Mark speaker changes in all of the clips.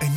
Speaker 1: En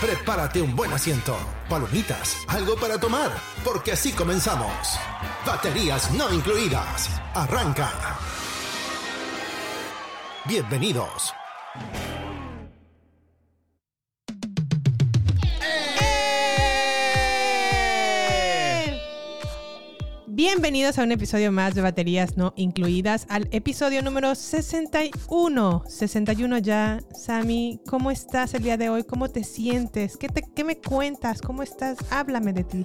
Speaker 1: Prepárate un buen asiento, palomitas, algo para tomar, porque así comenzamos. Baterías no incluidas. Arranca. Bienvenidos.
Speaker 2: Bienvenidos a un episodio más de Baterías No Incluidas, al episodio número 61. 61 ya. Sammy, ¿cómo estás el día de hoy? ¿Cómo te sientes? ¿Qué, te- qué me cuentas? ¿Cómo estás? Háblame de ti.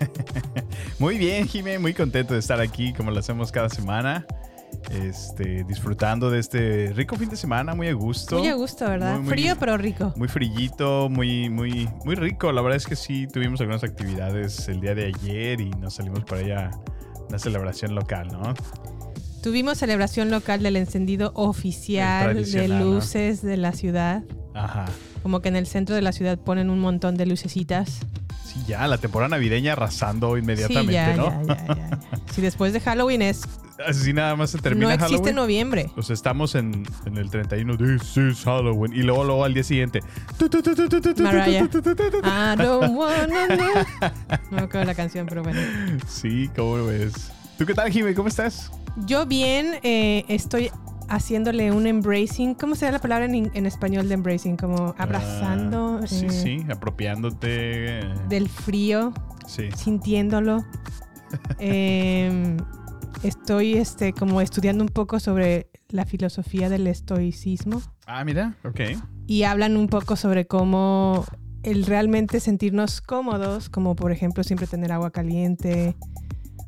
Speaker 3: Muy bien, Jimé, muy contento de estar aquí como lo hacemos cada semana. Este, disfrutando de este rico fin de semana, muy a gusto.
Speaker 2: Muy a gusto, ¿verdad?
Speaker 3: Muy, muy-
Speaker 2: Frío pero rico.
Speaker 3: Muy frillito, muy, muy, muy rico. La verdad es que sí, tuvimos algunas actividades el día de ayer y nos salimos para allá una celebración local, ¿no?
Speaker 2: Tuvimos celebración local del encendido
Speaker 3: El
Speaker 2: oficial de
Speaker 3: tradicional, ¿no?
Speaker 2: luces de la ciudad.
Speaker 3: Ajá.
Speaker 2: Como que en el centro de la ciudad ponen un montón de lucecitas.
Speaker 3: Sí, ya, la temporada navideña arrasando inmediatamente,
Speaker 2: sí, ya,
Speaker 3: ¿no?
Speaker 2: ya, ya, ya, ya. Si después de Halloween es,
Speaker 3: Así nada más se termina
Speaker 2: no existe
Speaker 3: Halloween.
Speaker 2: noviembre.
Speaker 3: O sea, estamos en, en el 31, this is Halloween, y luego, luego al día siguiente. tu, tu, tu, tu, tu, tu, tu,
Speaker 2: Mariah. Ah.
Speaker 3: tu, tu, tu, tu.
Speaker 2: I don't wanna live. No me acuerdo la canción, pero bueno.
Speaker 3: Sí, ¿cómo lo ves? ¿Tú qué tal, Jimmy? ¿Cómo estás?
Speaker 2: Yo bien eh, estoy haciéndole un embracing. ¿Cómo sería la palabra en, in- en español de embracing? Como abrazando
Speaker 3: Ah, sí,
Speaker 2: eh,
Speaker 3: sí, apropiándote. eh,
Speaker 2: del frío,
Speaker 3: sí.
Speaker 2: sintiéndolo. Eh, estoy este, como estudiando un poco sobre la filosofía del estoicismo.
Speaker 3: Ah, mira, ok.
Speaker 2: y hablan un poco sobre cómo el realmente sentirnos cómodos, como por ejemplo siempre tener agua caliente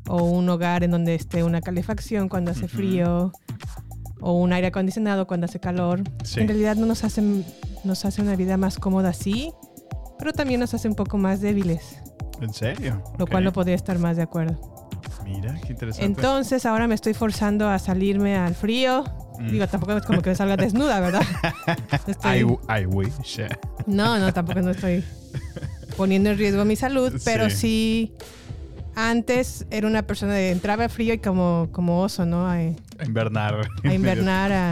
Speaker 2: o un hogar en donde esté una calefacción cuando hace
Speaker 3: Ujú.
Speaker 2: frío o un aire acondicionado cuando hace calor.
Speaker 3: Sí.
Speaker 2: En realidad no nos hacen nos hace una vida más cómoda así, pero también nos hace un poco más débiles,
Speaker 3: ¿En serio?
Speaker 2: lo cual no
Speaker 3: Ok.
Speaker 2: podría estar más de acuerdo.
Speaker 3: Mira, qué interesante.
Speaker 2: Entonces ahora me estoy forzando a salirme al frío.
Speaker 3: Mm.
Speaker 2: Digo, tampoco es como que me salga desnuda, ¿verdad? Estoy-
Speaker 3: I, I wish.
Speaker 2: no, no, tampoco no estoy poniendo en riesgo mi salud, pero sí. Antes era una persona de entraba al frío y como, como oso, ¿no? A,
Speaker 3: A invernar.
Speaker 2: a invernar, a,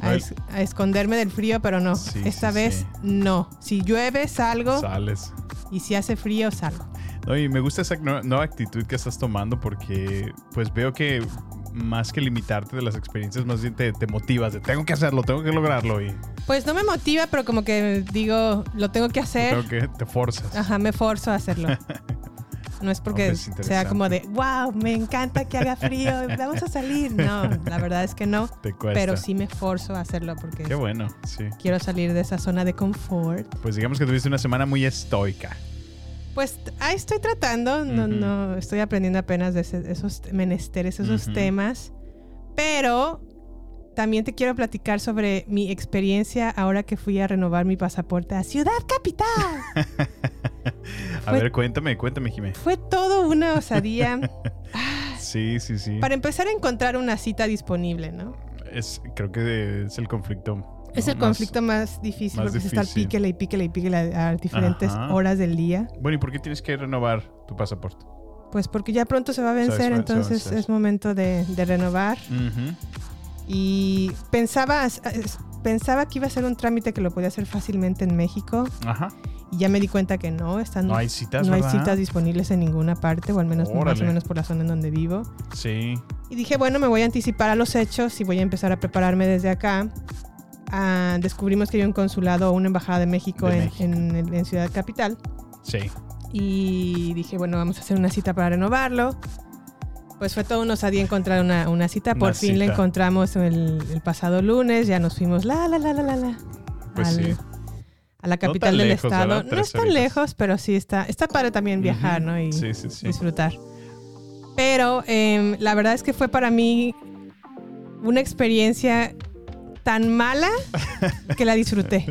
Speaker 2: a,
Speaker 3: No,
Speaker 2: es- a esconderme del frío, pero no.
Speaker 3: Sí,
Speaker 2: Esta
Speaker 3: sí,
Speaker 2: vez
Speaker 3: sí.
Speaker 2: no. Si llueve, salgo
Speaker 3: Sales.
Speaker 2: y si hace frío, salgo.
Speaker 3: No, y me gusta esa nue- nueva actitud que estás tomando porque pues veo que más que limitarte de las experiencias, más bien te, te motivas de tengo que hacerlo, tengo que lograrlo y
Speaker 2: Pues no me motiva, pero como que digo, lo tengo que hacer.
Speaker 3: tengo que, te forzas.
Speaker 2: Ajá, me forzo a hacerlo. No es porque
Speaker 3: Hombre, es
Speaker 2: sea como de, wow, me encanta que haga frío, vamos a salir. No, la verdad es que no.
Speaker 3: Te cuesta.
Speaker 2: Pero sí me forzo a hacerlo porque
Speaker 3: Qué bueno, sí.
Speaker 2: quiero salir de esa zona de confort.
Speaker 3: Pues digamos que tuviste una semana muy estoica.
Speaker 2: Pues ahí estoy tratando, no,
Speaker 3: Ujú.
Speaker 2: no estoy aprendiendo apenas de ese- esos menesteres, esos
Speaker 3: Ujú.
Speaker 2: temas. Pero también te quiero platicar sobre mi experiencia ahora que fui a renovar mi pasaporte a Ciudad Capital.
Speaker 3: A
Speaker 2: Fue-
Speaker 3: ver, cuéntame, cuéntame, Jimé.
Speaker 2: Fue todo una osadía
Speaker 3: Sí, sí, sí.
Speaker 2: Ah. para empezar a encontrar una cita disponible, ¿no?
Speaker 3: Es, creo que es el conflicto. ¿no?
Speaker 2: Es el
Speaker 3: Más-
Speaker 2: conflicto más difícil
Speaker 3: más
Speaker 2: porque se está
Speaker 3: difícil.
Speaker 2: píquele y píquele y píquele a, a diferentes
Speaker 3: Ajá.
Speaker 2: horas del día.
Speaker 3: Bueno, ¿y por qué tienes que renovar tu pasaporte?
Speaker 2: Pues porque ya pronto se va a
Speaker 3: va-
Speaker 2: vencer,
Speaker 3: se va a
Speaker 2: entonces
Speaker 3: vencer.
Speaker 2: es momento de, de renovar.
Speaker 3: Ujú.
Speaker 2: Y pensaba, pensaba que iba a ser un trámite que lo podía hacer fácilmente en México
Speaker 3: Ajá.
Speaker 2: y ya me di cuenta que no, están,
Speaker 3: No hay citas,
Speaker 2: no hay
Speaker 3: ¿verdad?
Speaker 2: citas disponibles en ninguna parte, o al menos más o
Speaker 3: Órale.
Speaker 2: menos por la zona en donde vivo.
Speaker 3: Sí.
Speaker 2: Y dije, bueno, me voy a anticipar a los hechos y voy a empezar a prepararme desde acá. Ah, descubrimos que hay un consulado o una embajada de México,
Speaker 3: De
Speaker 2: en-
Speaker 3: México.
Speaker 2: en- en- en Ciudad Capital.
Speaker 3: Sí.
Speaker 2: Y dije, bueno, vamos a hacer una cita para renovarlo. Pues fue todo un osadía encontrar una, una cita.
Speaker 3: Una
Speaker 2: Por fin la
Speaker 3: cita.
Speaker 2: encontramos el, el pasado lunes. Ya nos fuimos la, la, la, la, la, la.
Speaker 3: Pues
Speaker 2: al-
Speaker 3: sí.
Speaker 2: A la capital
Speaker 3: tan
Speaker 2: del
Speaker 3: lejos,
Speaker 2: estado.
Speaker 3: ¿verdad?
Speaker 2: No
Speaker 3: Tres
Speaker 2: es tan
Speaker 3: horitas.
Speaker 2: lejos, pero sí está. Está padre también viajar,
Speaker 3: Ujú.
Speaker 2: ¿no? Y
Speaker 3: Sí, sí, sí.
Speaker 2: disfrutar. Pero em, la verdad es que fue para mí una experiencia tan mala que la disfruté.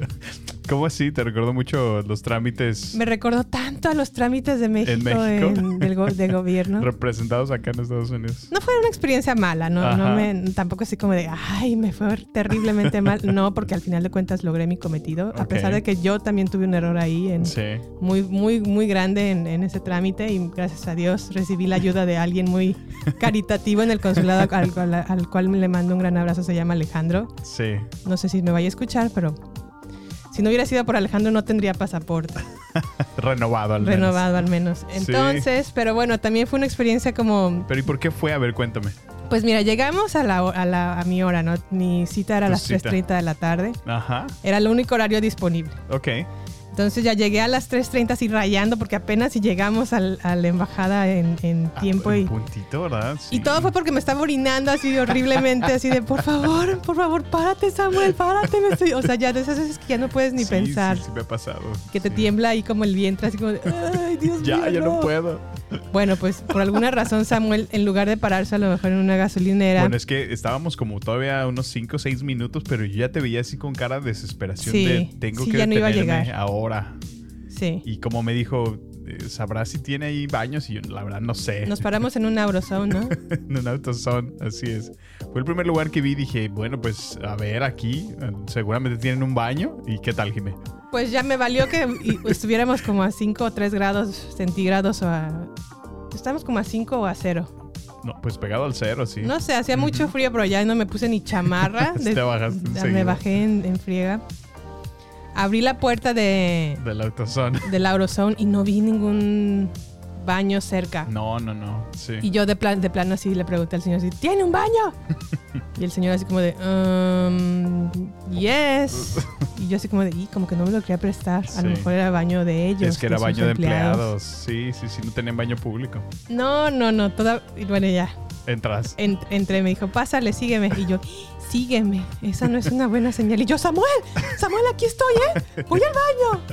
Speaker 3: ¿Cómo así? Te recuerdo mucho los trámites
Speaker 2: Me recordó tanto a los trámites de México,
Speaker 3: México?
Speaker 2: en- del, go- del gobierno.
Speaker 3: representados acá en Estados Unidos.
Speaker 2: No fue una experiencia mala, no, no
Speaker 3: Ajá.
Speaker 2: me, tampoco así como de, ay, me fue terriblemente mal. No, porque al final de cuentas logré mi cometido, a
Speaker 3: Ok.
Speaker 2: pesar de que yo también tuve un error ahí en,
Speaker 3: Sí.
Speaker 2: muy, muy, muy grande en, en ese trámite y gracias a Dios recibí la ayuda de alguien muy caritativo en el consulado al, cual- al cual le mando un gran abrazo, se llama Alejandro.
Speaker 3: Sí.
Speaker 2: No sé si me vaya a escuchar, pero si no hubiera sido por Alejandro no tendría pasaporte
Speaker 3: Renovado al menos.
Speaker 2: renovado al menos. Entonces, pero bueno, también fue una experiencia como,
Speaker 3: Pero ¿y por qué fue? A ver, cuéntame.
Speaker 2: pues mira, llegamos a, la, ho- a, la- a mi hora, ¿no? Mi cita era a
Speaker 3: Tu
Speaker 2: las
Speaker 3: cita.
Speaker 2: 3.30 de la tarde.
Speaker 3: Ajá.
Speaker 2: Era el único horario disponible.
Speaker 3: Ok.
Speaker 2: Entonces ya llegué a las 3.30 así rayando porque apenas si llegamos al- a la embajada en, en
Speaker 3: Ah,
Speaker 2: tiempo
Speaker 3: en
Speaker 2: y,
Speaker 3: Puntito, ¿verdad?
Speaker 2: y
Speaker 3: Sí.
Speaker 2: todo fue porque me estaba orinando así horriblemente, así de por favor, por favor, párate Samuel, párate. Me estoy... O sea, ya de esas veces que ya no puedes ni
Speaker 3: Sí,
Speaker 2: pensar.
Speaker 3: Sí, sí, me ha pasado.
Speaker 2: Que te
Speaker 3: Sí.
Speaker 2: tiembla ahí como el vientre, así como de, ay, Dios mío.
Speaker 3: Ya, ya no puedo.
Speaker 2: Bueno, pues por alguna razón Samuel, en lugar de pararse a lo mejor en una gasolinera,
Speaker 3: Bueno, es que estábamos como todavía unos 5 o 6 minutos, pero yo ya te veía así con cara de desesperación
Speaker 2: Sí,
Speaker 3: de tengo
Speaker 2: sí,
Speaker 3: que
Speaker 2: ya no iba a
Speaker 3: detenerme
Speaker 2: llegar.
Speaker 3: ahora.
Speaker 2: sí.
Speaker 3: Y como me dijo, eh, ¿sabrás si tiene ahí baños? Y yo, la verdad, no sé.
Speaker 2: Nos paramos en un Eurozone, ¿no?
Speaker 3: en un autosón, así es. Fue el primer lugar que vi, dije, bueno, pues a ver, aquí eh, seguramente tienen un baño. ¿Y qué tal, Jimé?
Speaker 2: Pues ya me valió que y- pues, estuviéramos como a 5 o 3 grados centígrados o a... Estamos como a 5 o a 0.
Speaker 3: No, pues pegado al cero, sí.
Speaker 2: No sé, hacía mucho frío, pero ya no me puse ni chamarra.
Speaker 3: Te bajaste
Speaker 2: ya me
Speaker 3: enseguida.
Speaker 2: bajé en, en friega. Abrí la puerta de,
Speaker 3: Del autosón.
Speaker 2: del Eurozone y no vi ningún baño cerca.
Speaker 3: No, no, no. Sí.
Speaker 2: Y yo de, plan, de plano así le pregunté al señor así, ¿tiene un baño? y el señor así como de, "Um, yes. Y yo así como de, y como que no me lo quería prestar. A
Speaker 3: Sí.
Speaker 2: lo mejor era baño de ellos.
Speaker 3: es que era
Speaker 2: sus
Speaker 3: baño de empleados. Sí, sí, sí, no tenían baño público.
Speaker 2: No, no, no, toda... Y bueno, ya.
Speaker 3: Entras.
Speaker 2: En- entré, me dijo, pásale, sígueme. Y yo, sígueme. Esa no es una buena señal. Y yo, Samuel, Samuel, aquí estoy, ¿eh? Voy al baño.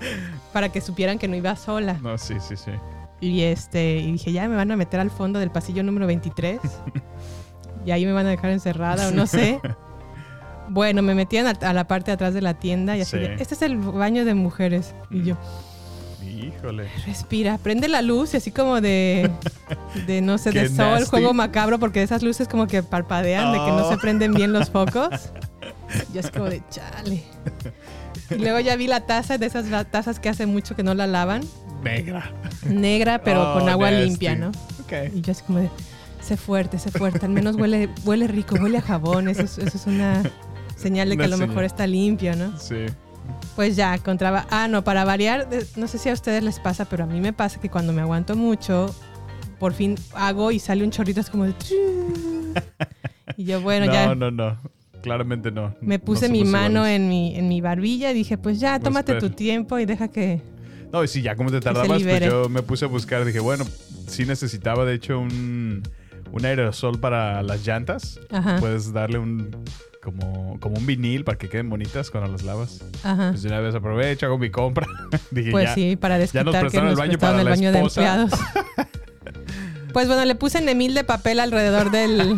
Speaker 2: Para que supieran que no iba sola.
Speaker 3: No, sí, sí, sí.
Speaker 2: Y este, y dije, ya me van a meter al fondo del pasillo número 23. y ahí me van a dejar encerrada o no sé. Bueno, me metían a, a la parte de atrás de la tienda y así,
Speaker 3: Sí. Mm.
Speaker 2: de, este es el baño de mujeres. Y yo,
Speaker 3: Híjole.
Speaker 2: respira, prende la luz y así como de, de no sé, de
Speaker 3: Qué
Speaker 2: sol,
Speaker 3: nasty.
Speaker 2: juego macabro, porque esas luces como que parpadean, de que no
Speaker 3: Oh.
Speaker 2: se prenden bien los focos. Yo es como de, chale. Y luego ya vi la taza, de esas la- tazas que hace mucho que no la lavan,
Speaker 3: Negra.
Speaker 2: negra pero
Speaker 3: Oh,
Speaker 2: con agua
Speaker 3: nasty.
Speaker 2: limpia, ¿no?
Speaker 3: Ok.
Speaker 2: Y yo así como de, sé fuerte, sé fuerte. Al menos huele, huele rico, huele a jabón. Eso es, eso es una señal de que
Speaker 3: Una
Speaker 2: a lo
Speaker 3: señal.
Speaker 2: mejor está limpio, ¿no?
Speaker 3: Sí.
Speaker 2: Pues ya, contraba... Ah, no, para variar, de- no sé si a ustedes les pasa, pero a mí me pasa que cuando me aguanto mucho, por fin hago y sale un chorrito, es como de... tru. Y yo, bueno,
Speaker 3: no,
Speaker 2: ya...
Speaker 3: no, no. Claramente no.
Speaker 2: Me
Speaker 3: No
Speaker 2: puse mi
Speaker 3: somos
Speaker 2: mano
Speaker 3: iguales.
Speaker 2: en mi, en mi barbilla y dije, pues ya,
Speaker 3: Pues,
Speaker 2: tómate tu
Speaker 3: espera.
Speaker 2: tiempo y deja que...
Speaker 3: No, y sí, ya como te tardabas, pues
Speaker 2: libere.
Speaker 3: yo me puse a buscar. Dije, bueno, sí necesitaba de hecho un, un aerosol para las llantas.
Speaker 2: Ajá.
Speaker 3: Puedes darle un como, como un vinil para que queden bonitas cuando las lavas.
Speaker 2: Ajá.
Speaker 3: Pues de una vez aprovecho, hago mi compra. dije,
Speaker 2: Ah. Pues
Speaker 3: ya.
Speaker 2: sí, para desquitar que
Speaker 3: prestaron el
Speaker 2: nos
Speaker 3: baño
Speaker 2: prestaron
Speaker 3: para
Speaker 2: el
Speaker 3: la
Speaker 2: baño de
Speaker 3: esposa.
Speaker 2: empleados. Pues bueno, le puse nemil de papel alrededor del,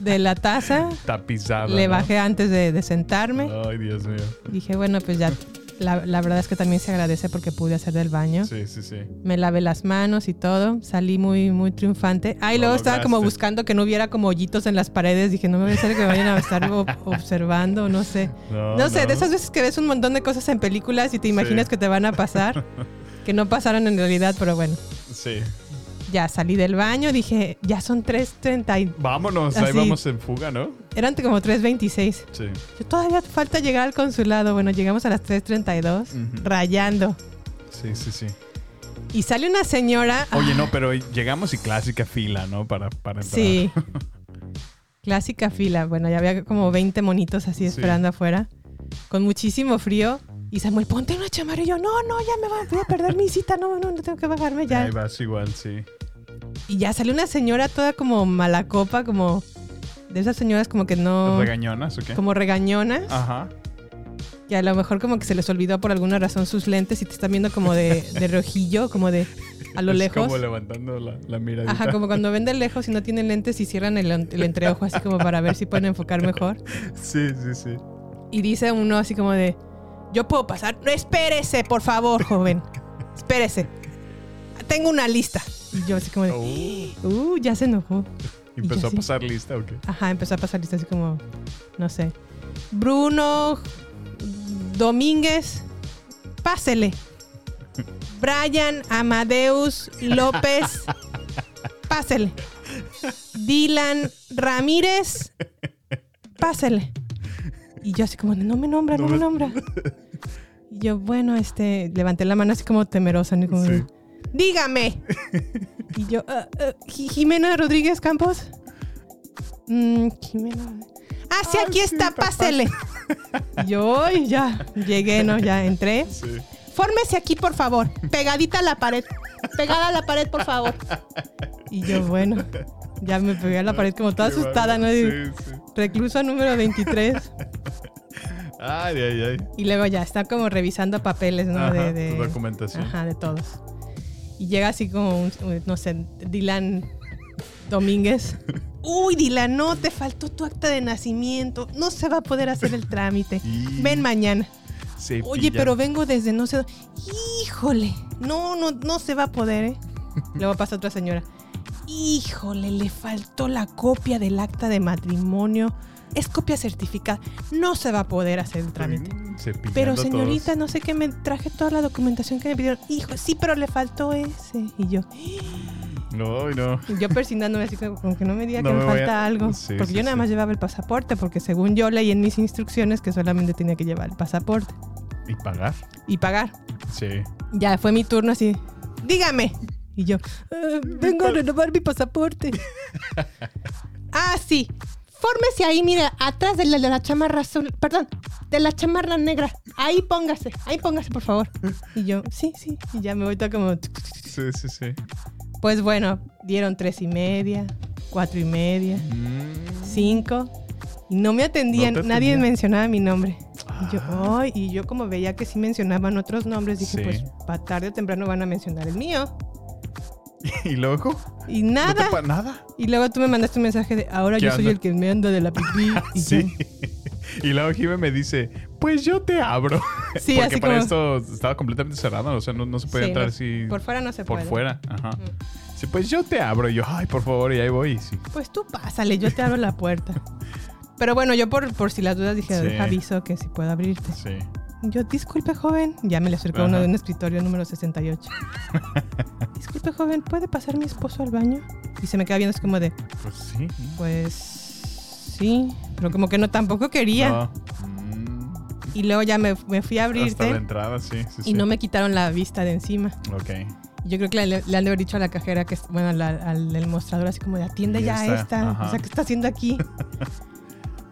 Speaker 2: de la taza.
Speaker 3: Tapizada.
Speaker 2: Le
Speaker 3: Ah, ¿no?
Speaker 2: bajé antes de, de sentarme.
Speaker 3: Ay, Dios mío.
Speaker 2: Dije, bueno, pues ya. La, la verdad es que también se agradece porque pude hacer del baño.
Speaker 3: Sí, sí, sí.
Speaker 2: Me lavé las manos y todo. Salí muy, muy triunfante. Ay,
Speaker 3: Lo
Speaker 2: luego estaba como
Speaker 3: lograste.
Speaker 2: buscando que no hubiera como hoyitos en las paredes. Dije, no me voy a hacer que me vayan a estar ob- observando, no sé.
Speaker 3: No,
Speaker 2: No, sé, de esas veces que ves un montón de cosas en películas y te imaginas
Speaker 3: Sí.
Speaker 2: que te van a pasar, que no pasaron en realidad, pero bueno.
Speaker 3: Sí.
Speaker 2: Ya salí del baño, dije, ya son 3.30. y-
Speaker 3: Vámonos, ahí
Speaker 2: Así.
Speaker 3: vamos en fuga, ¿no?
Speaker 2: Eran como 3.26.
Speaker 3: Sí.
Speaker 2: Yo, Todavía falta llegar al consulado. Bueno, llegamos a las 3.32,
Speaker 3: Ujú.
Speaker 2: rayando.
Speaker 3: Sí, sí, sí.
Speaker 2: Y sale una señora.
Speaker 3: Oye, no, pero llegamos y clásica fila, ¿no? Para, para entrar.
Speaker 2: Sí. Clásica fila. Bueno, ya había como 20 monitos así
Speaker 3: Sí.
Speaker 2: esperando afuera. Con muchísimo frío. Y Samuel, ponte una chamarra. Y yo, no, no, ya me va- voy a perder mi cita. No, no, no tengo que bajarme ya.
Speaker 3: Ahí vas igual, sí.
Speaker 2: Y ya salió una señora toda como mala copa, como de esas señoras como que no...
Speaker 3: ¿Regañonas o qué?
Speaker 2: Como regañonas.
Speaker 3: Ajá.
Speaker 2: Que a lo mejor como que se les olvidó por alguna razón sus lentes y te están viendo como de, de rojillo, como de a lo
Speaker 3: Es
Speaker 2: lejos.
Speaker 3: Como levantando la, la miradita.
Speaker 2: Ajá, como cuando ven de lejos y no tienen lentes y cierran el, el entreojo así como para ver si pueden enfocar mejor.
Speaker 3: Sí, sí, sí.
Speaker 2: Y dice uno así como de, yo puedo pasar. No, espérese, por favor, joven. Espérese. Tengo una lista. Y yo así como de,
Speaker 3: Oh,
Speaker 2: uh, ya se enojó.
Speaker 3: empezó a
Speaker 2: así.
Speaker 3: pasar lista o qué.
Speaker 2: Ajá, empezó a pasar lista así como, no sé. Bruno Domínguez, pásele. Brian Amadeus López, pásele. Dylan Ramírez, pásele. Y yo así como, no me nombra, no,
Speaker 3: No
Speaker 2: me
Speaker 3: me-
Speaker 2: nombra. Y yo, bueno, este, levanté la mano así como temerosa, ¿no? Como,
Speaker 3: Sí.
Speaker 2: dígame. Y yo, "Ah, ah, Ji- Jimena Rodríguez Campos. Mm, Jimena. Ah, sí,
Speaker 3: Ah,
Speaker 2: aquí
Speaker 3: sí,
Speaker 2: está,
Speaker 3: papá.
Speaker 2: pásele. Yo "Ay, ya llegué, ¿no? Ya entré.
Speaker 3: Sí.
Speaker 2: Fórmese aquí, por favor. Pegadita a la pared. Pegada a la pared, por favor. Y yo, bueno, ya me pegué a la pared como toda
Speaker 3: Ah, Qué
Speaker 2: asustada, ¿no?
Speaker 3: bárbaro. Sí, sí.
Speaker 2: Recluso número 23.
Speaker 3: Ay, ay, ay.
Speaker 2: Y luego ya está como revisando papeles, ¿no?
Speaker 3: Ajá,
Speaker 2: de,
Speaker 3: tu
Speaker 2: de-
Speaker 3: documentación.
Speaker 2: Ajá, de todos. Y llega así como un, un- no sé, Dylan Domínguez. Uy, Dylan, no, te faltó tu acta de nacimiento. No se va a poder hacer el trámite.
Speaker 3: Y-
Speaker 2: Ven mañana.
Speaker 3: Se
Speaker 2: Oye,
Speaker 3: pilla.
Speaker 2: pero vengo desde no sé dónde. Híjole, no, no, no se va a poder, ¿eh? Luego pasa otra señora. Híjole, le faltó la copia del acta de matrimonio. Es copia certificada. No se va a poder hacer el trámite.
Speaker 3: Mm, se pillando
Speaker 2: Pero
Speaker 3: a todos.
Speaker 2: señorita, no sé qué, me traje toda la documentación que me pidieron. Hijo, sí, pero le faltó ese. Y yo,
Speaker 3: No, ay, no.
Speaker 2: y yo persignándome así como como que no me diga
Speaker 3: No
Speaker 2: que me,
Speaker 3: me voy a-
Speaker 2: falta algo.
Speaker 3: Sí,
Speaker 2: porque
Speaker 3: sí,
Speaker 2: yo nada
Speaker 3: sí.
Speaker 2: más llevaba el pasaporte, porque según yo leí en mis instrucciones que solamente tenía que llevar el pasaporte
Speaker 3: ¿Y pagar?
Speaker 2: y pagar.
Speaker 3: Sí.
Speaker 2: Ya fue mi turno así, dígame. Y yo, "Eh, vengo a renovar mi pasaporte. ah, sí. Fórmese ahí, mira, atrás de la, de la chamarra azul, perdón, de la chamarra negra. Ahí póngase, ahí póngase, por favor. Y yo, sí, sí. Y ya me voy todo como... tuc, tuc, tuc.
Speaker 3: Sí, sí, sí.
Speaker 2: Pues bueno, dieron tres y media, cuatro y media,
Speaker 3: Mm.
Speaker 2: cinco. Y no me atendían,
Speaker 3: No te
Speaker 2: nadie
Speaker 3: atendían.
Speaker 2: mencionaba mi nombre. Y yo,
Speaker 3: Ah.
Speaker 2: "Ay", y yo como veía que sí mencionaban otros nombres, dije,
Speaker 3: Sí.
Speaker 2: pues para tarde o temprano van a mencionar el mío.
Speaker 3: ¿Y luego?
Speaker 2: Y
Speaker 3: ¿No
Speaker 2: nada.
Speaker 3: te pa- ¿Nada?
Speaker 2: y luego tú me mandaste un mensaje de, ahora
Speaker 3: ¿Qué
Speaker 2: yo soy
Speaker 3: onda?
Speaker 2: el que me anda de la pipí. Y yo,
Speaker 3: Sí. Y luego Jime me dice, pues yo te abro.
Speaker 2: Sí,
Speaker 3: Porque
Speaker 2: así
Speaker 3: para
Speaker 2: como-
Speaker 3: esto estaba completamente cerrado, o sea, no, no se puede
Speaker 2: Sí,
Speaker 3: entrar
Speaker 2: no-
Speaker 3: así
Speaker 2: Por fuera no se
Speaker 3: por
Speaker 2: puede.
Speaker 3: fuera. Ajá. Sí, pues yo te abro. Y yo, ay, por favor, y ahí voy. y sí.
Speaker 2: Pues tú pásale, yo te abro la puerta. Pero bueno, yo por, por si las dudas dije,
Speaker 3: Sí.
Speaker 2: "Deja aviso que si puedo abrirte.
Speaker 3: Sí.
Speaker 2: Yo, disculpe, joven. Ya me le acercó uno
Speaker 3: Ajá.
Speaker 2: de un escritorio número 68. disculpe, joven, ¿puede pasar mi esposo al baño? Y se me queda viendo así como de,
Speaker 3: Pues sí.
Speaker 2: pues sí. Pero como que no, tampoco quería.
Speaker 3: No. Mm,
Speaker 2: Y luego ya me, me fui a
Speaker 3: Hasta la
Speaker 2: abrirte
Speaker 3: entrada, sí. sí,
Speaker 2: y no me quitaron la vista de encima.
Speaker 3: Ok.
Speaker 2: Y Yo creo que le, le han de haber dicho a la cajera, que es- bueno, al, al- al mostrador, así como de atiende
Speaker 3: Y
Speaker 2: ya
Speaker 3: esta,
Speaker 2: esta.
Speaker 3: ajá.
Speaker 2: O sea, ¿qué está haciendo aquí?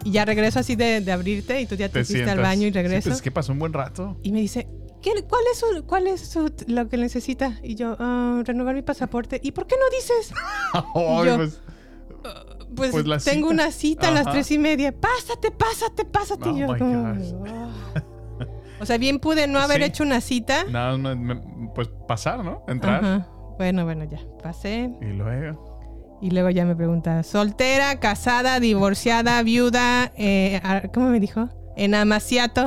Speaker 2: y ya regreso así de, de abrirte y tú ya te,
Speaker 3: Te
Speaker 2: fuiste
Speaker 3: sientas.
Speaker 2: al baño y
Speaker 3: Sí,
Speaker 2: regreso.
Speaker 3: pues es que pasó un buen rato.
Speaker 2: Y me dice, "¿Qué- ¿cuál es, su- cuál es su- lo que necesita? Y yo, "Ah, renovar mi pasaporte. ¿Y por qué no dices?
Speaker 3: Ay,
Speaker 2: yo-
Speaker 3: pues,
Speaker 2: Pues,
Speaker 3: Pues la
Speaker 2: tengo
Speaker 3: cita.
Speaker 2: una cita a las
Speaker 3: Ajá.
Speaker 2: tres y media. Pásate, pásate, pásate.
Speaker 3: Oh
Speaker 2: y yo,
Speaker 3: my
Speaker 2: como,
Speaker 3: gosh.
Speaker 2: "Ah". O sea, bien pude no haber
Speaker 3: Sí.
Speaker 2: hecho una cita.
Speaker 3: nada más me- me- pues pasar, ¿no? Entrar.
Speaker 2: Ajá. Bueno, bueno, ya. Pasé.
Speaker 3: Y luego.
Speaker 2: Y luego ya me pregunta, soltera, casada, divorciada, viuda, eh, a- ¿cómo me dijo? En amaciato.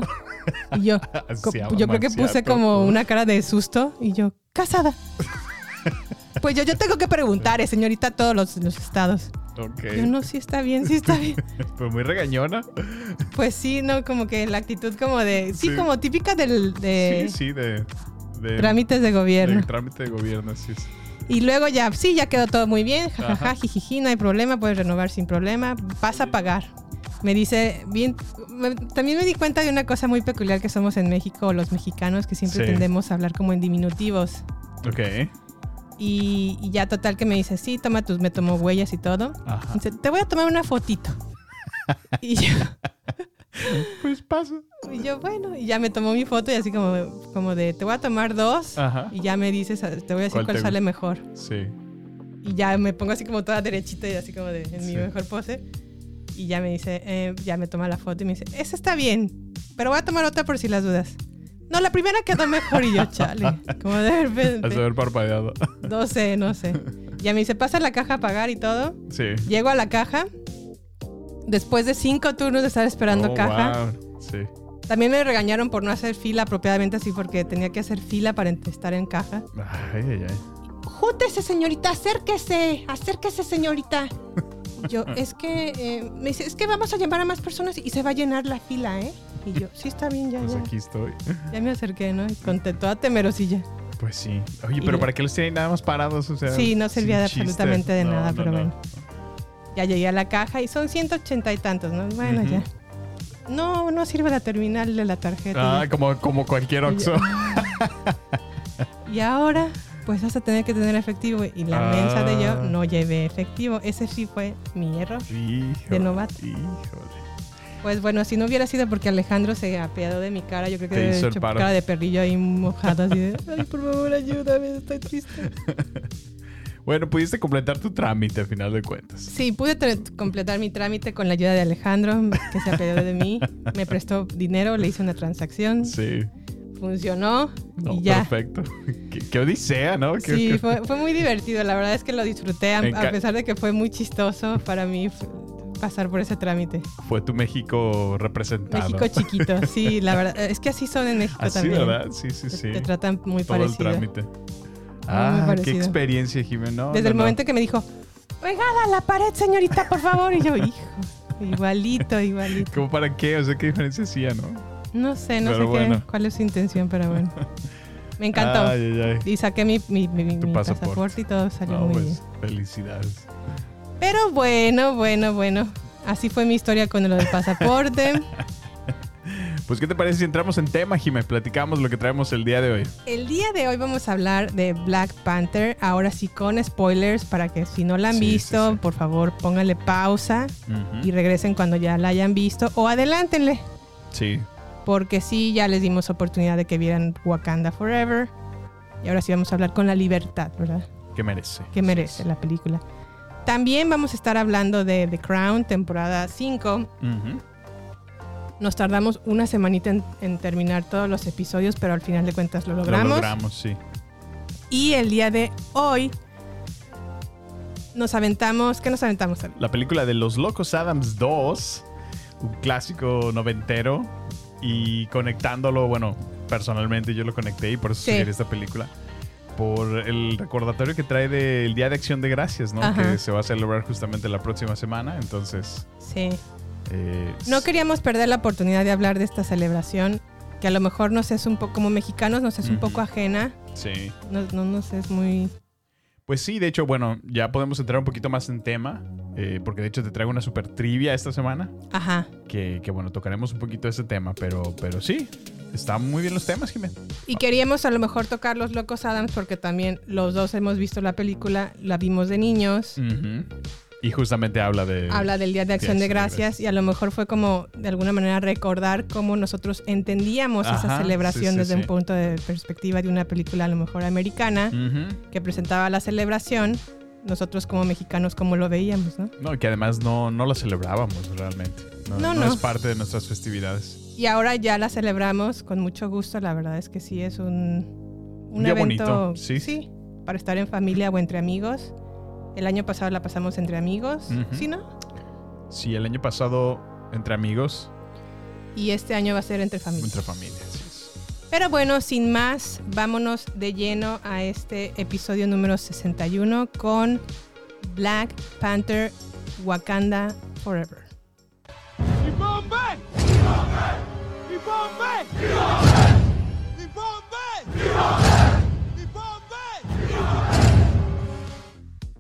Speaker 2: Y yo, co-
Speaker 3: Asiado,
Speaker 2: yo creo que puse
Speaker 3: manciato.
Speaker 2: como una cara de susto y yo, casada. Pues yo, yo tengo que preguntar, eh, señorita, todos los, los estados.
Speaker 3: Ok.
Speaker 2: Yo no, sí está bien, sí está bien.
Speaker 3: Pero muy regañona.
Speaker 2: Pues sí, no, como que la actitud como de, sí,
Speaker 3: Sí.
Speaker 2: como típica del de
Speaker 3: sí, sí, de. de
Speaker 2: trámites Eh, de gobierno.
Speaker 3: de trámite de gobierno, sí. sí.
Speaker 2: Y luego ya, sí, ya quedó todo muy bien, jajaja,
Speaker 3: Ajá.
Speaker 2: jijiji, no hay problema, puedes renovar sin problema, vas a pagar. Me dice, bien, me- también me di cuenta de una cosa muy peculiar que somos en México, los mexicanos, que siempre
Speaker 3: Sí.
Speaker 2: tendemos a hablar como en diminutivos.
Speaker 3: Ok.
Speaker 2: Y, y ya total que me dice, sí, toma tus, me tomó huellas y todo.
Speaker 3: Ajá.
Speaker 2: Dice, te voy a tomar una fotito. y, yo,
Speaker 3: Pues pasa.
Speaker 2: y yo, bueno, y ya me tomó mi foto y así como, como de, te voy a tomar dos.
Speaker 3: Ajá.
Speaker 2: Y ya me dices, te voy a decir
Speaker 3: ¿Cuál
Speaker 2: cuál
Speaker 3: te-
Speaker 2: sale mejor.
Speaker 3: Sí.
Speaker 2: Y ya me pongo así como toda derechita y así como de, en mi
Speaker 3: Sí.
Speaker 2: mejor pose. Y ya me dice, eh, ya me toma la foto y me dice, esa está bien, pero voy a tomar otra por si las dudas. No, la primera quedó mejor y yo, chale. Como de
Speaker 3: Has de
Speaker 2: repente.
Speaker 3: haber parpadeado.
Speaker 2: No sé, no sé. Ya me dice, pasa a la caja a pagar y todo.
Speaker 3: Sí.
Speaker 2: Llego a la caja. Después de cinco turnos de estar esperando
Speaker 3: Oh,
Speaker 2: caja.
Speaker 3: wow. Sí.
Speaker 2: También me regañaron por no hacer fila apropiadamente así porque tenía que hacer fila para ent- estar en caja.
Speaker 3: Ay, ay, ay.
Speaker 2: Jútese, señorita, acérquese, acérquese, señorita. Y Yo, es que, eh, me dice, es que vamos a llamar a más personas y se va a llenar la fila, ¿eh? Y yo, sí, está bien, ya,
Speaker 3: Pues
Speaker 2: ya.
Speaker 3: aquí estoy.
Speaker 2: Ya me acerqué, ¿no? Y conté toda temerosilla.
Speaker 3: Pues sí. Oye,
Speaker 2: Y-
Speaker 3: pero ¿para qué los tienen nada más parados? O sea,
Speaker 2: Sí, no servía
Speaker 3: sin
Speaker 2: de
Speaker 3: chiste.
Speaker 2: absolutamente de
Speaker 3: No,
Speaker 2: nada,
Speaker 3: no,
Speaker 2: pero
Speaker 3: no.
Speaker 2: bueno. Ya llegué a la caja y son 180 y tantos, ¿no? Bueno,
Speaker 3: Ujú.
Speaker 2: ya. No, no sirve la terminal de la tarjeta.
Speaker 3: Ah, como, como cualquier Oxxo.
Speaker 2: Y ahora, pues vas a tener que tener efectivo. Y la
Speaker 3: Ah.
Speaker 2: mensa de yo no llevé efectivo. Ese sí fue mi error.
Speaker 3: Híjole,
Speaker 2: De novato.
Speaker 3: Híjole.
Speaker 2: Pues bueno, si no hubiera sido porque Alejandro se apiadó de mi cara, yo creo que
Speaker 3: Te
Speaker 2: hubiera
Speaker 3: hizo el
Speaker 2: hecho
Speaker 3: paro.
Speaker 2: cara de perrillo ahí mojado, así de, ay, por favor, ayúdame, estoy triste.
Speaker 3: Bueno, pudiste completar tu trámite al final de cuentas.
Speaker 2: Sí, pude tra- completar mi trámite con la ayuda de Alejandro, que se apiadó de mí. Me prestó dinero, le hice una transacción,
Speaker 3: Sí.
Speaker 2: funcionó
Speaker 3: No,
Speaker 2: y ya.
Speaker 3: perfecto. Qué, qué odisea, ¿no? Qué-
Speaker 2: Sí,
Speaker 3: qué-
Speaker 2: fue, fue muy divertido. La verdad es que lo disfruté, a,
Speaker 3: En ca-
Speaker 2: a pesar de que fue muy chistoso para mí f- pasar por ese trámite.
Speaker 3: fue tu México representado.
Speaker 2: México chiquito, sí, la verdad. Es que así son en México
Speaker 3: Así,
Speaker 2: también.
Speaker 3: ¿verdad? Sí, sí,
Speaker 2: Te-
Speaker 3: sí.
Speaker 2: Te tratan muy
Speaker 3: Todo el
Speaker 2: parecido.
Speaker 3: trámite. Ah, qué
Speaker 2: parecido.
Speaker 3: experiencia, Jimena. No,
Speaker 2: Desde
Speaker 3: no,
Speaker 2: el
Speaker 3: no.
Speaker 2: momento que me dijo, pegada a la pared, señorita, por favor. Y yo, hijo, igualito, igualito.
Speaker 3: ¿Cómo para qué? O sea, ¿qué diferencia hacía, no?
Speaker 2: No sé, no
Speaker 3: Pero
Speaker 2: sé qué-
Speaker 3: bueno.
Speaker 2: cuál es su intención, pero bueno. Me encantó.
Speaker 3: Ay, ay, ay.
Speaker 2: Y saqué mi, mi- mi- mi
Speaker 3: Tu
Speaker 2: pasaporte.
Speaker 3: pasaporte.
Speaker 2: y todo salió
Speaker 3: No,
Speaker 2: muy bien.
Speaker 3: pues, felicidades.
Speaker 2: Pero bueno, bueno, bueno. Así fue mi historia con lo del pasaporte.
Speaker 3: Pues, ¿qué te parece si entramos en tema, Jimé? Platicamos lo que traemos el día de hoy.
Speaker 2: El día de hoy vamos a hablar de Black Panther, ahora sí con spoilers, para que si no la han
Speaker 3: Sí, sí,
Speaker 2: visto,
Speaker 3: sí.
Speaker 2: por favor pónganle pausa y regresen cuando ya la hayan visto o adelántenle,
Speaker 3: Sí.
Speaker 2: porque sí, ya les dimos oportunidad de que vieran Wakanda Forever. Y ahora sí vamos a hablar con la libertad, ¿verdad?
Speaker 3: ¿Qué merece?
Speaker 2: Que merece la película. También vamos a estar hablando de The Crown, temporada 5.
Speaker 3: Ujú.
Speaker 2: Nos tardamos una semanita en, en terminar todos los episodios, pero al final de cuentas lo
Speaker 3: Lo
Speaker 2: logramos.
Speaker 3: logramos, sí.
Speaker 2: Y el día de hoy nos aventamos. ¿Qué nos aventamos? Sammy?
Speaker 3: La película de Los Locos Adams 2, un clásico noventero, y conectándolo, bueno, personalmente yo lo conecté y por eso
Speaker 2: Sí.
Speaker 3: sugerí esta película, por el recordatorio que trae del Día de Acción de Gracias, ¿no?
Speaker 2: Ajá.
Speaker 3: Que se va a celebrar justamente la próxima semana, entonces...
Speaker 2: Sí.
Speaker 3: eh,
Speaker 2: No queríamos perder la oportunidad de hablar de esta celebración que a lo mejor nos es un poco, como mexicanos, nos es un
Speaker 3: Ujú.
Speaker 2: poco ajena.
Speaker 3: Sí.
Speaker 2: No, no nos es muy.
Speaker 3: Pues sí, de hecho, bueno, ya podemos entrar un poquito más en tema, eh, porque de hecho te traigo una super trivia esta semana,
Speaker 2: Ajá.
Speaker 3: que, que, bueno, tocaremos un poquito ese tema, pero, pero sí, están muy bien los temas, Jiménez.
Speaker 2: Y queríamos a lo mejor tocar Los Locos Adams porque también los dos hemos visto la película, la vimos de niños.
Speaker 3: Ujú. Y justamente habla de...
Speaker 2: Habla del Día de Acción de Gracias y a lo mejor fue como de alguna manera recordar cómo nosotros entendíamos esa
Speaker 3: Ajá,
Speaker 2: celebración
Speaker 3: sí, sí,
Speaker 2: desde
Speaker 3: sí. Mm.
Speaker 2: un punto de perspectiva de una película a lo mejor americana
Speaker 3: Ujú.
Speaker 2: que presentaba la celebración, nosotros como mexicanos cómo lo veíamos, ¿no?
Speaker 3: No, que además no, no la celebrábamos realmente. No,
Speaker 2: No,
Speaker 3: no
Speaker 2: no.
Speaker 3: es parte de nuestras festividades.
Speaker 2: Y ahora ya la celebramos con mucho gusto, la verdad es que sí es un, un
Speaker 3: día
Speaker 2: evento
Speaker 3: bonito, sí.
Speaker 2: para estar en familia o entre amigos. El año pasado la pasamos entre amigos,
Speaker 3: Ujú.
Speaker 2: ¿sí no?
Speaker 3: Sí, el año pasado entre amigos,
Speaker 2: Y este año va a ser entre familia.
Speaker 3: entre familia. así es.
Speaker 2: Pero bueno, sin más, vámonos de lleno a este episodio número 61 con Black Panther Wakanda Forever.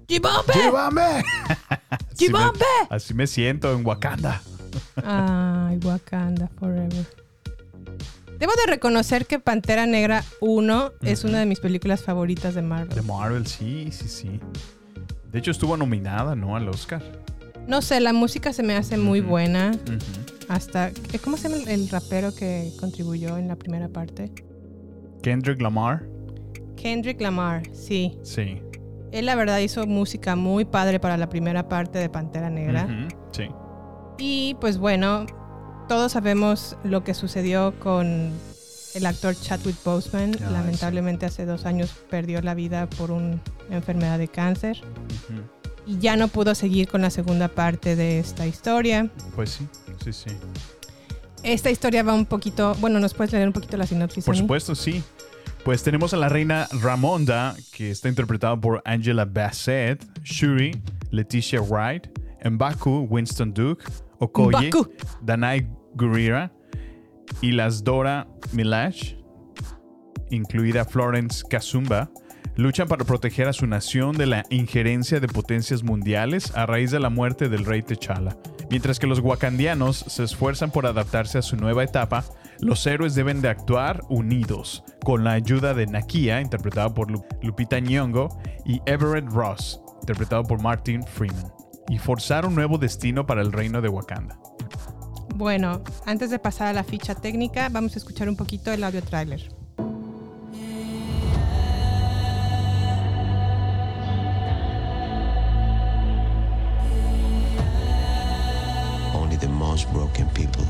Speaker 2: ¡Jibombe!
Speaker 3: ¡Llévame! Así me-
Speaker 2: ¡Chibombe!
Speaker 3: Así me siento en Wakanda.
Speaker 2: Ay, Wakanda Forever. Debo de reconocer que Pantera Negra 1 es una de mis películas favoritas de Marvel.
Speaker 3: De Marvel, sí, sí, sí. De hecho, estuvo nominada, ¿no? Al Oscar.
Speaker 2: No sé, la música se me hace muy
Speaker 3: Ujú.
Speaker 2: buena.
Speaker 3: Ujú.
Speaker 2: Hasta. eh, ¿Cómo se llama el, el rapero que contribuyó en la primera parte?
Speaker 3: Kendrick Lamar.
Speaker 2: Kendrick Lamar, sí.
Speaker 3: Sí.
Speaker 2: Él la verdad hizo música muy padre para la primera parte de Pantera Negra.
Speaker 3: Ujú, Sí.
Speaker 2: Y pues bueno, todos sabemos lo que sucedió con el actor Chadwick Boseman.
Speaker 3: Ah,
Speaker 2: Lamentablemente hace dos años perdió la vida por una enfermedad de cáncer.
Speaker 3: Ujú.
Speaker 2: Y ya no pudo seguir con la segunda parte de esta historia.
Speaker 3: Pues sí, sí, sí.
Speaker 2: Esta historia va un poquito... Bueno, ¿nos puedes leer un poquito la sinopsis?
Speaker 3: Por
Speaker 2: Ani?
Speaker 3: supuesto, sí. Pues tenemos a la reina Ramonda, que está interpretada por Angela Bassett, Shuri, Leticia Wright, Mbaku, Winston Duke, Okoye,
Speaker 2: M'Baku.
Speaker 3: Danai Gurira y las Dora Milash, incluida Florence Kazumba, luchan para proteger a su nación de la injerencia de potencias mundiales a raíz de la muerte del rey T'Challa. Mientras que los wakandianos se esfuerzan por adaptarse a su nueva etapa, los héroes deben de actuar unidos, con la ayuda de Nakia, interpretada por Lu- Lupita Nyong'o, y Everett Ross, interpretado por Martin Freeman, y forzar un nuevo destino para el reino de Wakanda.
Speaker 2: Bueno, antes de pasar a la ficha técnica, vamos a escuchar un poquito el audio tráiler.
Speaker 4: Only the most broken people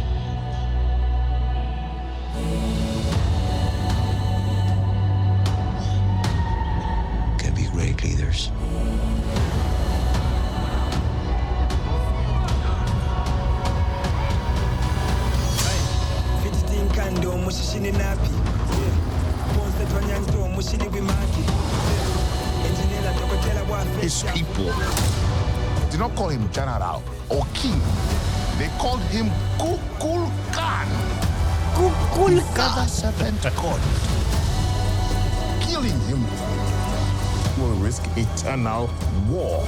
Speaker 4: can be great leaders.
Speaker 5: fititinkande omushishini napi bonse twanyanyisa omushini bimaki enjinera dokotela bwafe
Speaker 6: his people did not call him general or king. They called him Kukul Khan. Kukul Khan. servant god. Killing him will risk eternal war.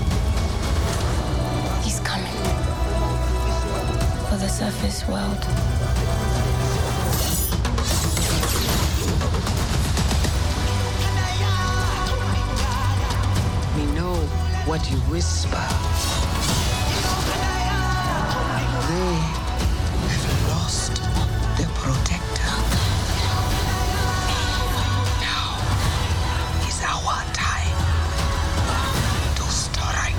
Speaker 7: He's coming. For the surface world.
Speaker 8: We know what you whisper. They have lost their protector. Now is our time to strike.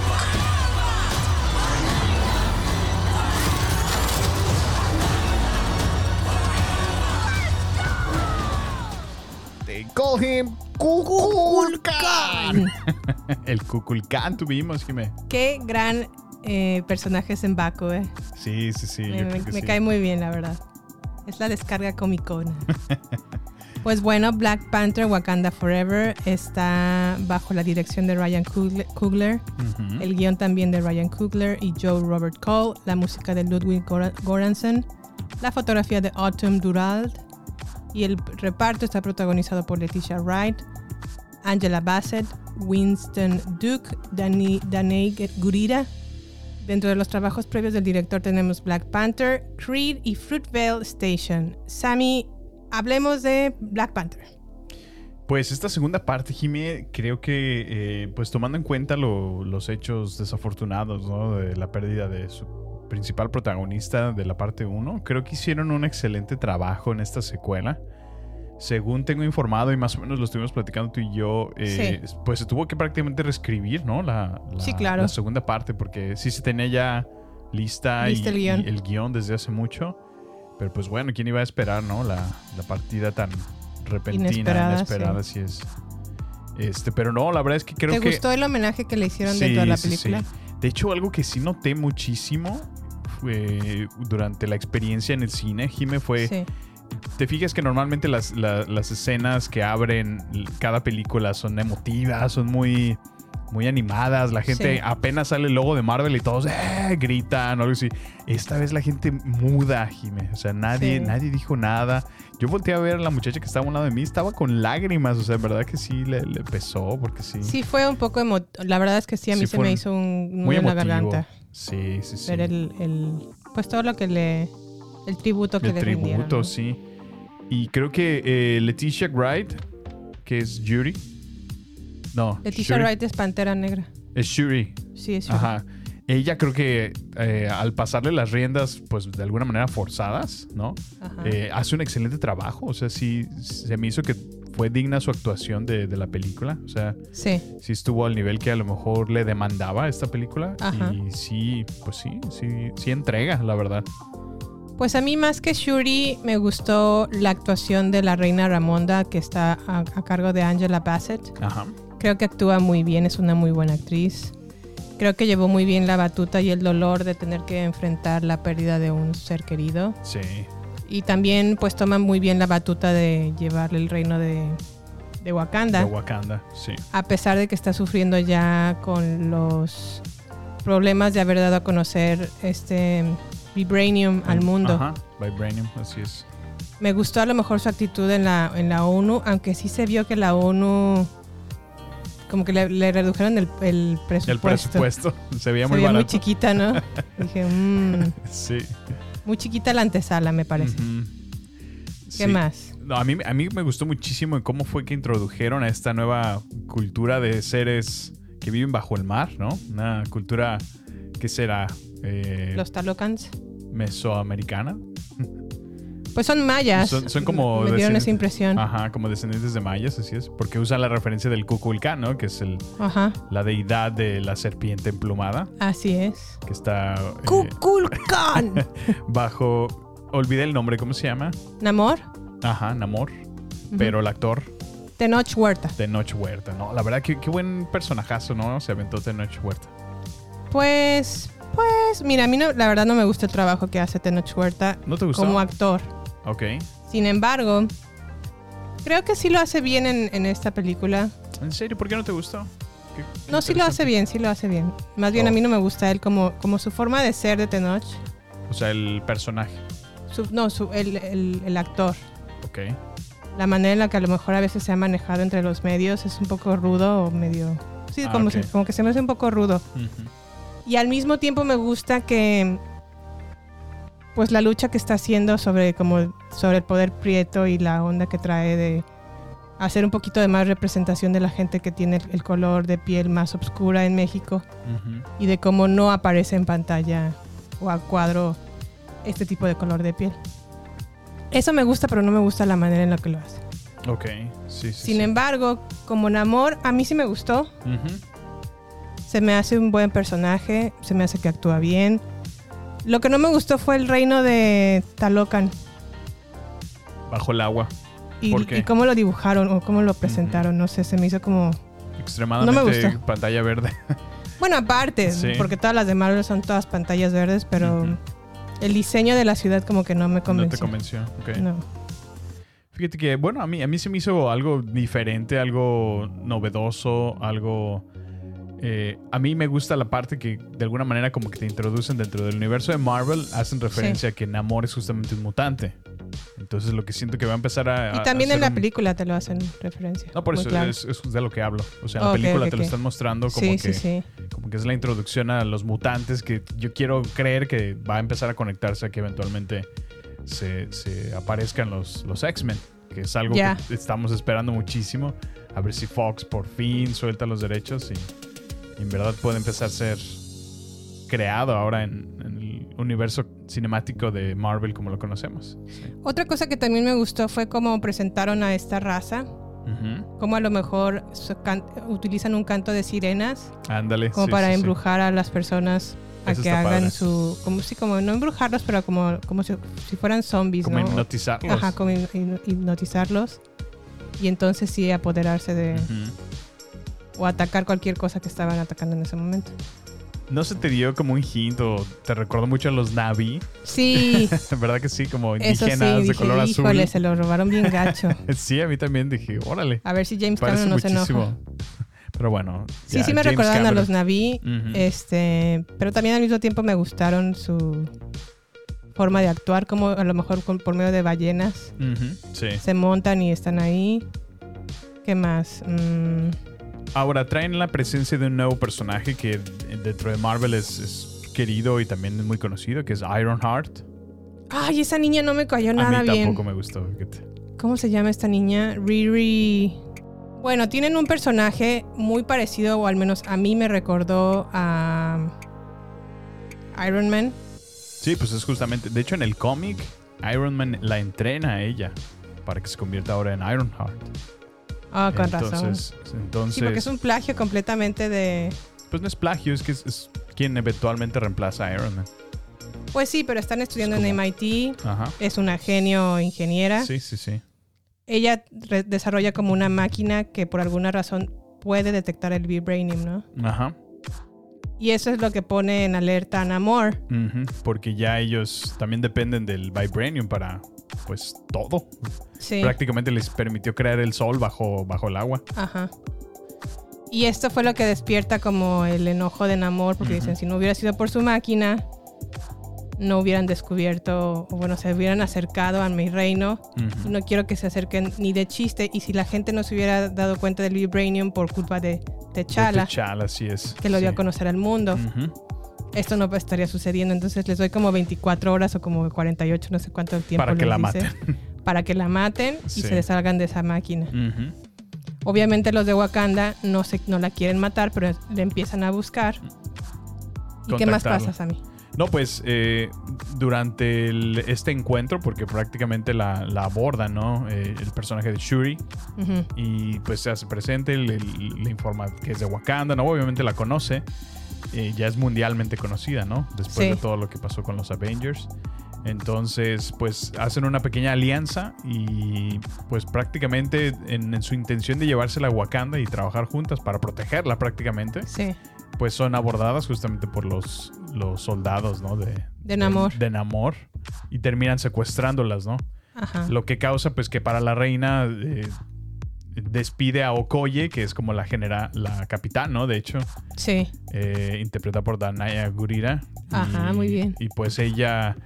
Speaker 6: They call him Kukul Khan.
Speaker 3: El Kukulcán tuvimos, Jimé.
Speaker 2: Qué gran eh, personaje es Mbaku, eh.
Speaker 3: Sí, sí, sí. yo
Speaker 2: Me,
Speaker 3: creo
Speaker 2: me-
Speaker 3: que
Speaker 2: me
Speaker 3: sí.
Speaker 2: cae muy bien, la verdad. Es la descarga comicona. pues bueno, Black Panther Wakanda Forever está bajo la dirección de Ryan Coogler, Coogler,
Speaker 3: Ujú.
Speaker 2: el guión también de Ryan Coogler y Joe Robert Cole, la música de Ludwig Gora- Göransson, la fotografía de Autumn Durald y el reparto está protagonizado por Leticia Wright, Angela Bassett, Winston Duke, Dani, Danai Gurira. Dentro de los trabajos previos del director tenemos Black Panther, Creed y Fruitvale Station. Sammy, hablemos de Black Panther.
Speaker 3: Pues esta segunda parte, Jimé, creo que, eh, pues tomando en cuenta lo- los hechos desafortunados, ¿no? De la pérdida de su principal protagonista de la parte 1, creo que hicieron un excelente trabajo en esta secuela. Según tengo informado y más o menos lo estuvimos platicando tú y yo, eh, pues se tuvo que prácticamente reescribir, ¿no? La, la-
Speaker 2: Sí, claro.
Speaker 3: la segunda parte, porque sí se tenía ya lista,
Speaker 2: Lista
Speaker 3: y-
Speaker 2: el guión.
Speaker 3: y el guión desde hace mucho. Pero pues bueno, ¿quién iba a esperar, no? La, la partida tan repentina,
Speaker 2: Inesperada,
Speaker 3: inesperada, así es. Este, pero no, la verdad es que creo
Speaker 2: ¿Te
Speaker 3: que.
Speaker 2: gustó el homenaje que le hicieron
Speaker 3: Sí,
Speaker 2: dentro de la
Speaker 3: sí, sí.
Speaker 2: película?
Speaker 3: De hecho, algo que sí noté muchísimo fue durante la experiencia en el cine, Jime, fue.
Speaker 2: Sí.
Speaker 3: Te fijas que normalmente las, la- las escenas que abren l- cada película son emotivas, son muy, muy animadas. La gente
Speaker 2: Sí.
Speaker 3: apenas sale el logo de Marvel y todos "Eh", gritan o algo así. Esta vez la gente muda, Jimé. O sea, nadie,
Speaker 2: Sí.
Speaker 3: nadie dijo nada. Yo volteé a ver a la muchacha que estaba a un lado de mí, estaba con lágrimas. O sea, en verdad que sí le, le pesó, porque sí.
Speaker 2: Sí, fue un poco emo- La verdad es que sí, a mí
Speaker 3: Sí,
Speaker 2: se
Speaker 3: fue
Speaker 2: me
Speaker 3: un-
Speaker 2: hizo un nudo
Speaker 3: muy
Speaker 2: en la
Speaker 3: emotivo.
Speaker 2: garganta.
Speaker 3: Sí, sí, sí.
Speaker 2: Ver el, el- Pues todo lo que le. El tributo que
Speaker 3: El
Speaker 2: le
Speaker 3: tributo,
Speaker 2: rindieron, ¿no?
Speaker 3: sí. Y creo que eh, Leticia Wright, que es Yuri. No.
Speaker 2: Leticia
Speaker 3: Shuri.
Speaker 2: Wright es Pantera Negra.
Speaker 3: Es Shuri.
Speaker 2: Sí, es Shuri.
Speaker 3: Ajá. Ella creo que eh, al pasarle las riendas, pues de alguna manera forzadas, ¿no?
Speaker 2: Ajá.
Speaker 3: Eh, hace un excelente trabajo. O sea, sí, se me hizo que fue digna su actuación de, de la película. O sea,
Speaker 2: Sí.
Speaker 3: sí estuvo al nivel que a lo mejor le demandaba esta película.
Speaker 2: Ajá.
Speaker 3: Y sí, pues sí, sí, sí entrega, la verdad.
Speaker 2: Pues a mí más que Shuri me gustó la actuación de la reina Ramonda que está a, a cargo de Angela Bassett.
Speaker 3: Ajá.
Speaker 2: Creo que actúa muy bien, es una muy buena actriz. Creo que llevó muy bien la batuta y el dolor de tener que enfrentar la pérdida de un ser querido.
Speaker 3: Sí.
Speaker 2: Y también pues toma muy bien la batuta de llevar el reino de, de Wakanda.
Speaker 3: De Wakanda, sí.
Speaker 2: a pesar de que está sufriendo ya con los problemas de haber dado a conocer este vibranium al mundo.
Speaker 3: Ajá. Vibranium, así es.
Speaker 2: Me gustó a lo mejor su actitud en la, en la ONU, aunque sí se vio que la ONU como que le, le redujeron el, el presupuesto.
Speaker 3: El presupuesto se veía
Speaker 2: Se
Speaker 3: muy
Speaker 2: veía muy
Speaker 3: barato.
Speaker 2: chiquita, ¿no? Dije, "Mm,
Speaker 3: Sí.
Speaker 2: muy chiquita la antesala, me parece.
Speaker 3: Ujú.
Speaker 2: ¿Qué
Speaker 3: Sí.
Speaker 2: más?
Speaker 3: No, a, mí, a mí me gustó muchísimo en cómo fue que introdujeron a esta nueva cultura de seres que viven bajo el mar, ¿no? Una cultura que será eh,
Speaker 2: Los talocans.
Speaker 3: mesoamericana.
Speaker 2: Pues son mayas.
Speaker 3: Son, son como... Ah.
Speaker 2: Me dieron
Speaker 3: descend-
Speaker 2: esa impresión.
Speaker 3: Ajá, como descendientes de mayas, así es. Porque usan la referencia del Kukulcán, ¿no? Que es el,
Speaker 2: Ajá.
Speaker 3: la deidad de la serpiente emplumada,
Speaker 2: Así es. Ah,
Speaker 3: que está eh,
Speaker 2: ¡Kukulkan!
Speaker 3: bajo... Olvidé el nombre, ¿cómo se llama?
Speaker 2: Namor,
Speaker 3: Ajá, Namor. Pero el actor
Speaker 2: Tenoch Huerta.
Speaker 3: Tenoch Huerta, ¿no? La verdad, qué, qué buen personajazo, ¿no? Se aventó Tenoch Huerta.
Speaker 2: Pues, pues, mira, a mí no- la verdad no me gusta el trabajo que hace Tenoch Huerta
Speaker 3: ¿No te gustó?
Speaker 2: como actor.
Speaker 3: Ok.
Speaker 2: Sin embargo, creo que sí lo hace bien en, en esta película.
Speaker 3: ¿En serio? ¿Por qué no te gustó? Qué- qué
Speaker 2: No, sí lo hace
Speaker 3: interesante.
Speaker 2: bien, sí lo hace bien. Más bien a
Speaker 3: Oh.
Speaker 2: mí no me gusta él como, como su forma de ser de Tenoch.
Speaker 3: O sea, el personaje.
Speaker 2: Su- no, su- el, el- el actor.
Speaker 3: Ok.
Speaker 2: La manera en la que a lo mejor a veces se ha manejado entre los medios es un poco rudo o medio... Sí,
Speaker 3: Ah,
Speaker 2: como,
Speaker 3: ok.
Speaker 2: se- como que se me hace un poco rudo.
Speaker 3: Ujú.
Speaker 2: Y al mismo tiempo me gusta que pues la lucha que está haciendo sobre como sobre el poder prieto y la onda que trae de hacer un poquito de más representación de la gente que tiene el- el color de piel más oscura en México
Speaker 3: Ujú.
Speaker 2: y de cómo no aparece en pantalla o a cuadro este tipo de color de piel. Eso me gusta, pero no me gusta la manera en la que lo hace.
Speaker 3: Ok. Sí, sí.
Speaker 2: Sin em-
Speaker 3: sí.
Speaker 2: embargo, como Namor, a mí sí me gustó.
Speaker 3: Ujú.
Speaker 2: Se me hace un buen personaje, se me hace que actúa bien. Lo que no me gustó fue el reino de Talocan
Speaker 3: Bajo el agua.
Speaker 2: y,
Speaker 3: ¿Por qué?
Speaker 2: y cómo lo dibujaron o cómo lo presentaron, no sé, se me hizo como...
Speaker 3: Extremadamente
Speaker 2: gustó.
Speaker 3: pantalla verde.
Speaker 2: Bueno, aparte,
Speaker 3: Sí.
Speaker 2: porque todas las de Marvel son todas pantallas verdes, pero
Speaker 3: Ujú.
Speaker 2: el diseño de la ciudad como que no me
Speaker 3: No te
Speaker 2: convenció.
Speaker 3: convenció. Ok.
Speaker 2: No.
Speaker 3: Fíjate que, bueno, a mí, a mí se me hizo algo diferente, algo novedoso, algo... eh, a mí me gusta la parte que de alguna manera como que te introducen dentro del universo de Marvel, hacen referencia a que Namor es justamente un mutante. Entonces lo que siento que va a empezar a...
Speaker 2: Y
Speaker 3: a-
Speaker 2: también
Speaker 3: a
Speaker 2: en
Speaker 3: ser
Speaker 2: la
Speaker 3: un-
Speaker 2: película te lo hacen referencia.
Speaker 3: No, por
Speaker 2: muy
Speaker 3: eso
Speaker 2: claro.
Speaker 3: es, es de lo que hablo. O sea, en
Speaker 2: Ok,
Speaker 3: la película
Speaker 2: ok,
Speaker 3: te lo
Speaker 2: ok.
Speaker 3: están mostrando como,
Speaker 2: Sí,
Speaker 3: que,
Speaker 2: sí, sí.
Speaker 3: como que es la introducción a los mutantes que yo quiero creer que va a empezar a conectarse a que eventualmente se, se aparezcan los, los X-Men, que es algo
Speaker 2: Ya.
Speaker 3: que estamos esperando muchísimo. A ver si Fox por fin suelta los derechos y, y en verdad puede empezar a ser creado ahora en, en el universo cinemático de Marvel como lo conocemos.
Speaker 2: Otra cosa que también me gustó fue cómo presentaron a esta raza,
Speaker 3: Ujú.
Speaker 2: cómo a lo mejor su- can- utilizan un canto de sirenas
Speaker 3: Ándale.
Speaker 2: como
Speaker 3: sí,
Speaker 2: para
Speaker 3: sí, sí.
Speaker 2: embrujar a las personas a
Speaker 3: Eso
Speaker 2: que
Speaker 3: está
Speaker 2: hagan
Speaker 3: padre.
Speaker 2: su como sí como no embrujarlos pero como como si, si fueran zombies
Speaker 3: Como
Speaker 2: no
Speaker 3: hipnotizarlos.
Speaker 2: ajá como hip- hip- hipnotizarlos y entonces sí apoderarse de
Speaker 3: Ujú.
Speaker 2: o atacar cualquier cosa que estaban atacando en ese momento
Speaker 3: ¿No se te dio como un hint o te recordó mucho a los Navi?
Speaker 2: sí
Speaker 3: ¿Verdad que sí? Como
Speaker 2: eso sí
Speaker 3: indígenas de
Speaker 2: dije
Speaker 3: color azul. Eh,
Speaker 2: híjole se lo robaron bien gacho
Speaker 3: Sí, a mí también dije, órale.
Speaker 2: a ver si James
Speaker 3: Parece
Speaker 2: Cameron no se enoja
Speaker 3: muchísimo. Pero bueno.
Speaker 2: sí
Speaker 3: ya,
Speaker 2: sí me
Speaker 3: James
Speaker 2: recordaban a
Speaker 3: Cameron.
Speaker 2: los naví
Speaker 3: Ujú.
Speaker 2: este pero también al mismo tiempo me gustaron su forma de actuar como a lo mejor con- por medio de ballenas
Speaker 3: Ujú, Sí.
Speaker 2: se montan y están ahí. ¿Qué más? Mm,
Speaker 3: Ahora traen la presencia de un nuevo personaje que eh, dentro de Marvel es, es querido y también muy conocido, que es Ironheart.
Speaker 2: Ay, esa niña no me cayó
Speaker 3: a
Speaker 2: nada
Speaker 3: mí
Speaker 2: bien.
Speaker 3: tampoco me gustó. fíjate.
Speaker 2: ¿Cómo se llama esta niña? Riri. Bueno, tienen un personaje muy parecido, o al menos a mí me recordó a Iron Man.
Speaker 3: Sí, pues es justamente. De hecho, en el cómic, Iron Man la entrena a ella para que se convierta ahora en Ironheart.
Speaker 2: Ah, con
Speaker 3: entonces,
Speaker 2: razón.
Speaker 3: Entonces,
Speaker 2: Sí, porque es un plagio completamente de...
Speaker 3: pues no es plagio, es que es, es quien eventualmente reemplaza a Iron Man.
Speaker 2: Pues sí, pero están estudiando en MIT.
Speaker 3: Ajá.
Speaker 2: Es una genio ingeniera.
Speaker 3: Sí, sí, sí.
Speaker 2: Ella re- desarrolla como una máquina que por alguna razón puede detectar el vibranium, ¿no?
Speaker 3: Ajá.
Speaker 2: Y eso es lo que pone en alerta a Namor.
Speaker 3: Ujú, Porque ya ellos también dependen del Vibranium para, pues, todo.
Speaker 2: Sí.
Speaker 3: Prácticamente les permitió crear el sol bajo, bajo el agua.
Speaker 2: Ajá. Y esto fue lo que despierta como el enojo de Namor, porque
Speaker 3: Ujú.
Speaker 2: dicen, si no hubiera sido por su máquina, no hubieran descubierto, o bueno, se hubieran acercado a mi reino.
Speaker 3: Ujú.
Speaker 2: Y no quiero que se acerquen ni de chiste. Y si la gente no se hubiera dado cuenta del vibranium por culpa de T'Challa,
Speaker 3: De T'Challa, Este así es.
Speaker 2: que lo dio
Speaker 3: Sí.
Speaker 2: a conocer al mundo,
Speaker 3: Ujú.
Speaker 2: esto no estaría sucediendo. Entonces les doy como 24 horas o como 48, no sé cuánto tiempo.
Speaker 3: Para que
Speaker 2: les
Speaker 3: la
Speaker 2: dice, Para que la maten y
Speaker 3: Sí.
Speaker 2: se salgan de esa máquina.
Speaker 3: Ujú.
Speaker 2: Obviamente los de Wakanda no, se, no la quieren matar, pero le empiezan a buscar. ¿Y qué más
Speaker 3: Contactarla.
Speaker 2: pasa, Sammy?
Speaker 3: No, pues eh, durante el- este encuentro, porque prácticamente la, la aborda, ¿no? Eh, el personaje de Shuri.
Speaker 2: Ujú.
Speaker 3: Y pues se hace presente, le, le informa que es de Wakanda, ¿no? Obviamente la conoce. eh, ya es mundialmente conocida, ¿no? Después
Speaker 2: Sí.
Speaker 3: de todo lo que pasó con los Avengers. Entonces, pues hacen una pequeña alianza y pues prácticamente en, en su intención de llevársela a Wakanda y trabajar juntas para protegerla prácticamente
Speaker 2: Sí.
Speaker 3: pues son abordadas justamente por los, los soldados, ¿no? De,
Speaker 2: De Namor.
Speaker 3: De, Namor. Y terminan secuestrándolas, ¿no?
Speaker 2: Ajá.
Speaker 3: Lo que causa, pues, que para la reina eh, despide a Okoye, que es como la genera, la capitán, ¿no? De hecho,
Speaker 2: Sí.
Speaker 3: eh, interpretada por Danaya Gurira.
Speaker 2: Ajá, muy bien.
Speaker 3: Y pues ella,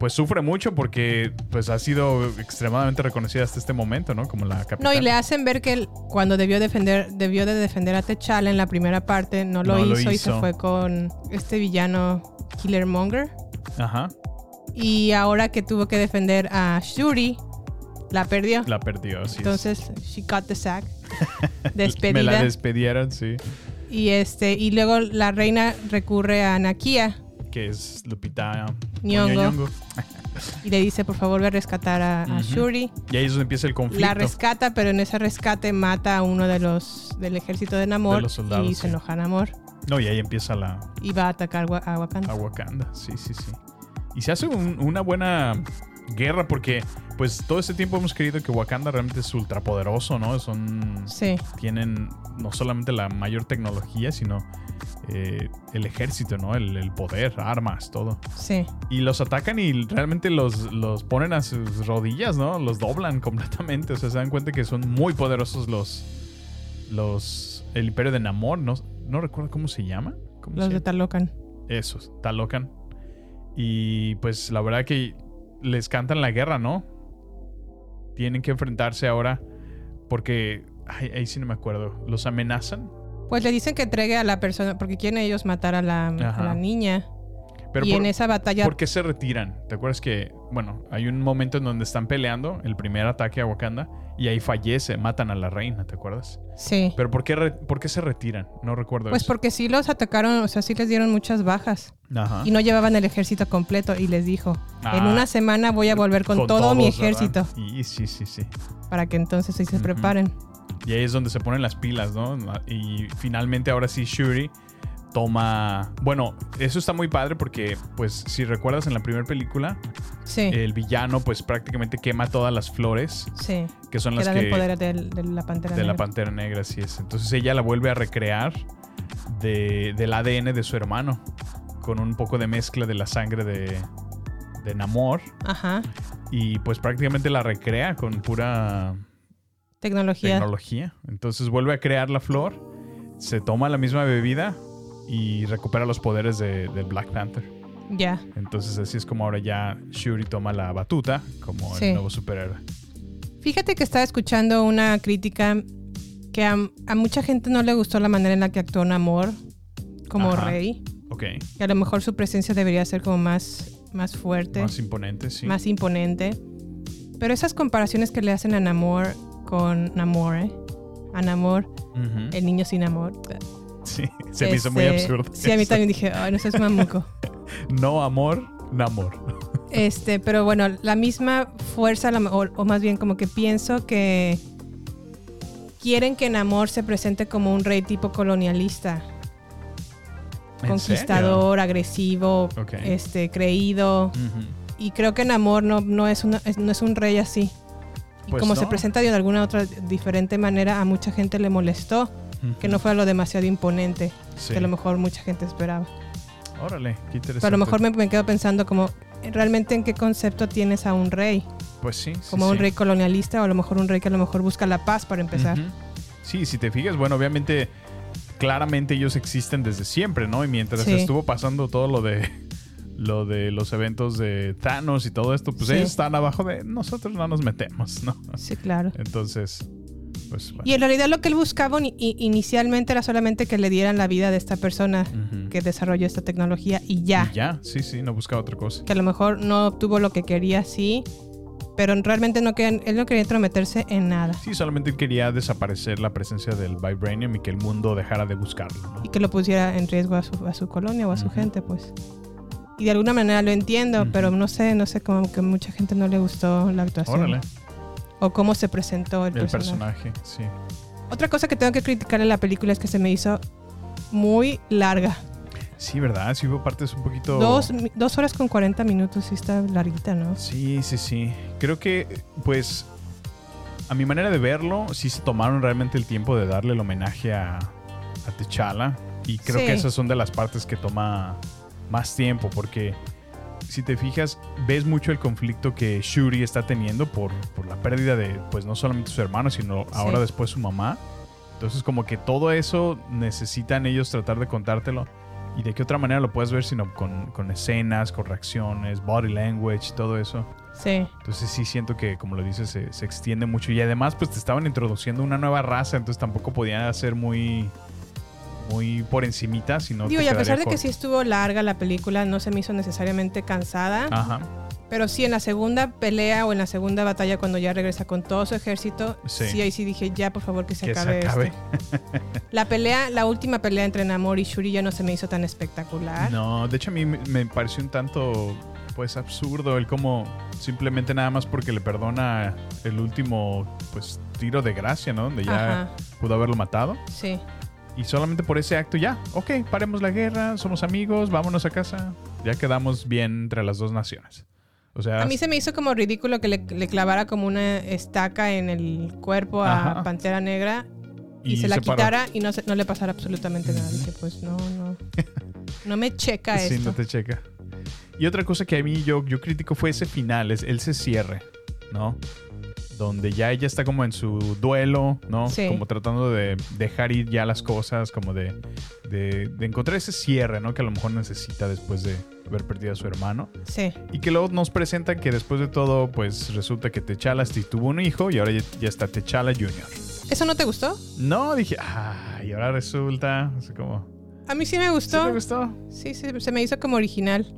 Speaker 3: pues sufre mucho porque, pues, ha sido extremadamente reconocida hasta este momento, ¿no? Como la capitán.
Speaker 2: No, y le hacen ver que él, cuando debió defender, debió de defender a T'Challa en la primera parte, no lo,
Speaker 3: No lo
Speaker 2: hizo, y se
Speaker 3: hizo.
Speaker 2: fue con este villano Killer Monger.
Speaker 3: Ajá,
Speaker 2: Y ahora que tuvo que defender a Shuri, la perdió.
Speaker 3: la perdió, así es.
Speaker 2: Entonces, she got the sack.
Speaker 3: Me la
Speaker 2: Despedida.
Speaker 3: despedieron, sí.
Speaker 2: y este, y luego la reina recurre a Nakia
Speaker 3: que es Lupita
Speaker 2: Nyong'o.
Speaker 3: Muñoz Nyong'o.
Speaker 2: y le dice, por favor, ve a rescatar a, a
Speaker 3: Ujú.
Speaker 2: Shuri.
Speaker 3: Y ahí es donde empieza el conflicto.
Speaker 2: La rescata, pero en ese rescate mata a uno de los del ejército de Namor
Speaker 3: De los soldados,
Speaker 2: y
Speaker 3: sí.
Speaker 2: se enoja Namor
Speaker 3: no, y ahí empieza la
Speaker 2: y va a atacar Wa- a Wakanda.
Speaker 3: a Wakanda. Sí, sí, sí. Y se hace un- una buena guerra porque, pues, todo este tiempo hemos creído que Wakanda realmente es ultrapoderoso, ¿no? Son.
Speaker 2: Sí.
Speaker 3: Tienen no solamente la mayor tecnología, sino eh, el ejército, ¿no? El, el poder, armas, todo.
Speaker 2: Sí,
Speaker 3: Y los atacan y realmente los, los ponen a sus rodillas, ¿no? Los doblan completamente. O sea, se dan cuenta que son muy poderosos los. los el Imperio de Namor, no, no recuerdo cómo se llama. ¿Cómo
Speaker 2: los
Speaker 3: se
Speaker 2: de
Speaker 3: llama?
Speaker 2: Talocan.
Speaker 3: Esos, Talocan. Y pues la verdad que les cantan la guerra, ¿no? Tienen que enfrentarse ahora porque. ay, ahí sí no me acuerdo. ¿Los amenazan?
Speaker 2: Pues le dicen que entregue a la persona, porque quieren ellos matar a la, a
Speaker 3: Ajá.
Speaker 2: la niña.
Speaker 3: Pero
Speaker 2: y
Speaker 3: por-
Speaker 2: en esa batalla,
Speaker 3: ¿Por qué se retiran? ¿Te acuerdas que, bueno, hay un momento en donde están peleando, el primer ataque a Wakanda, y ahí fallece, matan a la reina, ¿te acuerdas?
Speaker 2: sí.
Speaker 3: Pero ¿por qué, re- por qué se retiran? No recuerdo
Speaker 2: Pues
Speaker 3: eso.
Speaker 2: porque sí los atacaron, o sea, sí les dieron muchas bajas.
Speaker 3: Ajá.
Speaker 2: Y no llevaban el ejército completo. Y les dijo,
Speaker 3: Ah.
Speaker 2: en una semana voy a volver con, todo mi
Speaker 3: todos, ¿verdad?
Speaker 2: ejército.
Speaker 3: Y sí, sí, sí.
Speaker 2: Para que entonces sí se
Speaker 3: Ujú.
Speaker 2: preparen.
Speaker 3: Y ahí es donde se ponen las pilas, ¿no? Y finalmente ahora sí Shuri toma... Bueno, eso está muy padre porque, pues, si recuerdas en la primera película,
Speaker 2: Sí,
Speaker 3: el villano pues prácticamente quema todas las flores,
Speaker 2: sí.
Speaker 3: que son
Speaker 2: Que
Speaker 3: las
Speaker 2: dan
Speaker 3: que...
Speaker 2: el poder del- de, la pantera.
Speaker 3: De la
Speaker 2: Negra.
Speaker 3: Pantera Negra, así es. Entonces ella la vuelve a recrear de- del ADN de su hermano, con un poco de mezcla de la sangre de, de Namor.
Speaker 2: Ajá.
Speaker 3: Y pues prácticamente la recrea con pura
Speaker 2: Tecnología.
Speaker 3: tecnología. Entonces vuelve a crear la flor, se toma la misma bebida y recupera los poderes de, del Black Panther.
Speaker 2: ya.
Speaker 3: Entonces así es como ahora ya Shuri toma la batuta como
Speaker 2: Sí.
Speaker 3: el nuevo superhéroe.
Speaker 2: Fíjate que estaba escuchando una crítica que a, a mucha gente no le gustó la manera en la que actuó Namor como
Speaker 3: Ajá.
Speaker 2: rey.
Speaker 3: Ok,
Speaker 2: Que a lo mejor su presencia debería ser como más, más fuerte,
Speaker 3: más imponente, sí.
Speaker 2: más imponente. Pero esas comparaciones que le hacen a Namor con Namor, ¿eh? A Namor,
Speaker 3: Ujú.
Speaker 2: el niño sin amor.
Speaker 3: Sí, se me hizo muy
Speaker 2: eh, Este,
Speaker 3: absurdo.
Speaker 2: Sí, a mí
Speaker 3: eso.
Speaker 2: también dije, ay, no seas mamuco.
Speaker 3: No amor, namor.
Speaker 2: Este, pero bueno, la misma fuerza, la- o, o más bien como que pienso que quieren que Namor se presente como un rey tipo colonialista.
Speaker 3: ¿En
Speaker 2: Conquistador, agresivo,
Speaker 3: Ok.
Speaker 2: este, creído.
Speaker 3: Ujú.
Speaker 2: Y creo que Namor no, no, es, una- es- no es un rey así. Y
Speaker 3: Pues
Speaker 2: como se
Speaker 3: no.
Speaker 2: presenta de alguna otra diferente manera, a mucha gente le molestó que no fuera lo demasiado imponente
Speaker 3: Sí.
Speaker 2: que a lo mejor mucha gente esperaba.
Speaker 3: Órale, qué interesante.
Speaker 2: Pero a lo mejor me, me quedo pensando como realmente en qué concepto tienes a un rey,
Speaker 3: Pues sí. sí,
Speaker 2: como un
Speaker 3: sí.
Speaker 2: rey colonialista o a lo mejor un rey que a lo mejor busca la paz para empezar.
Speaker 3: Ujú. Sí, si te fijas, bueno, obviamente, claramente ellos existen desde siempre, ¿no? Y mientras
Speaker 2: Sí.
Speaker 3: estuvo pasando todo lo de lo de los eventos de Thanos y todo esto, pues
Speaker 2: Sí.
Speaker 3: ellos están abajo de nosotros no nos metemos, ¿no?
Speaker 2: Sí,
Speaker 3: Eh,
Speaker 2: claro.
Speaker 3: Entonces, pues bueno.
Speaker 2: Y en realidad lo que él buscaba ni- i- inicialmente era solamente que le dieran la vida de esta persona
Speaker 3: Ujú.
Speaker 2: que desarrolló esta tecnología y ya.
Speaker 3: Y ya, sí, sí, no buscaba otra cosa.
Speaker 2: Que a lo mejor no obtuvo lo que quería, sí, pero realmente no quería- él no quería entrometerse en nada.
Speaker 3: Sí, solamente quería desaparecer la presencia del Vibranium y que el mundo dejara de buscarlo, ¿no?
Speaker 2: y que lo pusiera en riesgo a su, a su colonia o a su gente, pues. Y de alguna manera lo entiendo, pero no sé, no sé, como que mucha gente no le gustó la actuación.
Speaker 3: Órale,
Speaker 2: O cómo se presentó el,
Speaker 3: el
Speaker 2: personaje.
Speaker 3: personaje, sí.
Speaker 2: Otra cosa que tengo que criticar en la película es que se me hizo muy larga.
Speaker 3: Sí, ¿verdad? Sí hubo partes un poquito...
Speaker 2: Dos, mi- dos horas con 40 minutos sí está larguita, ¿no?
Speaker 3: Sí, sí, sí. Creo que, pues, a mi manera de verlo, sí se tomaron realmente el tiempo de darle el homenaje a, a T'Challa. Y creo
Speaker 2: Sí.
Speaker 3: que esas son de las partes que toma más tiempo, porque si te fijas, ves mucho el conflicto que Shuri está teniendo por, por la pérdida de, pues, no solamente su hermano, sino ahora después su mamá. Entonces, como que todo eso necesitan ellos tratar de contártelo. ¿Y de qué otra manera lo puedes ver sino con, con escenas, con reacciones, body language, todo eso?
Speaker 2: Sí.
Speaker 3: Entonces sí siento que, como lo dices, se, se extiende mucho. Y además, pues te estaban introduciendo una nueva raza, entonces tampoco podían ser muy, muy por encimita, sino
Speaker 2: Digo,
Speaker 3: te
Speaker 2: y a
Speaker 3: quedaría
Speaker 2: pesar de que
Speaker 3: corto.
Speaker 2: sí estuvo larga la película, no se me hizo necesariamente cansada.
Speaker 3: Ajá.
Speaker 2: Pero sí, en la segunda pelea o en la segunda batalla, cuando ya regresa con todo su ejército,
Speaker 3: Sí.
Speaker 2: sí, ahí sí dije, ya por favor que se
Speaker 3: Que se
Speaker 2: acabe, este
Speaker 3: acabe.
Speaker 2: esto. La pelea, la última pelea entre Namor y Shuri ya no se me hizo tan espectacular.
Speaker 3: No, de hecho a mí me- me pareció un tanto, pues, absurdo el cómo simplemente nada más porque le perdona el último, pues, tiro de gracia, ¿no? Donde ya
Speaker 2: Ajá.
Speaker 3: pudo haberlo matado.
Speaker 2: Sí.
Speaker 3: Y solamente por ese acto ya, ok, paremos la guerra, somos amigos, vámonos a casa. Ya quedamos bien entre las dos naciones. O sea,
Speaker 2: A mí se me hizo como ridículo que le, le clavara como una estaca en el cuerpo a
Speaker 3: Ajá.
Speaker 2: Pantera Negra y, se la
Speaker 3: paró.
Speaker 2: quitara y no, se- no le pasara absolutamente nada. Dije, pues no, no. No me checa
Speaker 3: Sí,
Speaker 2: esto.
Speaker 3: no te checa. Y otra cosa que a mí yo, yo critico fue ese final, es, él se cierre, ¿no? Donde ya ella está como en su duelo, ¿no?
Speaker 2: Sí.
Speaker 3: Como tratando de dejar ir ya las cosas, como de, de, de encontrar ese cierre, ¿no? Que a lo mejor necesita después de haber perdido a su hermano.
Speaker 2: Sí.
Speaker 3: Y que luego nos presentan que después de todo, pues resulta que Techala sí tuvo un hijo y ahora ya, ya está Techala Jr.
Speaker 2: ¿Eso no te gustó?
Speaker 3: No, dije, ah, y ahora resulta, así como,
Speaker 2: A mí sí me
Speaker 3: ¿sí
Speaker 2: gustó.
Speaker 3: te gustó?
Speaker 2: Sí, se, se me hizo como original.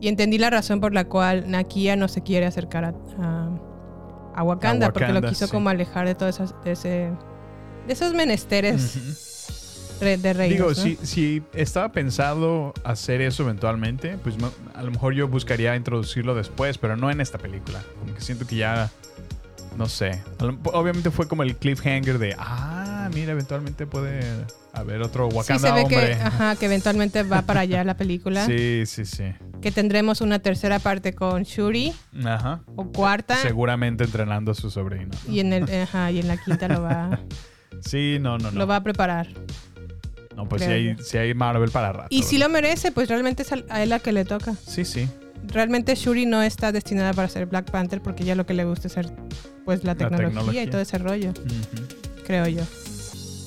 Speaker 2: Y entendí la razón por la cual Nakia no se quiere acercar a, a- a Wakanda,
Speaker 3: A
Speaker 2: porque lo
Speaker 3: Wakanda,
Speaker 2: quiso
Speaker 3: sí.
Speaker 2: como alejar de todos esos, de ese- de esos menesteres re- de reinos.
Speaker 3: Digo,
Speaker 2: ¿no?
Speaker 3: si, si estaba pensado hacer eso eventualmente, pues mo- a lo mejor yo buscaría introducirlo después, pero no en esta película. Como que siento que ya, no sé. A lo- Obviamente fue como el cliffhanger de, ah, mira, eventualmente puede haber otro
Speaker 2: Sí,
Speaker 3: Wakanda
Speaker 2: se ve que,
Speaker 3: hombre.
Speaker 2: ajá, que eventualmente va para allá la película.
Speaker 3: sí, sí, sí.
Speaker 2: Que tendremos una tercera parte con Shuri
Speaker 3: Ajá.
Speaker 2: o cuarta.
Speaker 3: Seguramente entrenando a su sobrino.
Speaker 2: Y en, el, ajá, y en la quinta lo va,
Speaker 3: Sí, no, no, no.
Speaker 2: lo va a preparar.
Speaker 3: no, pues si
Speaker 2: creo
Speaker 3: hay,
Speaker 2: yo.
Speaker 3: sí hay Marvel para rato.
Speaker 2: Y si
Speaker 3: ¿verdad?
Speaker 2: lo merece, pues realmente es a, a él la que le toca.
Speaker 3: Sí, sí.
Speaker 2: realmente Shuri no está destinada para ser Black Panther porque ya lo que le gusta es ser pues la tecnología, y
Speaker 3: tecnología.
Speaker 2: todo ese rollo,
Speaker 3: Ujú.
Speaker 2: creo yo.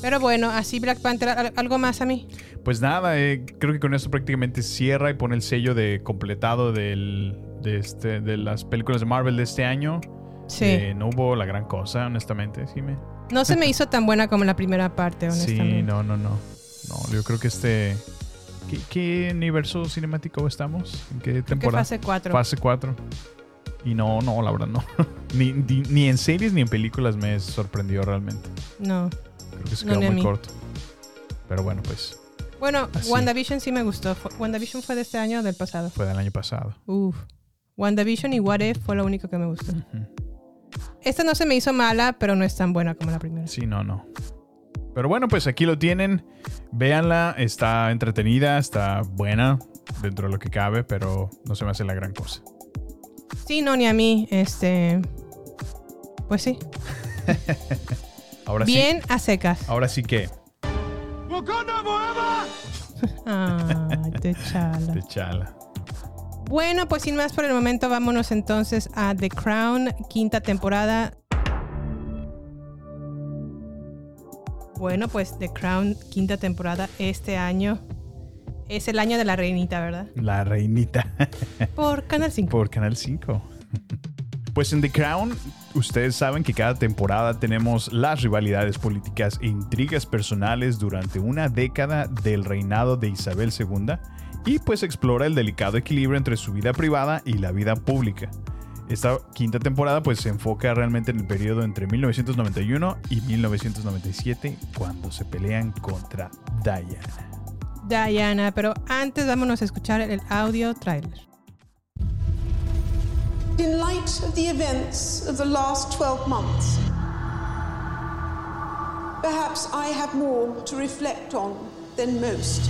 Speaker 2: Pero bueno, así Black Panther, ¿al- algo más a mí.
Speaker 3: Pues nada, eh, creo que con esto prácticamente cierra y pone el sello de completado del, de, este, de las películas de Marvel de este año.
Speaker 2: Sí.
Speaker 3: Eh, no hubo la gran cosa, honestamente. Sí, me-
Speaker 2: No se me hizo tan buena como la primera parte, honestamente.
Speaker 3: sí no, no, no. No, yo creo que este... ¿Qué, qué universo cinemático estamos? ¿En qué
Speaker 2: Creo que
Speaker 3: temporada?
Speaker 2: fase 4.
Speaker 3: Fase 4. Y no, no, la verdad no. ni, ni, ni en series ni en películas me sorprendió realmente.
Speaker 2: No.
Speaker 3: Creo que se
Speaker 2: No,
Speaker 3: quedó
Speaker 2: ni a
Speaker 3: muy
Speaker 2: mí.
Speaker 3: corto. Pero bueno, pues
Speaker 2: Bueno,
Speaker 3: Así.
Speaker 2: WandaVision sí me gustó. Fue- WandaVision fue de este año o del pasado.
Speaker 3: fue del año pasado.
Speaker 2: Uf. WandaVision y What If fue lo único que me gustó. Esta no se me hizo mala, pero no es tan buena como la primera.
Speaker 3: Sí, no, no. Pero bueno, pues aquí lo tienen. Véanla, está entretenida, está buena dentro de lo que cabe, pero no se me hace la gran cosa.
Speaker 2: Sí, no, ni a mí. Este. Pues sí.
Speaker 3: Ahora
Speaker 2: Bien
Speaker 3: Pues sí.
Speaker 2: a secas.
Speaker 3: Ahora sí que.
Speaker 2: Ah, te chala.
Speaker 3: Techala.
Speaker 2: Bueno, pues sin más por el momento, vámonos entonces a The Crown, quinta temporada. Bueno, pues The Crown, quinta temporada este año. Es el año de la reinita, ¿verdad?
Speaker 3: La reinita.
Speaker 2: Por Canal 5.
Speaker 3: Por Canal 5. Pues en The Crown, ustedes saben que cada temporada tenemos las rivalidades políticas e intrigas personales durante una década del reinado de Isabel II y pues explora el delicado equilibrio entre su vida privada y la vida pública. Esta quinta temporada pues se enfoca realmente en el periodo entre 1991 y 1997 cuando se pelean contra Diana.
Speaker 2: Diana, pero antes vámonos a escuchar el audio trailer.
Speaker 9: In light of the events of the last 12 months, perhaps I have more to reflect on than most.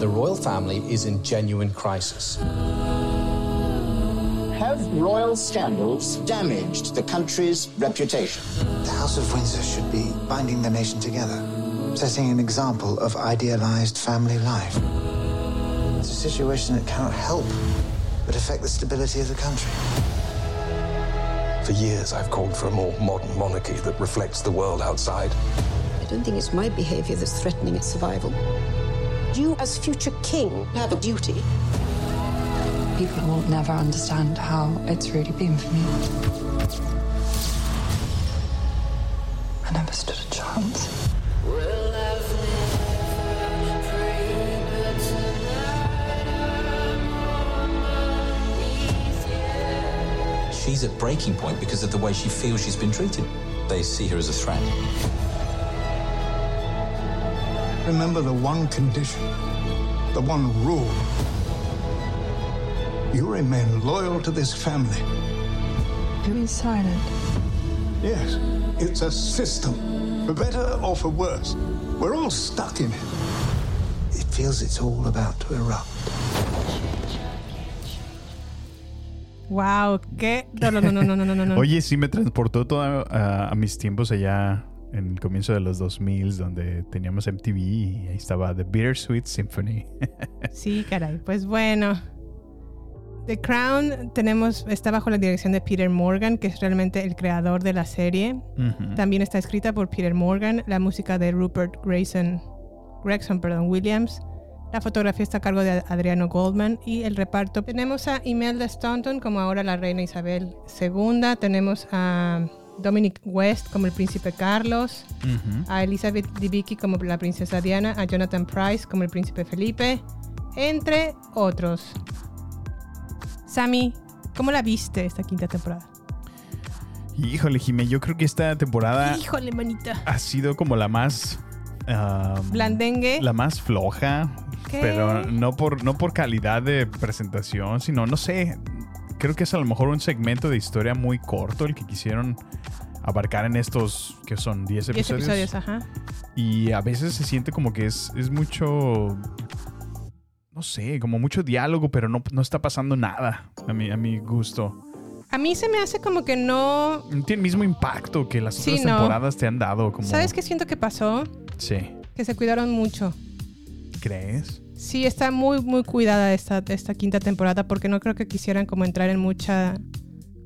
Speaker 10: The royal family is in genuine crisis.
Speaker 11: Have royal scandals damaged the country's reputation?
Speaker 12: The House of Windsor should be binding the nation together, setting an example of idealized family life. It's a situation that cannot help but affect the stability of the country.
Speaker 13: For years, I've called for a more modern monarchy that reflects the world outside.
Speaker 14: I don't think it's my behaviour that's threatening its survival.
Speaker 15: You, as future king, have a duty.
Speaker 16: People will never understand how it's really been for me. I never stood a chance.
Speaker 10: She's at breaking point because of the way she feels she's been treated. They see her as a threat.
Speaker 6: Remember the one condition, the one rule. You remain loyal to this family.
Speaker 16: You mean silent?
Speaker 6: Yes, it's a system. For better or for worse, we're all stuck in it.
Speaker 12: It feels it's all about to erupt.
Speaker 2: Wow, qué no no no no no no no. no.
Speaker 3: Oye, sí me transportó toda a, a mis tiempos allá en el comienzo de los 2000 donde teníamos MTV y ahí estaba The Bittersweet Symphony.
Speaker 2: Sí, caray. Pues bueno. The Crown tenemos está bajo la dirección de Peter Morgan, que es realmente el creador de la serie.
Speaker 3: Ujú.
Speaker 2: También está escrita por Peter Morgan, la música de Rupert Grayson, Gregson, perdón, Williams. La fotografía está a cargo de Adriano Goldman y el reparto. Tenemos a Imelda Staunton como ahora la reina Isabel II. Tenemos a Dominic West como el príncipe Carlos.
Speaker 3: Ujú.
Speaker 2: A Elizabeth Debicki como la princesa Diana. A Jonathan Price como el príncipe Felipe. Entre otros. Sammy, ¿cómo la viste esta quinta temporada?
Speaker 3: Híjole, Jimé, yo creo que esta temporada
Speaker 2: Híjole, manita.
Speaker 3: ha sido como la más... ah,
Speaker 2: Blandengue.
Speaker 3: La más floja,
Speaker 2: ¿Qué?
Speaker 3: pero no por, no por calidad de presentación, sino, no sé, creo que es a lo mejor un segmento de historia muy corto el que quisieron abarcar en estos, que son 10
Speaker 2: 10
Speaker 3: episodios.
Speaker 2: episodios, ajá.
Speaker 3: Y a veces se siente como que es, es mucho. No sé, como mucho diálogo, pero no, no está pasando nada a mi, a mi gusto.
Speaker 2: A mí se me hace como que no.
Speaker 3: No tiene el mismo impacto que las
Speaker 2: Sí,
Speaker 3: otras
Speaker 2: no.
Speaker 3: temporadas te han dado. Como,
Speaker 2: ¿Sabes qué siento que pasó?
Speaker 3: Sí.
Speaker 2: Que se cuidaron mucho.
Speaker 3: ¿Crees?
Speaker 2: Sí, está muy, muy cuidada esta, esta quinta temporada porque no creo que quisieran como entrar en mucha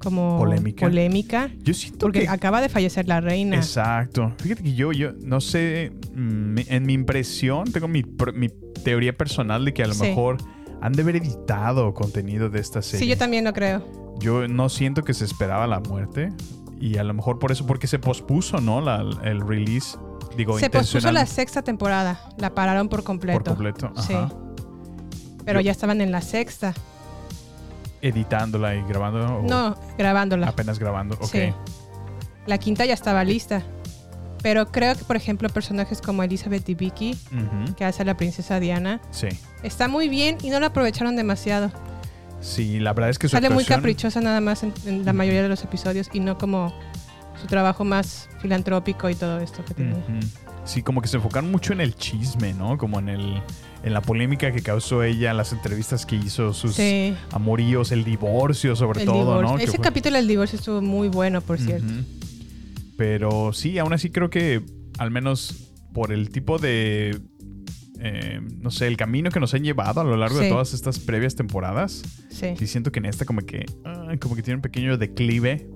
Speaker 2: como
Speaker 3: Polémica.
Speaker 2: polémica,
Speaker 3: Yo siento
Speaker 2: porque
Speaker 3: que.
Speaker 2: acaba de fallecer la reina.
Speaker 3: Exacto. Fíjate que yo, yo no sé, mm, en mi impresión, tengo mi, pr- mi teoría personal de que a lo
Speaker 2: Sí.
Speaker 3: mejor han de haber editado contenido de esta
Speaker 2: sí.
Speaker 3: serie.
Speaker 2: yo también lo creo.
Speaker 3: Yo no siento que se esperaba la muerte. Y a lo mejor por eso, porque se pospuso, ¿no? La- el release. Digo,
Speaker 2: Se pospuso
Speaker 3: intencional-
Speaker 2: la sexta temporada, la pararon por completo.
Speaker 3: por completo.
Speaker 2: Sí,
Speaker 3: Ajá.
Speaker 2: pero
Speaker 3: Yo-
Speaker 2: ya estaban en la sexta.
Speaker 3: Editándola y grabando. o
Speaker 2: No, grabándola.
Speaker 3: Apenas grabando. Ok.
Speaker 2: Sí. La quinta ya estaba lista. Pero creo que, por ejemplo, personajes como Elizabeth y Vicky,
Speaker 3: Ujú.
Speaker 2: que hace a la princesa Diana,
Speaker 3: Sí.
Speaker 2: está muy bien y no la aprovecharon demasiado.
Speaker 3: Sí, la verdad es que su
Speaker 2: Sale muy
Speaker 3: actuación-
Speaker 2: caprichosa nada más en, en la mayoría de los episodios y no como su trabajo más filantrópico y todo esto que tenía.
Speaker 3: Ujú. Sí, como que se enfocaron mucho en el chisme, ¿no? Como en el en la polémica que causó ella, las entrevistas que hizo, sus
Speaker 2: Sí.
Speaker 3: amoríos, el divorcio sobre
Speaker 2: El
Speaker 3: Pues, todo,
Speaker 2: divorcio.
Speaker 3: ¿no? Que
Speaker 2: Ese
Speaker 3: fue-
Speaker 2: capítulo del divorcio estuvo muy bueno, por cierto.
Speaker 3: Ujú. Pero sí, aún así creo que al menos por el tipo de, eh, no sé, el camino que nos han llevado a lo largo de
Speaker 2: Sí.
Speaker 3: todas estas previas temporadas,
Speaker 2: Sí.
Speaker 3: siento que en esta como que, ah, como que tiene un pequeño declive.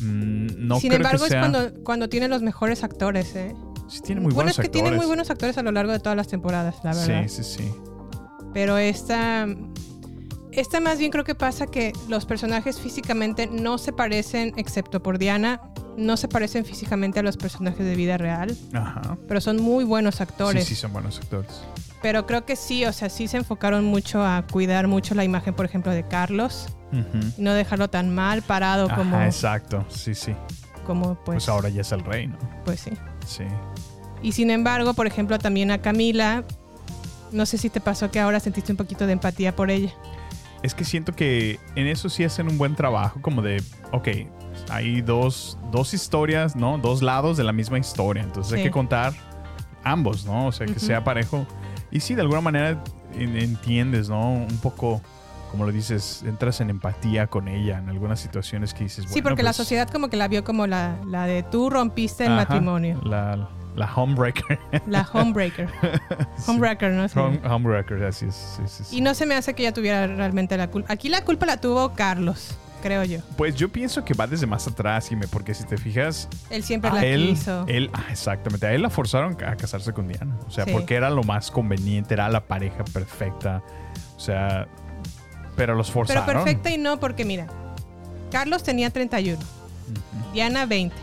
Speaker 3: Mm, no
Speaker 2: Sin
Speaker 3: creo
Speaker 2: embargo,
Speaker 3: que sea...
Speaker 2: es cuando, cuando tiene los mejores actores, ¿eh?
Speaker 3: Sí, tiene muy
Speaker 2: bueno,
Speaker 3: buenos
Speaker 2: es que tiene muy
Speaker 3: actores.
Speaker 2: buenos actores a lo largo de todas las temporadas, la verdad.
Speaker 3: Sí, sí, sí.
Speaker 2: Pero esta. Esta más bien creo que pasa que los personajes físicamente no se parecen, excepto por Diana, no se parecen físicamente a los personajes de vida real.
Speaker 3: Ajá.
Speaker 2: Pero son muy buenos actores.
Speaker 3: Sí, sí, son buenos actores.
Speaker 2: Pero creo que sí, o sea, sí se enfocaron mucho a cuidar mucho la imagen, por ejemplo, de Carlos.
Speaker 3: Ujú.
Speaker 2: Y no dejarlo tan mal parado como,
Speaker 3: Ajá, exacto. Sí, sí.
Speaker 2: como pues,
Speaker 3: Pues, ahora ya es el rey, ¿no?
Speaker 2: pues sí.
Speaker 3: Sí.
Speaker 2: Y sin embargo, por ejemplo, también a Camila, no sé si te pasó que ahora sentiste un poquito de empatía por ella.
Speaker 3: Es que siento que en eso sí hacen un buen trabajo, como de, ok, hay dos, dos historias, ¿no? Dos lados de la misma historia. Entonces hay
Speaker 2: Sí.
Speaker 3: que contar ambos, ¿no? O sea, que
Speaker 2: Ujú.
Speaker 3: sea parejo. Y sí, de alguna manera en- entiendes, ¿no? Un poco, como lo dices, entras en empatía con ella en algunas situaciones que dices,
Speaker 2: sí,
Speaker 3: bueno,
Speaker 2: porque la
Speaker 3: pues,
Speaker 2: sociedad como que la vio como la, la de tú rompiste el
Speaker 3: ajá,
Speaker 2: matrimonio.
Speaker 3: La, la homebreaker.
Speaker 2: La homebreaker. Homebreaker, ¿no? Sí.
Speaker 3: Home- homebreaker, así es. sí, sí, sí.
Speaker 2: Y no se me hace que ella tuviera realmente la culpa. Aquí la culpa la tuvo Carlos, creo yo.
Speaker 3: Pues yo pienso que va desde más atrás, Jimé, porque si te fijas,
Speaker 2: Él siempre
Speaker 3: a
Speaker 2: la
Speaker 3: Ah, él,
Speaker 2: quiso.
Speaker 3: él- ah, exactamente, a él la forzaron a casarse con Diana. O sea,
Speaker 2: Sí.
Speaker 3: porque era lo más conveniente, era la pareja perfecta. O sea, pero los
Speaker 2: Pero
Speaker 3: forzaron.
Speaker 2: perfecta y no, porque mira, Carlos tenía 31, Diana 20.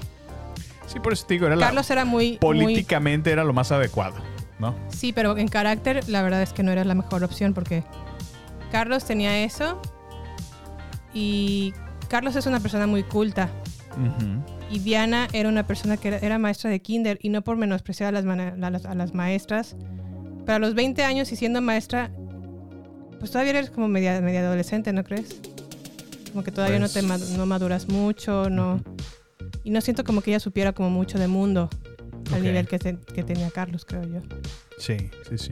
Speaker 3: Sí, por eso te digo, era la-
Speaker 2: Carlos era muy, muy
Speaker 3: políticamente era lo más adecuado, ¿no?
Speaker 2: Sí, pero en carácter la verdad es que no era la mejor opción porque Carlos tenía eso y Carlos es una persona muy culta y Diana era una persona que era, era maestra de kinder y no por menospreciar a las, mana- a las, a las maestras, pero a los 20 años y siendo maestra, pues todavía eres como media, media adolescente, ¿no crees? Como que todavía
Speaker 17: Pues-
Speaker 2: no te ma- no maduras mucho, no... Y no siento como que ella supiera como mucho de mundo al
Speaker 3: Ok.
Speaker 2: nivel que, te- que tenía Carlos, creo yo.
Speaker 3: Sí, sí, sí.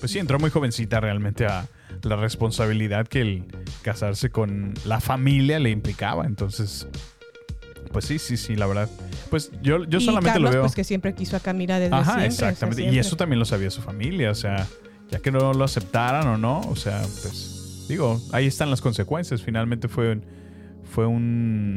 Speaker 3: Pues sí, entró muy jovencita realmente a la responsabilidad que el casarse con la familia le implicaba. Entonces, pues sí, sí, sí, la verdad. Pues yo, yo
Speaker 2: Y
Speaker 3: solamente
Speaker 2: Carlos,
Speaker 3: lo veo.
Speaker 2: Pues que siempre quiso a Camila desde
Speaker 3: Ajá,
Speaker 2: siempre. o sea,
Speaker 3: exactamente. y
Speaker 2: siempre.
Speaker 3: eso también lo sabía su familia, o sea, ya que no lo aceptaran o no, o sea, pues digo, ahí están las consecuencias. Finalmente fue un, fue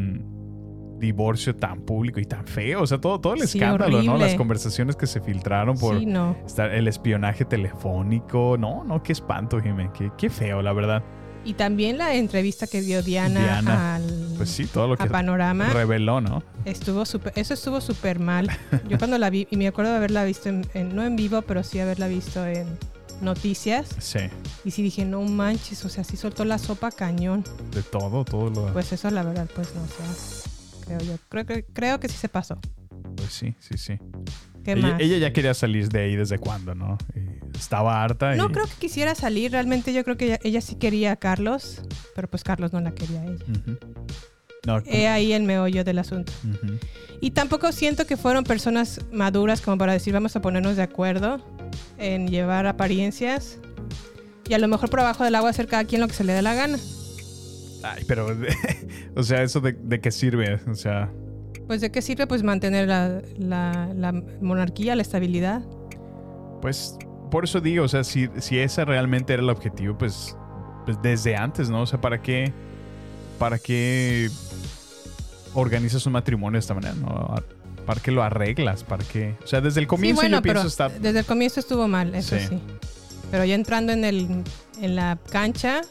Speaker 3: un divorcio tan público y tan feo, o sea, todo, todo el
Speaker 2: Sí,
Speaker 3: escándalo, ¿no?
Speaker 2: horrible.
Speaker 3: Las conversaciones que se filtraron por
Speaker 2: Sí, no.
Speaker 3: estar, el espionaje telefónico, no, no, qué espanto, Jiménez, qué, qué feo, la verdad.
Speaker 2: Y también la entrevista que dio Diana,
Speaker 3: Diana,
Speaker 2: al-
Speaker 3: pues sí, todo lo
Speaker 2: a
Speaker 3: que
Speaker 2: Panorama.
Speaker 3: reveló, ¿no?
Speaker 2: estuvo súper- eso estuvo súper mal. Yo cuando la vi, y me acuerdo de haberla visto, en, en- no en vivo, pero sí haberla visto en noticias.
Speaker 3: Sí,
Speaker 2: Y sí dije, no manches, o sea, sí soltó la sopa cañón.
Speaker 3: de todo, todo lo...
Speaker 2: Pues eso la verdad, pues no, o sea, creo yo. Creo, que- creo que sí se pasó.
Speaker 3: Pues sí, sí, sí.
Speaker 2: ¿Qué
Speaker 3: ella,
Speaker 2: más?
Speaker 3: ella ya quería salir de ahí desde cuando, ¿no? Y estaba harta.
Speaker 2: No
Speaker 3: y,
Speaker 2: creo que quisiera salir, realmente yo creo que ella, ella sí quería a Carlos, pero pues Carlos no la quería a ella.
Speaker 3: Ujú. No,
Speaker 2: He ahí el meollo del asunto.
Speaker 3: Ujú.
Speaker 2: Y tampoco siento que fueron personas maduras como para decir vamos a ponernos de acuerdo en llevar apariencias y a lo mejor por abajo del agua hacer cada quien lo que se le dé la gana.
Speaker 3: Ay, pero, o sea, ¿eso de, de qué sirve? O sea,
Speaker 2: Pues de qué sirve pues mantener la, la- la monarquía, la estabilidad.
Speaker 3: pues por eso digo, o sea, si, si ese realmente era el objetivo, pues, pues desde antes, ¿no? O sea, ¿para qué, para qué organizas un matrimonio de esta manera? ¿no? ¿Para qué lo arreglas? ¿Para qué? O sea, desde el comienzo
Speaker 2: Sí, bueno,
Speaker 3: yo pienso
Speaker 2: pero
Speaker 3: está...
Speaker 2: desde el comienzo estuvo mal, eso
Speaker 3: Sí.
Speaker 2: sí. Pero ya entrando en, el, en la cancha,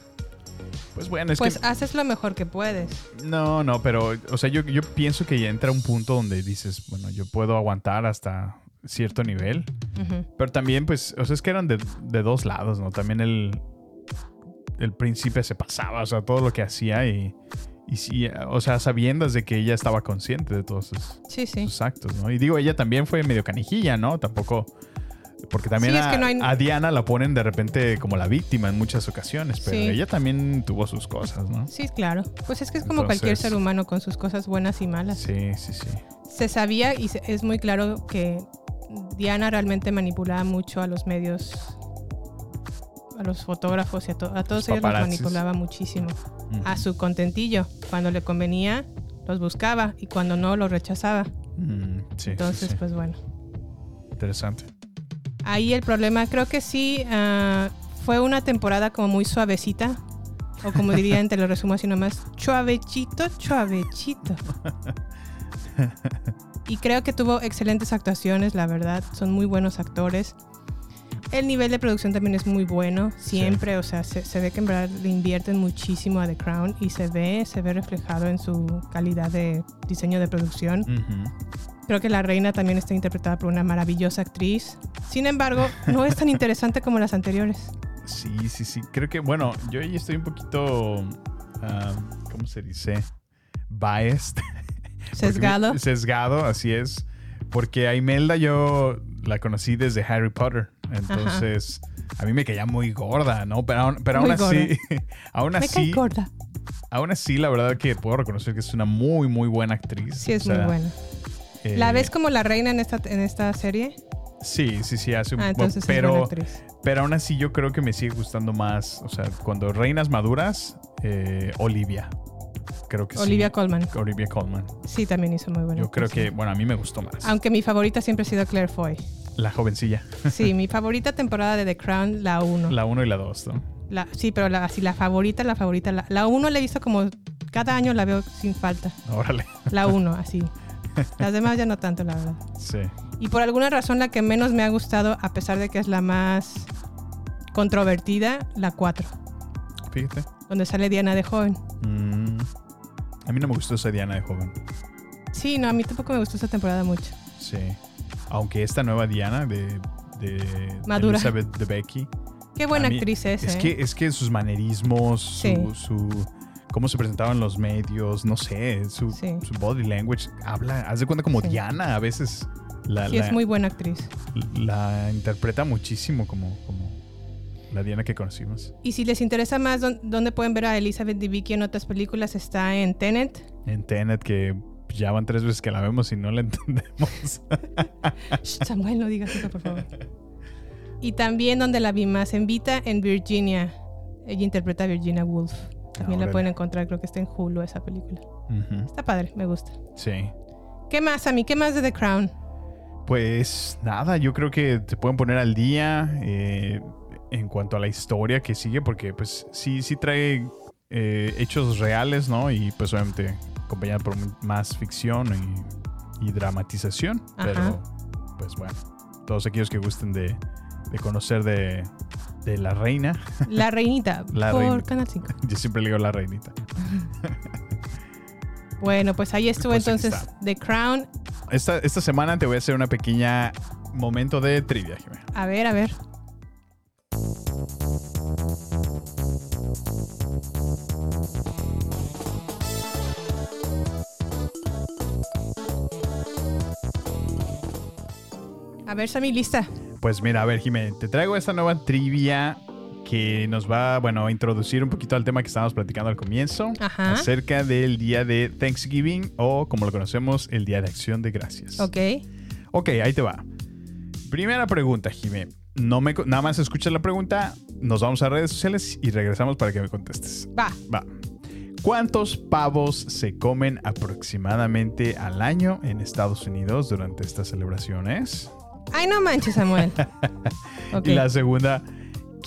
Speaker 3: Pues bueno, es
Speaker 2: pues
Speaker 3: que...
Speaker 2: haces lo mejor que puedes.
Speaker 3: No, no, pero, o sea, yo, yo pienso que ya entra un punto donde dices, bueno, yo puedo aguantar hasta cierto nivel.
Speaker 2: Ujú.
Speaker 3: Pero también, pues, o sea, es que eran de, de dos lados, ¿no? También el, el príncipe se pasaba, o sea, todo lo que hacía y, y sí, o sea, sabiendas de que ella estaba consciente de todos sus,
Speaker 2: Sí, sí.
Speaker 3: sus actos, ¿no? Y digo, ella también fue medio canijilla, ¿no? Tampoco Porque también
Speaker 2: Sí, es
Speaker 3: a,
Speaker 2: que no hay-
Speaker 3: a Diana la ponen de repente como la víctima en muchas ocasiones, pero
Speaker 2: Sí.
Speaker 3: ella también tuvo sus cosas, ¿no?
Speaker 2: Sí, claro. Pues es que es como cualquier
Speaker 3: Entonces-
Speaker 2: ser humano con sus cosas buenas y malas.
Speaker 3: Sí, sí, sí.
Speaker 2: Se sabía y se- es muy claro que Diana realmente manipulaba mucho a los medios, a los fotógrafos y a, to- a todos
Speaker 3: Los
Speaker 2: ellos los
Speaker 3: paparazzis.
Speaker 2: manipulaba muchísimo.
Speaker 3: Ujú.
Speaker 2: A su contentillo. Cuando le convenía, los buscaba y cuando no, los rechazaba.
Speaker 3: Mm, sí, sí,
Speaker 2: Entonces,
Speaker 3: sí.
Speaker 2: pues bueno.
Speaker 3: Interesante.
Speaker 2: Ahí el problema, creo que sí, ah, fue una temporada como muy suavecita, o como diría entre los resumos y nomás, chuavechito, chuavechito. Y creo que tuvo excelentes actuaciones, la verdad, son muy buenos actores. El nivel de producción también es muy bueno, siempre, o sea, se, se ve que en verdad le invierten muchísimo a The Crown y se ve, se ve reflejado en su calidad de diseño de producción. Creo que la reina también está interpretada por una maravillosa actriz. Sin embargo, no es tan interesante como las anteriores.
Speaker 3: Sí, sí, sí. Creo que, bueno, yo ahí estoy un poquito. ah, ¿Cómo se dice? Biased. Porque
Speaker 2: Sesgado.
Speaker 3: mi- sesgado, así es. Porque a Imelda yo la conocí desde Harry Potter. Entonces, a mí me caía muy gorda, ¿no? Pero, aún- pero aún
Speaker 2: Muy
Speaker 3: así. aún
Speaker 2: Me cae
Speaker 3: así.
Speaker 2: gorda.
Speaker 3: Aún así, la verdad que puedo reconocer que es una muy, muy buena actriz.
Speaker 2: Sí, es
Speaker 3: O sea,
Speaker 2: muy buena.
Speaker 3: eh,
Speaker 2: ¿La ves como la reina en esta, en esta serie?
Speaker 3: Sí, sí, sí, hace un
Speaker 2: Ah,
Speaker 3: buen-
Speaker 2: entonces es buena
Speaker 3: pero,
Speaker 2: actriz.
Speaker 3: pero aún así yo creo que me sigue gustando más. O sea, cuando reinas maduras, eh, Olivia. Creo que sí.
Speaker 2: Olivia Colman.
Speaker 3: Olivia Colman.
Speaker 2: Sí, también hizo muy buena.
Speaker 3: Yo creo que, bueno, a mí me gustó más.
Speaker 2: Aunque mi favorita siempre ha sido Claire Foy.
Speaker 3: La jovencilla.
Speaker 2: Sí, mi favorita temporada de The Crown, la 1.
Speaker 3: La 1 y la 2, ¿no?
Speaker 2: La- sí, pero la, así, la favorita, la favorita. La, la 1 la he visto como cada año la veo sin falta.
Speaker 3: Órale.
Speaker 2: La 1, así. Las demás ya no tanto, la verdad.
Speaker 3: Sí.
Speaker 2: Y por alguna razón la que menos me ha gustado, a pesar de que es la más controvertida, la 4,
Speaker 3: Fíjate.
Speaker 2: donde sale Diana de joven.
Speaker 3: Mm. A mí no me gustó esa Diana de joven.
Speaker 2: Sí, no, a mí tampoco me gustó esta temporada mucho.
Speaker 3: Sí. Aunque esta nueva Diana de, de
Speaker 2: Madura.
Speaker 3: Elizabeth de Becky.
Speaker 2: Qué buena
Speaker 3: a mí-
Speaker 2: actriz es,
Speaker 3: Es
Speaker 2: ¿eh?
Speaker 3: que, es que sus manerismos, su,
Speaker 2: Sí.
Speaker 3: su- cómo se presentaba en los medios, no sé, su, su body language, habla, haz de cuenta como
Speaker 2: Sí.
Speaker 3: Diana a veces. La,
Speaker 2: sí,
Speaker 3: la-
Speaker 2: es muy buena actriz.
Speaker 3: la interpreta muchísimo como, como la Diana que conocimos.
Speaker 2: Y si les interesa más dón- dónde pueden ver a Elizabeth Debicki en otras películas, está en Tenet.
Speaker 3: En Tenet, que ya van tres veces que la vemos y no la entendemos.
Speaker 2: Shh, Samuel, no digas eso, por favor. Y también donde la vi más en Vita, en Virginia. Ella interpreta a Virginia Woolf. También
Speaker 3: Órale.
Speaker 2: la pueden encontrar, creo que está en Hulu esa película.
Speaker 3: Ujú.
Speaker 2: Está padre, me gusta.
Speaker 3: Sí.
Speaker 2: ¿Qué más, a mí? ¿Qué más de The Crown?
Speaker 3: Pues nada, yo creo que te pueden poner al día eh, en cuanto a la historia que sigue, porque pues sí, sí trae eh, hechos reales, ¿no? Y pues obviamente acompañada por mu- más ficción y, y dramatización,
Speaker 2: Ajá.
Speaker 3: pero pues bueno, todos aquellos que gusten de, de conocer de, de la reina.
Speaker 2: La Reinita
Speaker 3: La
Speaker 2: por
Speaker 3: reina.
Speaker 2: Canal 5.
Speaker 3: Yo siempre le digo la reinita.
Speaker 2: Bueno, pues ahí estuvo
Speaker 3: Pues aquí
Speaker 2: entonces The Crown.
Speaker 3: Esta, esta semana te voy a hacer una pequeña momento de trivia, Jimena.
Speaker 2: A ver, a ver. A ver, Sammy, lista.
Speaker 3: Pues mira, a ver, Jiménez, te traigo esta nueva trivia que nos va, bueno, a introducir un poquito al tema que estábamos platicando al comienzo,
Speaker 2: Ajá.
Speaker 3: acerca del día de Thanksgiving o como lo conocemos, el Día de Acción de Gracias.
Speaker 2: Ok.
Speaker 3: Ok, ahí te va. Primera pregunta, Jimé. No me, co- nada más escuchas la pregunta, nos vamos a redes sociales y regresamos para que me contestes.
Speaker 2: Va.
Speaker 3: Va. ¿Cuántos pavos se comen aproximadamente al año en Estados Unidos durante estas celebraciones?
Speaker 2: Ay, no manches, Samuel. Ok.
Speaker 3: Y la segunda,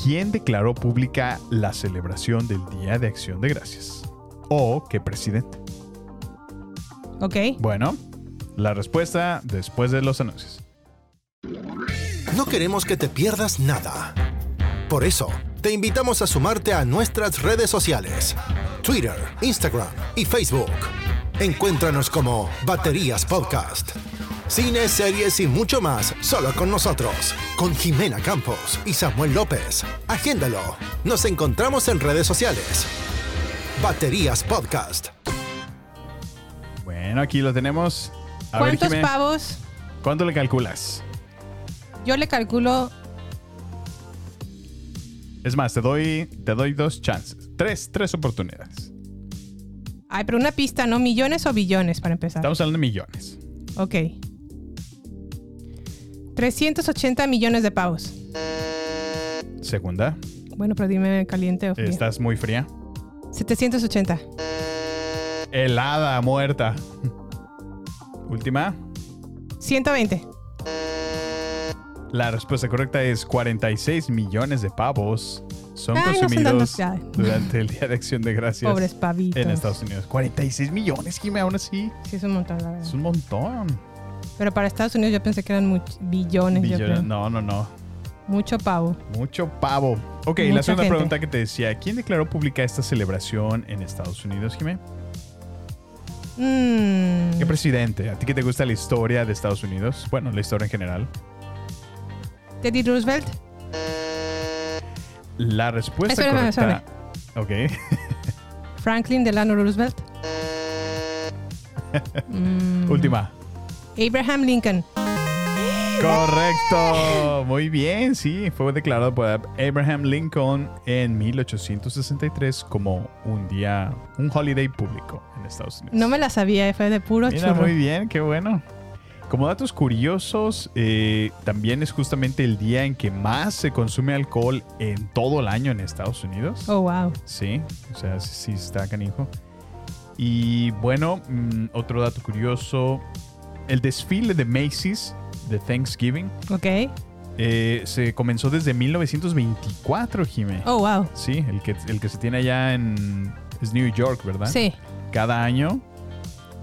Speaker 3: ¿quién declaró pública la celebración del Día de Acción de Gracias? ¿O qué presidente?
Speaker 2: Ok.
Speaker 3: Bueno, la respuesta después de los anuncios.
Speaker 1: No queremos que te pierdas nada. Por eso, te invitamos a sumarte a nuestras redes sociales. Twitter, Instagram y Facebook. Encuéntranos como Baterías Podcast. Cine, series y mucho más, solo con nosotros, con Jimena Campos y Samuel López. Agéndalo. Nos encontramos en redes sociales. Baterías Podcast.
Speaker 3: Bueno, aquí lo tenemos. A ver,
Speaker 2: ¿Cuántos
Speaker 3: Jimé,
Speaker 2: pavos?
Speaker 3: ¿Cuánto le calculas?
Speaker 2: Yo le calculo
Speaker 3: Es más, te doy, te doy dos chances. Tres, tres oportunidades.
Speaker 2: Ay, pero una pista, ¿no? ¿Millones o billones para empezar?
Speaker 3: Estamos hablando de millones.
Speaker 2: Ok. 380 millones de pavos.
Speaker 3: Segunda.
Speaker 2: Bueno, pero dime caliente o frío.
Speaker 3: Estás muy fría.
Speaker 2: 780.
Speaker 3: Helada, muerta. Última.
Speaker 2: 120.
Speaker 3: La respuesta correcta es 46 millones de pavos son
Speaker 2: Ay, no son tantos,
Speaker 3: consumidos
Speaker 2: ya.
Speaker 3: durante el Día de Acción de Gracias
Speaker 2: Pobres pavitos.
Speaker 3: en Estados Unidos. 46 millones, Jimmy, aún así.
Speaker 2: Sí, es un montón, la verdad.
Speaker 3: Es un montón.
Speaker 2: Pero para Estados Unidos yo pensé que eran much- billones, yo
Speaker 3: Millones.
Speaker 2: creo.
Speaker 3: No, no, no.
Speaker 2: Mucho pavo.
Speaker 3: Mucho pavo. Ok,
Speaker 2: Mucha
Speaker 3: la segunda
Speaker 2: gente.
Speaker 3: pregunta que te decía. ¿Quién declaró pública esta celebración en Estados Unidos, Jimé?
Speaker 2: Mm,
Speaker 3: ¿Qué presidente? ¿A ti que te gusta la historia de Estados Unidos? Bueno, la historia en general.
Speaker 2: Teddy Roosevelt.
Speaker 3: La respuesta
Speaker 2: Espérame,
Speaker 3: correcta... Ok.
Speaker 2: Franklin Delano Roosevelt. Mm.
Speaker 3: Última.
Speaker 2: Abraham Lincoln.
Speaker 3: Correcto. Muy bien, sí. Fue declarado por Abraham Lincoln en 1863 como un día, un holiday público en Estados Unidos.
Speaker 2: No me la sabía, fue de puro
Speaker 3: Mira,
Speaker 2: churro.
Speaker 3: muy bien, qué bueno. Como datos curiosos, eh, también es justamente el día en que más se consume alcohol en todo el año en Estados Unidos.
Speaker 2: Oh, wow.
Speaker 3: Sí, o sea, sí, sí está canijo. Y bueno, mm, otro dato curioso, el desfile de Macy's de Thanksgiving
Speaker 2: Ok.
Speaker 3: eh, se comenzó desde 1924, Jimé.
Speaker 2: Oh, wow.
Speaker 3: Sí, el que, el que se tiene allá en es New York, ¿verdad?
Speaker 2: Sí.
Speaker 3: Cada año.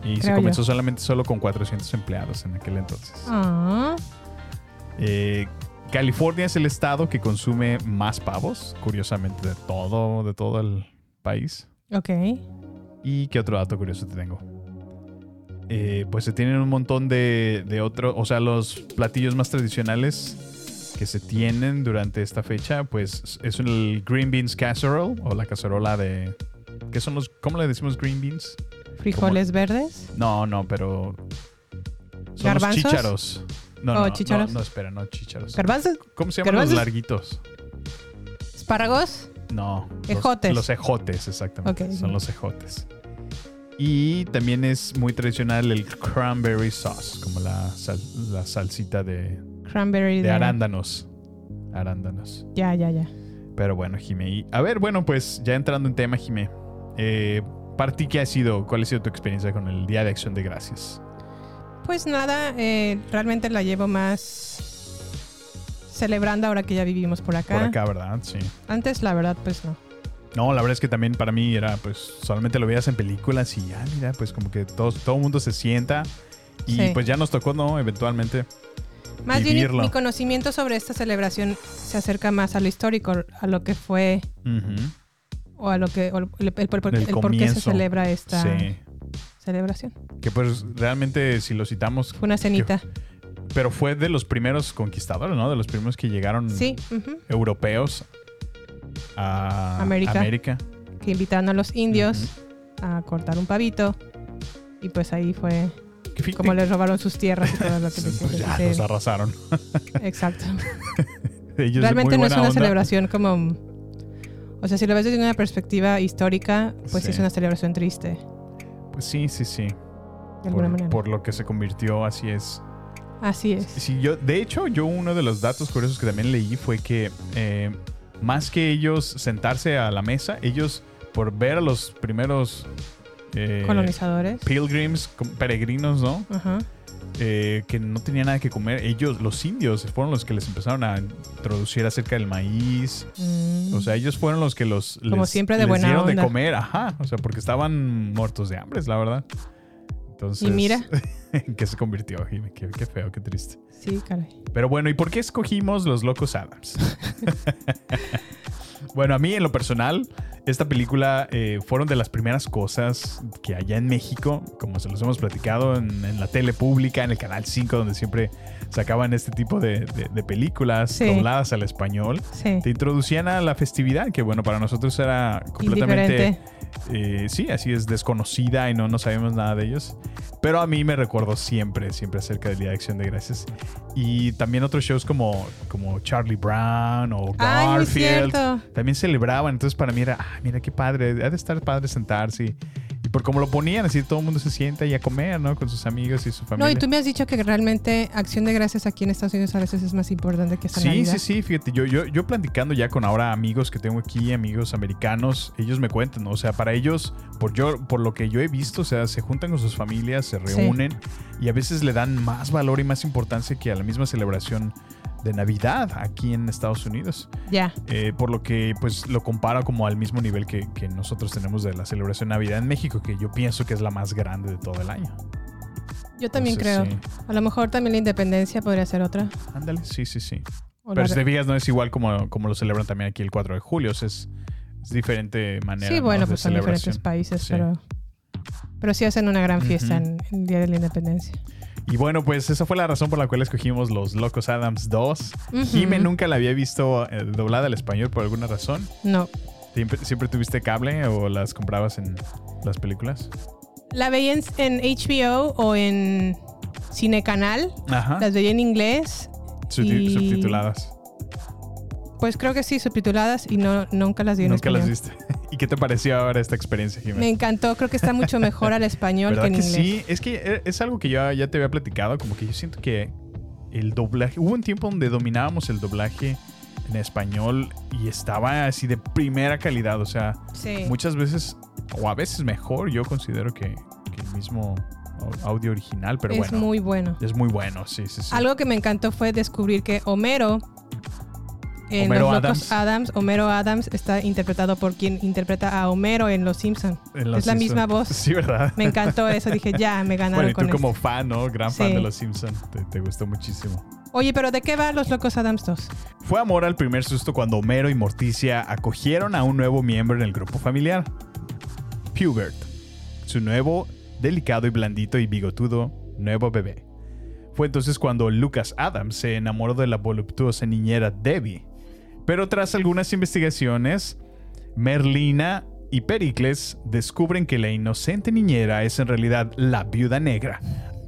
Speaker 3: Y se
Speaker 2: Creo
Speaker 3: comenzó
Speaker 2: yo.
Speaker 3: solamente solo con 400 empleados en aquel entonces.
Speaker 2: Ah.
Speaker 3: Eh, California es el estado que consume más pavos, curiosamente, de todo, de todo el país.
Speaker 2: Ok.
Speaker 3: ¿Y qué otro dato curioso te tengo? Eh, pues se tienen un montón de, de otro, o sea, los platillos más tradicionales que se tienen durante esta fecha, pues es el green beans casserole o la cacerola de... ¿Qué son los... ¿Cómo le decimos green beans?
Speaker 2: Frijoles verdes.
Speaker 3: No, no, pero... Son
Speaker 2: ¿Garbanzos?
Speaker 3: los chícharos. No,
Speaker 2: Oh,
Speaker 3: no, no,
Speaker 2: chícharos.
Speaker 3: No, espera, no chícharos.
Speaker 2: Garbanzos.
Speaker 3: ¿Cómo se llaman
Speaker 2: garbanzos,
Speaker 3: los larguitos?
Speaker 2: Espárragos.
Speaker 3: No. los-
Speaker 2: Ejotes.
Speaker 3: Los, ejotes, exactamente.
Speaker 2: Ok.
Speaker 3: Son los ejotes. Y también es muy tradicional el cranberry sauce, como la, sal- la salsita de,
Speaker 2: Cranberry.
Speaker 3: de arándanos. Arándanos.
Speaker 2: Ya, ya, ya.
Speaker 3: Pero bueno, Jimé. y- A ver, bueno, pues ya entrando en tema, Jimé. Eh, para ti, ¿qué ha sido? ¿Cuál ha sido tu experiencia con el Día de Acción de Gracias?
Speaker 2: Pues nada, eh, realmente la llevo más celebrando ahora que ya vivimos por acá.
Speaker 3: Por acá, ¿verdad? Sí.
Speaker 2: Antes, la verdad, pues no.
Speaker 3: No, la verdad es que también para mí era, pues, solamente lo veías en películas y ya, mira, pues como que todo, todo el mundo se sienta y
Speaker 2: Sí.
Speaker 3: pues ya nos tocó, ¿no? Eventualmente.
Speaker 2: Más bien mi-
Speaker 3: Vivirlo.
Speaker 2: mi conocimiento sobre esta celebración se acerca más a lo histórico, a lo que fue
Speaker 3: Ujú.
Speaker 2: o a lo que o el, el- el por,
Speaker 3: Del
Speaker 2: el por qué se
Speaker 3: comienzo.
Speaker 2: celebra esta
Speaker 3: Sí.
Speaker 2: celebración.
Speaker 3: Que pues realmente, si lo citamos.
Speaker 2: Fue una cenita.
Speaker 3: que- pero fue de los primeros conquistadores, ¿no? De los primeros que llegaron
Speaker 2: Sí, ujú.
Speaker 3: europeos a
Speaker 2: América.
Speaker 3: América.
Speaker 2: que invitaron a los indios a cortar un pavito y pues ahí fue como les robaron sus tierras y todo lo que les-
Speaker 3: Pues ya,
Speaker 2: les-
Speaker 3: los arrasaron.
Speaker 2: Exacto.
Speaker 3: Ellos de
Speaker 2: Realmente
Speaker 3: muy
Speaker 2: no es
Speaker 3: buena
Speaker 2: una
Speaker 3: onda.
Speaker 2: celebración como o sea, si lo ves desde una perspectiva histórica, pues
Speaker 3: Sí.
Speaker 2: es una celebración triste.
Speaker 3: Pues sí, sí, sí.
Speaker 2: De alguna
Speaker 3: Por,
Speaker 2: manera.
Speaker 3: por lo que se convirtió, así es.
Speaker 2: Así es.
Speaker 3: Sí, yo, de hecho, yo uno de los datos curiosos que también leí fue que eh, más que ellos sentarse a la mesa, ellos por ver a los primeros eh,
Speaker 2: Colonizadores.
Speaker 3: pilgrims, com- peregrinos, ¿no?
Speaker 2: Ajá.
Speaker 3: Eh, que no tenían nada que comer, ellos, los indios, fueron los que les empezaron a introducir acerca del maíz.
Speaker 2: Mm.
Speaker 3: O sea, ellos fueron los que los
Speaker 2: Como
Speaker 3: les-
Speaker 2: siempre, de
Speaker 3: les
Speaker 2: buena
Speaker 3: dieron
Speaker 2: onda.
Speaker 3: de comer, ajá. O sea, porque estaban muertos de hambre, es la verdad. Entonces,
Speaker 2: Y mira.
Speaker 3: ¿en qué se convirtió? Jimmy? Qué, qué feo, qué triste.
Speaker 2: Sí, caray.
Speaker 3: Pero bueno, ¿y por qué escogimos Los Locos Adams? bueno, a mí en lo personal, esta película eh, fueron de las primeras cosas que allá en México, como se los hemos platicado en, en la tele pública, en el Canal 5, donde siempre sacaban este tipo de, de- de películas
Speaker 2: Sí.
Speaker 3: dobladas al español,
Speaker 2: Sí.
Speaker 3: te introducían a la festividad, que bueno, para nosotros era completamente
Speaker 2: Indiferente.
Speaker 3: eh, sí, así es desconocida y no, no sabemos nada de ellos. Pero a mí me recuerdo siempre, siempre acerca del Día de Acción de Gracias. Y también otros shows como, como Charlie Brown o
Speaker 2: Ay, muy
Speaker 3: Garfield
Speaker 2: cierto.
Speaker 3: también celebraban. Entonces para mí era, ah, mira qué padre, ha de estar padre sentarse. Y, y por cómo lo ponían, así todo el mundo se sienta y a comer, ¿no? Con sus amigos y su familia.
Speaker 2: No, y tú me has dicho que realmente Acción de Gracias aquí en Estados Unidos a veces es más importante que esta
Speaker 3: Sí,
Speaker 2: Navidad.
Speaker 3: sí, sí, fíjate, yo, yo, yo platicando ya con ahora amigos que tengo aquí, amigos americanos, ellos me cuentan, ¿no? o sea, para ellos, por, yo, por lo que yo he visto, o sea, se juntan con sus familias, se
Speaker 2: Sí.
Speaker 3: reúnen y a veces le dan más valor y más importancia que a la misma celebración de Navidad aquí en Estados Unidos.
Speaker 2: Ya.
Speaker 3: Eh, por lo que pues lo comparo como al mismo nivel que, que nosotros tenemos de la celebración de Navidad en México, que yo pienso que es la más grande de todo el año.
Speaker 2: Yo también
Speaker 3: Entonces,
Speaker 2: creo. A lo mejor también la independencia podría ser otra.
Speaker 3: Ándale, sí, sí, sí.
Speaker 2: O
Speaker 3: Pero
Speaker 2: la
Speaker 3: si
Speaker 2: re-
Speaker 3: te fijas, no es igual como, como lo celebran también aquí el 4 de julio. o sea, es, es diferente manera.
Speaker 2: sí,
Speaker 3: ¿no?
Speaker 2: bueno,
Speaker 3: de
Speaker 2: pues son diferentes
Speaker 3: celebración.
Speaker 2: países,
Speaker 3: Sí.
Speaker 2: pero pero sí hacen una gran fiesta
Speaker 3: Ujú.
Speaker 2: en en el Día de la Independencia.
Speaker 3: Y bueno, pues esa fue la razón por la cual escogimos Los Locos Adams 2.
Speaker 2: Ujú.
Speaker 3: Jime nunca la había visto eh, doblada al español por alguna razón.
Speaker 2: No.
Speaker 3: ¿Siempre, siempre tuviste cable o las comprabas en las películas?
Speaker 2: La veía en, en HBO o en Cinecanal.
Speaker 3: Ajá.
Speaker 2: Las veía en inglés.
Speaker 3: Subti-
Speaker 2: y-
Speaker 3: Subtituladas.
Speaker 2: Pues creo que sí, subtituladas y no nunca las vi en
Speaker 3: Nunca las
Speaker 2: español.
Speaker 3: viste. ¿Y qué te pareció ahora esta experiencia, Jime?
Speaker 2: Me encantó, creo que está mucho mejor al español que
Speaker 3: ¿Verdad
Speaker 2: en
Speaker 3: que
Speaker 2: inglés.
Speaker 3: sí? Es que eh, es algo que yo ya te había platicado, como que yo siento que el doblaje, hubo un tiempo donde dominábamos el doblaje en español y estaba así de primera calidad, o sea,
Speaker 2: Sí.
Speaker 3: muchas veces, o a veces mejor, yo considero que, que el mismo au- audio original, pero
Speaker 2: Es
Speaker 3: bueno.
Speaker 2: muy bueno.
Speaker 3: Es muy bueno, sí, sí, sí.
Speaker 2: Algo que me encantó fue descubrir que Homero eh, en
Speaker 3: Homero
Speaker 2: Los Locos Adams. Homero Adams está interpretado por quien interpreta a Homero en Los Simpson.
Speaker 3: En Los
Speaker 2: es la
Speaker 3: Simpson.
Speaker 2: misma voz.
Speaker 3: Sí, ¿verdad?
Speaker 2: Me encantó eso, dije, ya, me ganaron
Speaker 3: Bueno, y tú
Speaker 2: con
Speaker 3: como
Speaker 2: esto.
Speaker 3: fan, ¿no? Gran fan
Speaker 2: Sí.
Speaker 3: de Los Simpsons, te, te gustó muchísimo.
Speaker 2: Oye, pero ¿de qué va Los Locos Adams 2?
Speaker 3: Fue amor al primer susto cuando Homero y Morticia acogieron a un nuevo miembro en el grupo familiar, Pubert, su nuevo, delicado y blandito y bigotudo nuevo bebé. Fue entonces cuando Lucas Adams se enamoró de la voluptuosa niñera Debbie. Pero tras algunas investigaciones, Merlina y Pericles descubren que la inocente niñera es en realidad la viuda negra,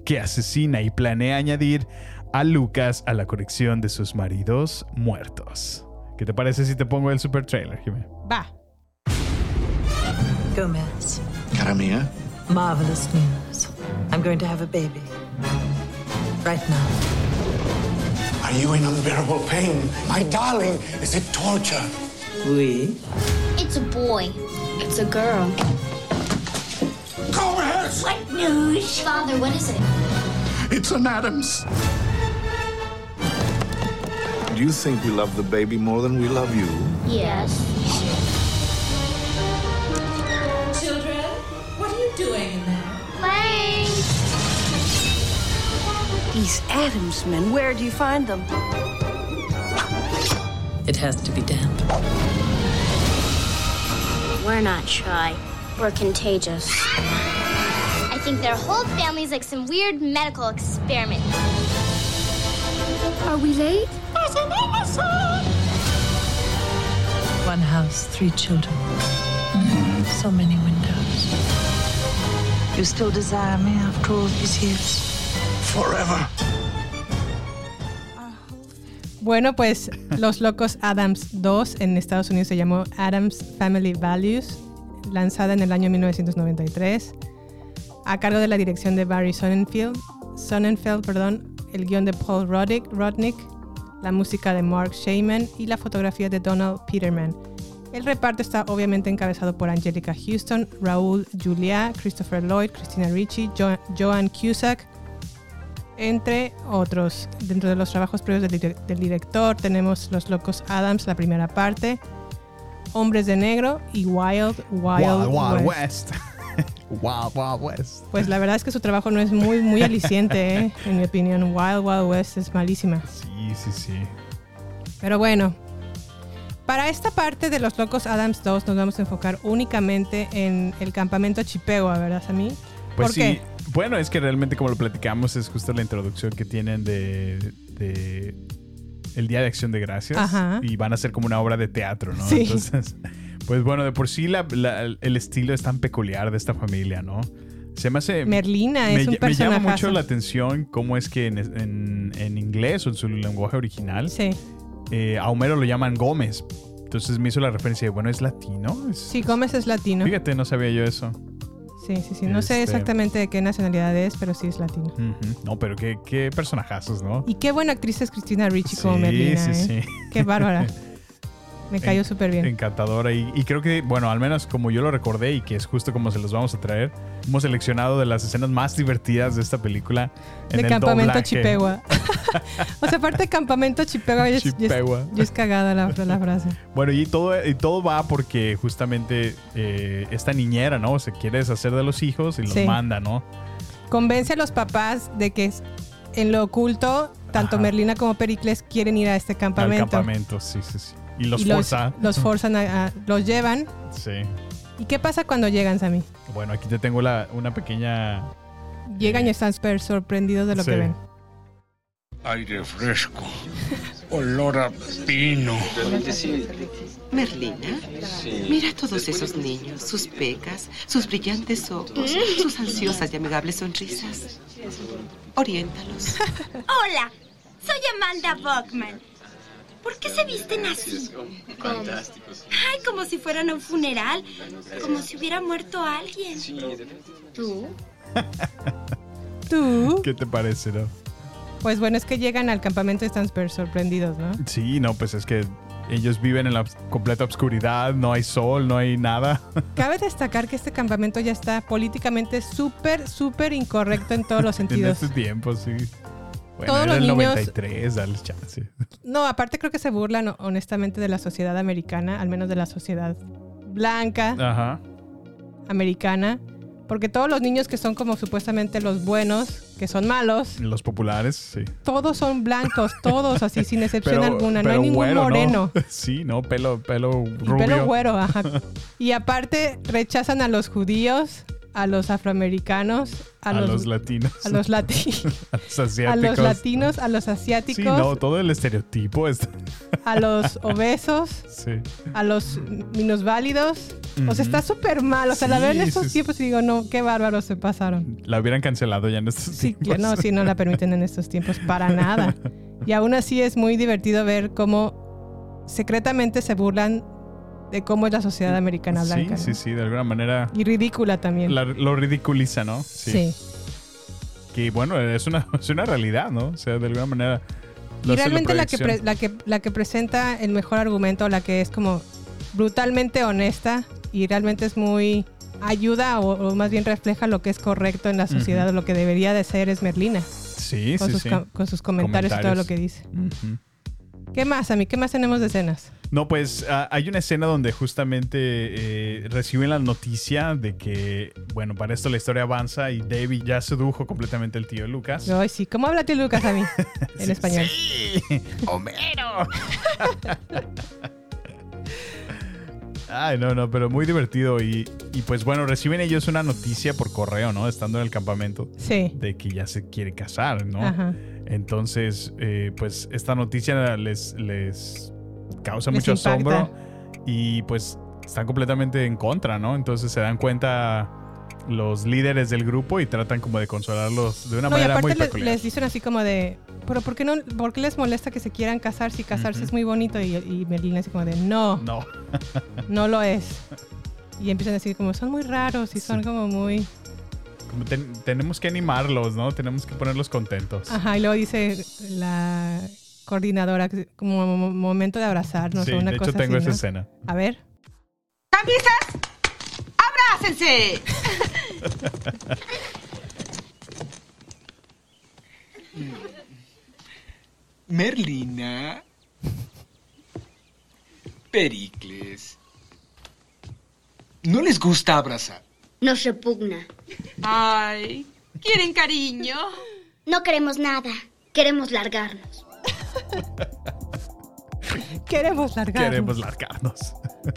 Speaker 3: que asesina y planea añadir a Lucas a la colección de sus maridos muertos. ¿Qué te parece si te pongo el super trailer, Jimé?
Speaker 2: Va.
Speaker 17: Gomez,
Speaker 4: Cara mía.
Speaker 17: marvelous news. I'm going to have a baby. Right now.
Speaker 4: Are you in unbearable pain? My darling, is it torture?
Speaker 17: We.
Speaker 18: It's a boy. It's a girl.
Speaker 4: Gomez!
Speaker 18: What news? Father, what is it?
Speaker 6: It's an Adams.
Speaker 19: Do you think we love the baby more than we love you?
Speaker 18: Yes.
Speaker 20: Children, what are you doing in there?
Speaker 18: Playing.
Speaker 20: These Adams men, where do you find them?
Speaker 17: It has to be damp.
Speaker 18: We're not shy. We're contagious. I think their whole family's like some weird medical experiment. Are we late? There's an innocent!
Speaker 17: One house, three children. So many windows. You still desire me after all these years?
Speaker 4: Forever.
Speaker 2: Bueno, pues Los Locos Adams 2 en Estados Unidos se llamó Adams Family Values, lanzada en el año 1993, a cargo de la dirección de Barry Sonnenfeld, Sonnenfeld perdón, el guión de Paul Roddick, Rodnick, la música de Mark Shaman y la fotografía de Donald Peterman. El reparto está obviamente encabezado por Angelica Houston, Raúl Julia, Christopher Lloyd, Christina Ricci, Jo- Joan Cusack, entre otros. Dentro de los trabajos previos del, dire- del director tenemos Los Locos Adams, la primera parte, Hombres de Negro y Wild Wild, West.
Speaker 3: Wild Wild West.
Speaker 2: Pues la verdad es que su trabajo no es muy, muy aliciente, ¿eh? en mi opinión. Wild Wild West es malísima.
Speaker 3: Sí, sí, sí.
Speaker 2: Pero bueno, para esta parte de Los Locos Adams 2 nos vamos a enfocar únicamente en el campamento Chipewa, ¿verdad, Sammy?
Speaker 3: Pues
Speaker 2: ¿Por
Speaker 3: sí.
Speaker 2: qué?
Speaker 3: Bueno, es que realmente como lo platicamos es justo la introducción que tienen de, de el Día de Acción de Gracias
Speaker 2: Ajá.
Speaker 3: y van a ser como una obra de teatro, ¿no?
Speaker 2: Sí.
Speaker 3: Entonces, Pues bueno, de por sí la- la- el estilo es tan peculiar de esta familia, ¿no? Se me hace...
Speaker 2: Merlina
Speaker 3: Eh, me,
Speaker 2: es un
Speaker 3: me llama
Speaker 2: personajazo.
Speaker 3: mucho la atención cómo es que en, en- en inglés o en su lenguaje original eh, a Homero lo llaman Gómez. Entonces me hizo la referencia de, bueno, es latino. Es-
Speaker 2: Sí, Gómez es latino.
Speaker 3: Fíjate, no sabía yo eso.
Speaker 2: Sí, sí, sí. No sé
Speaker 3: Este-
Speaker 2: exactamente de qué nacionalidad es, pero sí es latino.
Speaker 3: Ujú. No, pero qué, qué personajazos, ¿no?
Speaker 2: Y qué buena actriz es Cristina Ricci
Speaker 3: Sí,
Speaker 2: como Merlina.
Speaker 3: sí,
Speaker 2: ¿eh?
Speaker 3: sí.
Speaker 2: Qué bárbara. Me cayó
Speaker 3: En-
Speaker 2: súper bien.
Speaker 3: Encantadora. Y, y creo que, bueno, al menos como yo lo recordé y que es justo como se los vamos a traer, hemos seleccionado de las escenas más divertidas de esta película.
Speaker 2: De
Speaker 3: en el
Speaker 2: Campamento
Speaker 3: doblaje.
Speaker 2: Chipegua. o sea, aparte de Campamento Chipegua, yo es, yo es-
Speaker 3: Chipegua.
Speaker 2: yo es cagada la, la frase.
Speaker 3: Bueno, y todo, y todo va porque justamente eh, esta niñera, ¿no? Se quiere deshacer de los hijos y los
Speaker 2: Sí.
Speaker 3: manda, ¿no?
Speaker 2: Convence a los papás de que es- en lo oculto, tanto Merlina como Pericles quieren ir a este campamento.
Speaker 3: Al campamento, sí, sí, sí. Y los
Speaker 2: Y
Speaker 3: forza.
Speaker 2: Los, forzan a, a- Los llevan.
Speaker 3: Sí.
Speaker 2: ¿Y qué pasa cuando llegan, Sammy?
Speaker 3: Bueno, aquí te tengo la- una pequeña...
Speaker 2: Llegan y están súper sorprendidos de lo
Speaker 3: Eh. Sí.
Speaker 2: que ven.
Speaker 21: Aire fresco. Olor a pino.
Speaker 22: Merlina, mira todos esos niños, sus pecas, sus brillantes ojos, sus ansiosas y amigables sonrisas. Oriéntalos.
Speaker 23: Hola, soy Amanda Bachman. ¿Por qué se visten así? Ay, como si fueran a un funeral, como si hubiera muerto alguien. ¿Tú?
Speaker 2: ¿Tú?
Speaker 3: ¿Qué te parece, no?
Speaker 2: Pues bueno, es que llegan al campamento y están súper sorprendidos, ¿no?
Speaker 3: Sí, no, pues es que ellos viven en la obs- completa oscuridad, no hay sol, no hay nada.
Speaker 2: Cabe destacar que este campamento ya está políticamente súper, súper incorrecto en todos los
Speaker 3: en
Speaker 2: sentidos.
Speaker 3: este tiempo, sí. Bueno,
Speaker 2: Todos
Speaker 3: era
Speaker 2: los
Speaker 3: el
Speaker 2: niños-
Speaker 3: 93, dale chance.
Speaker 2: No, aparte creo que se burlan honestamente de la sociedad americana, al menos de la sociedad blanca
Speaker 3: Ajá.
Speaker 2: americana, porque todos los niños que son como supuestamente los buenos, que son malos,
Speaker 3: Los populares, sí.
Speaker 2: todos son blancos, todos así, sin excepción alguna, no hay
Speaker 3: pero
Speaker 2: ningún
Speaker 3: güero, ¿no?
Speaker 2: moreno.
Speaker 3: Sí, no, pelo, pelo
Speaker 2: Y
Speaker 3: rubio.
Speaker 2: pelo güero, ajá. Y aparte rechazan a los judíos, a los afroamericanos, a,
Speaker 3: A, los, latinos.
Speaker 2: a los lati-
Speaker 3: A los
Speaker 2: a
Speaker 3: asiáticos.
Speaker 2: los latinos, a los asiáticos,
Speaker 3: Sí, no, todo el estereotipo es.
Speaker 2: a los obesos,
Speaker 3: Sí.
Speaker 2: a los minusválidos. O sea,
Speaker 3: Ujú.
Speaker 2: está súper mal. O sea, la
Speaker 3: Sí,
Speaker 2: verdad en
Speaker 3: sí,
Speaker 2: estos
Speaker 3: sí.
Speaker 2: tiempos y digo, no, qué bárbaros se pasaron.
Speaker 3: La hubieran cancelado ya en estos
Speaker 2: Sí, que no, sí, no la permiten en estos tiempos para nada. Y aún así es muy divertido ver cómo secretamente se burlan de cómo es la sociedad americana
Speaker 3: Sí,
Speaker 2: blanca.
Speaker 3: sí,
Speaker 2: ¿no?
Speaker 3: sí, de alguna manera
Speaker 2: Y ridícula también.
Speaker 3: la- lo ridiculiza, ¿no?
Speaker 2: sí.
Speaker 3: Que bueno, es una, es una realidad, ¿no? O sea, de alguna manera. lo
Speaker 2: Y
Speaker 3: hace
Speaker 2: realmente la que, pre-
Speaker 3: proyección.
Speaker 2: la, que, la que presenta el mejor argumento, la que es como brutalmente honesta y realmente es muy ayuda o, o más bien refleja lo que es correcto en la sociedad
Speaker 3: Ujú.
Speaker 2: o lo que debería de ser es Merlina.
Speaker 3: Sí,
Speaker 2: con
Speaker 3: sí,
Speaker 2: sus
Speaker 3: sí.
Speaker 2: com- con sus comentarios y todo lo que dice.
Speaker 3: Ujú.
Speaker 2: ¿Qué más, a mí? ¿Qué más tenemos de escenas?
Speaker 3: No, pues ah, hay una escena donde justamente eh, reciben la noticia de que, bueno, para esto la historia avanza y David ya sedujo completamente al tío Lucas.
Speaker 2: Ay, sí. ¿Cómo habla tío Lucas a mí? En
Speaker 3: Sí,
Speaker 2: español.
Speaker 3: sí. Homero. Ay, no, no, pero muy divertido. Y, y pues bueno, reciben ellos una noticia por correo, ¿no? Estando en el campamento.
Speaker 2: Sí.
Speaker 3: De que ya se quiere casar, ¿no?
Speaker 2: Ajá.
Speaker 3: Entonces, eh, pues esta noticia les, les causa
Speaker 2: Les
Speaker 3: mucho
Speaker 2: impacta.
Speaker 3: asombro. Y pues están completamente en contra, ¿no? Entonces se dan cuenta los líderes del grupo y tratan como de consolarlos de una
Speaker 2: No, y
Speaker 3: manera
Speaker 2: aparte
Speaker 3: muy
Speaker 2: le-
Speaker 3: peculiar.
Speaker 2: les dicen así como de, pero ¿por qué, no, ¿por qué les molesta que se quieran casar si casarse
Speaker 3: Ujú.
Speaker 2: es muy bonito? Y, y Merlina así como de, no,
Speaker 3: No.
Speaker 2: no lo es. Y empiezan a decir como, son muy raros y son como muy...
Speaker 3: Como ten- tenemos que animarlos, ¿no? Tenemos que ponerlos contentos.
Speaker 2: Ajá, y luego dice la coordinadora, como mo- momento de abrazarnos
Speaker 3: Sí,
Speaker 2: o una
Speaker 3: de hecho
Speaker 2: cosa
Speaker 3: tengo
Speaker 2: así,
Speaker 3: esa
Speaker 2: ¿no?
Speaker 3: escena.
Speaker 2: A ver.
Speaker 22: ¡Camisas! ¡Abrácense!
Speaker 24: Merlina. Pericles. ¿No les gusta abrazar?
Speaker 18: Nos repugna. Ay, ¿quieren cariño? No queremos nada. Queremos largarnos.
Speaker 2: Queremos largarnos.
Speaker 3: Queremos largarnos.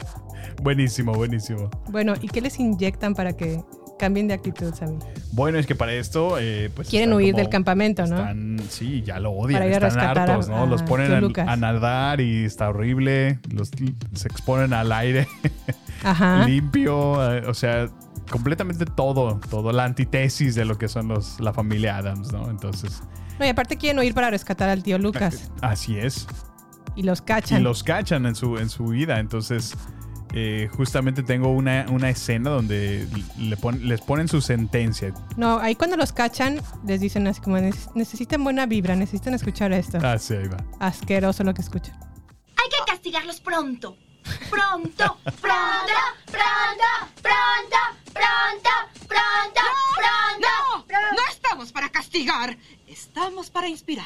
Speaker 3: buenísimo, buenísimo.
Speaker 2: Bueno, ¿y qué les inyectan para que cambien de actitud, Sammy?
Speaker 3: Bueno, es que para esto, eh, pues.
Speaker 2: Quieren
Speaker 3: están
Speaker 2: huir
Speaker 3: como-
Speaker 2: del campamento, ¿no?
Speaker 3: están- sí, ya lo odian.
Speaker 2: Para ir a
Speaker 3: Están
Speaker 2: rescatar a-
Speaker 3: hartos, ¿no?
Speaker 2: a
Speaker 3: Los
Speaker 2: tío
Speaker 3: ponen
Speaker 2: Lucas.
Speaker 3: a, a nadar y está horrible. Los, se exponen al aire.
Speaker 2: Ajá.
Speaker 3: limpio, eh, o sea, completamente todo, todo la antítesis de lo que son los la familia Adams, ¿no? Entonces,
Speaker 2: No, y aparte quieren ir para rescatar al tío Lucas.
Speaker 3: así es.
Speaker 2: Y los cachan.
Speaker 3: Ah, Y los cachan en su, en su vida. Entonces, eh, justamente tengo una, una escena donde le pon- les ponen su sentencia.
Speaker 2: No, ahí cuando los cachan, les dicen así como, "Neces- necesitan buena vibra, necesitan escuchar esto.
Speaker 3: Ah, sí, ahí va.
Speaker 2: Asqueroso lo que escuchan.
Speaker 18: Hay que castigarlos pronto. Pronto, pronto, pronto, pronto, pronto, pronto, pronto.
Speaker 22: ¡No! No estamos para castigar. Estamos para inspirar.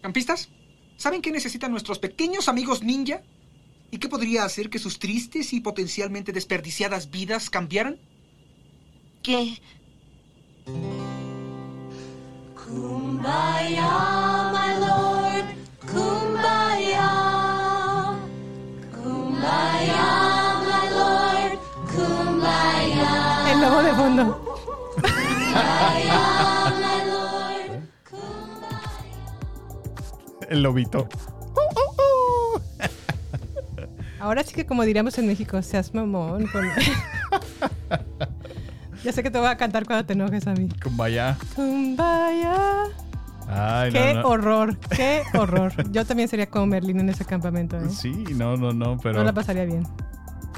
Speaker 24: Campistas, ¿saben qué necesitan nuestros pequeños amigos ninja? ¿Y qué podría hacer que sus tristes y potencialmente desperdiciadas vidas cambiaran?
Speaker 18: ¿Qué?
Speaker 20: Kumbaya, my lord. Kumbaya. Kumbaya, my lord. Kumbaya.
Speaker 2: El lobo de fondo.
Speaker 3: El lobito.
Speaker 2: Ahora sí que como diríamos en México, seas mamón. con- ya sé que te voy a cantar cuando te enojes a mí.
Speaker 3: Kumbaya.
Speaker 2: Kumbaya.
Speaker 3: Ay, no,
Speaker 2: qué
Speaker 3: no.
Speaker 2: horror, qué horror. Yo también sería como Merlín en ese campamento. ¿eh?
Speaker 3: Sí, no, no, no, pero...
Speaker 2: No la pasaría bien.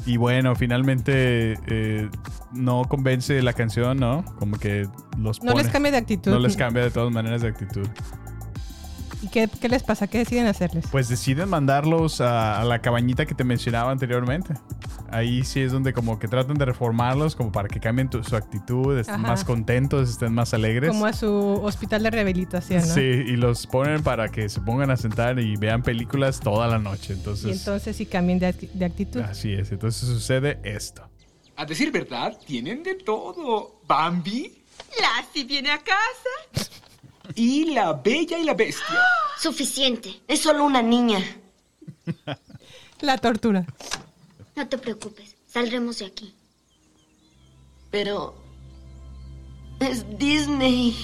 Speaker 3: Y bueno, finalmente eh, no convence la canción, ¿no? Como que los
Speaker 2: No
Speaker 3: pone-
Speaker 2: les cambia de actitud.
Speaker 3: No les cambia de todas maneras de actitud.
Speaker 2: ¿Y qué, qué les pasa? ¿Qué deciden hacerles?
Speaker 3: Pues deciden mandarlos a, a la cabañita que te mencionaba anteriormente. Ahí sí es donde como que tratan de reformarlos, como para que cambien tu- su actitud, estén
Speaker 2: Ajá.
Speaker 3: más contentos, estén más alegres.
Speaker 2: Como a su hospital de rehabilitación, ¿no?
Speaker 3: Pues, Sí, y los ponen para que se pongan a sentar y vean películas toda la noche.
Speaker 2: Y
Speaker 3: Entonces,
Speaker 2: entonces sí cambian de, acti- de actitud.
Speaker 3: así es. Entonces sucede esto.
Speaker 24: A decir verdad, tienen de todo. Bambi
Speaker 23: Lassie viene a casa.
Speaker 24: y la bella y la bestia.
Speaker 18: Suficiente. Es solo una niña.
Speaker 2: La tortura.
Speaker 18: No te preocupes. Saldremos de aquí. Pero... Es Disney.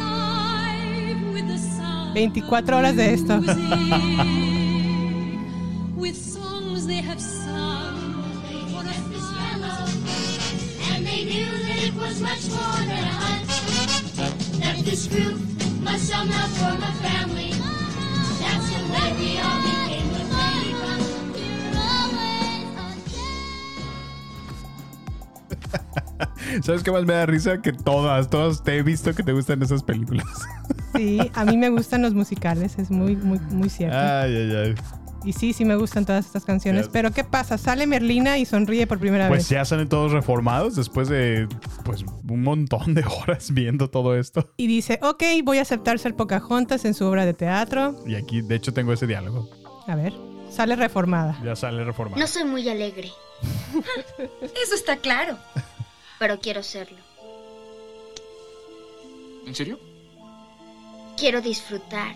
Speaker 20: Alive with the sound
Speaker 2: 24 horas de esto.
Speaker 20: of music, With songs they have sung for a fellow.
Speaker 7: And they knew that it was much more than a hunt. That this group must somehow form a family. That's the way we all became the playground. We're always on
Speaker 3: ¿Sabes qué más me da risa? Que todas, todas te he visto que te gustan esas películas.
Speaker 2: Sí, a mí me gustan los musicales, es muy, muy, muy cierto.
Speaker 3: Ay, ay, ay.
Speaker 2: Y sí, sí me gustan todas estas canciones.
Speaker 3: Ya.
Speaker 2: Pero ¿qué pasa? Sale Merlina y sonríe por primera
Speaker 3: Pues
Speaker 2: vez.
Speaker 3: ya salen todos reformados después de pues un montón de horas viendo todo esto.
Speaker 2: Y dice, ok, voy a aceptar ser Pocahontas en su obra de teatro.
Speaker 3: Y aquí, de hecho, tengo ese diálogo.
Speaker 2: A ver, sale reformada.
Speaker 3: Ya sale reformado.
Speaker 18: No soy muy alegre. Eso está claro. Pero quiero serlo.
Speaker 24: ¿En serio?
Speaker 18: Quiero disfrutar,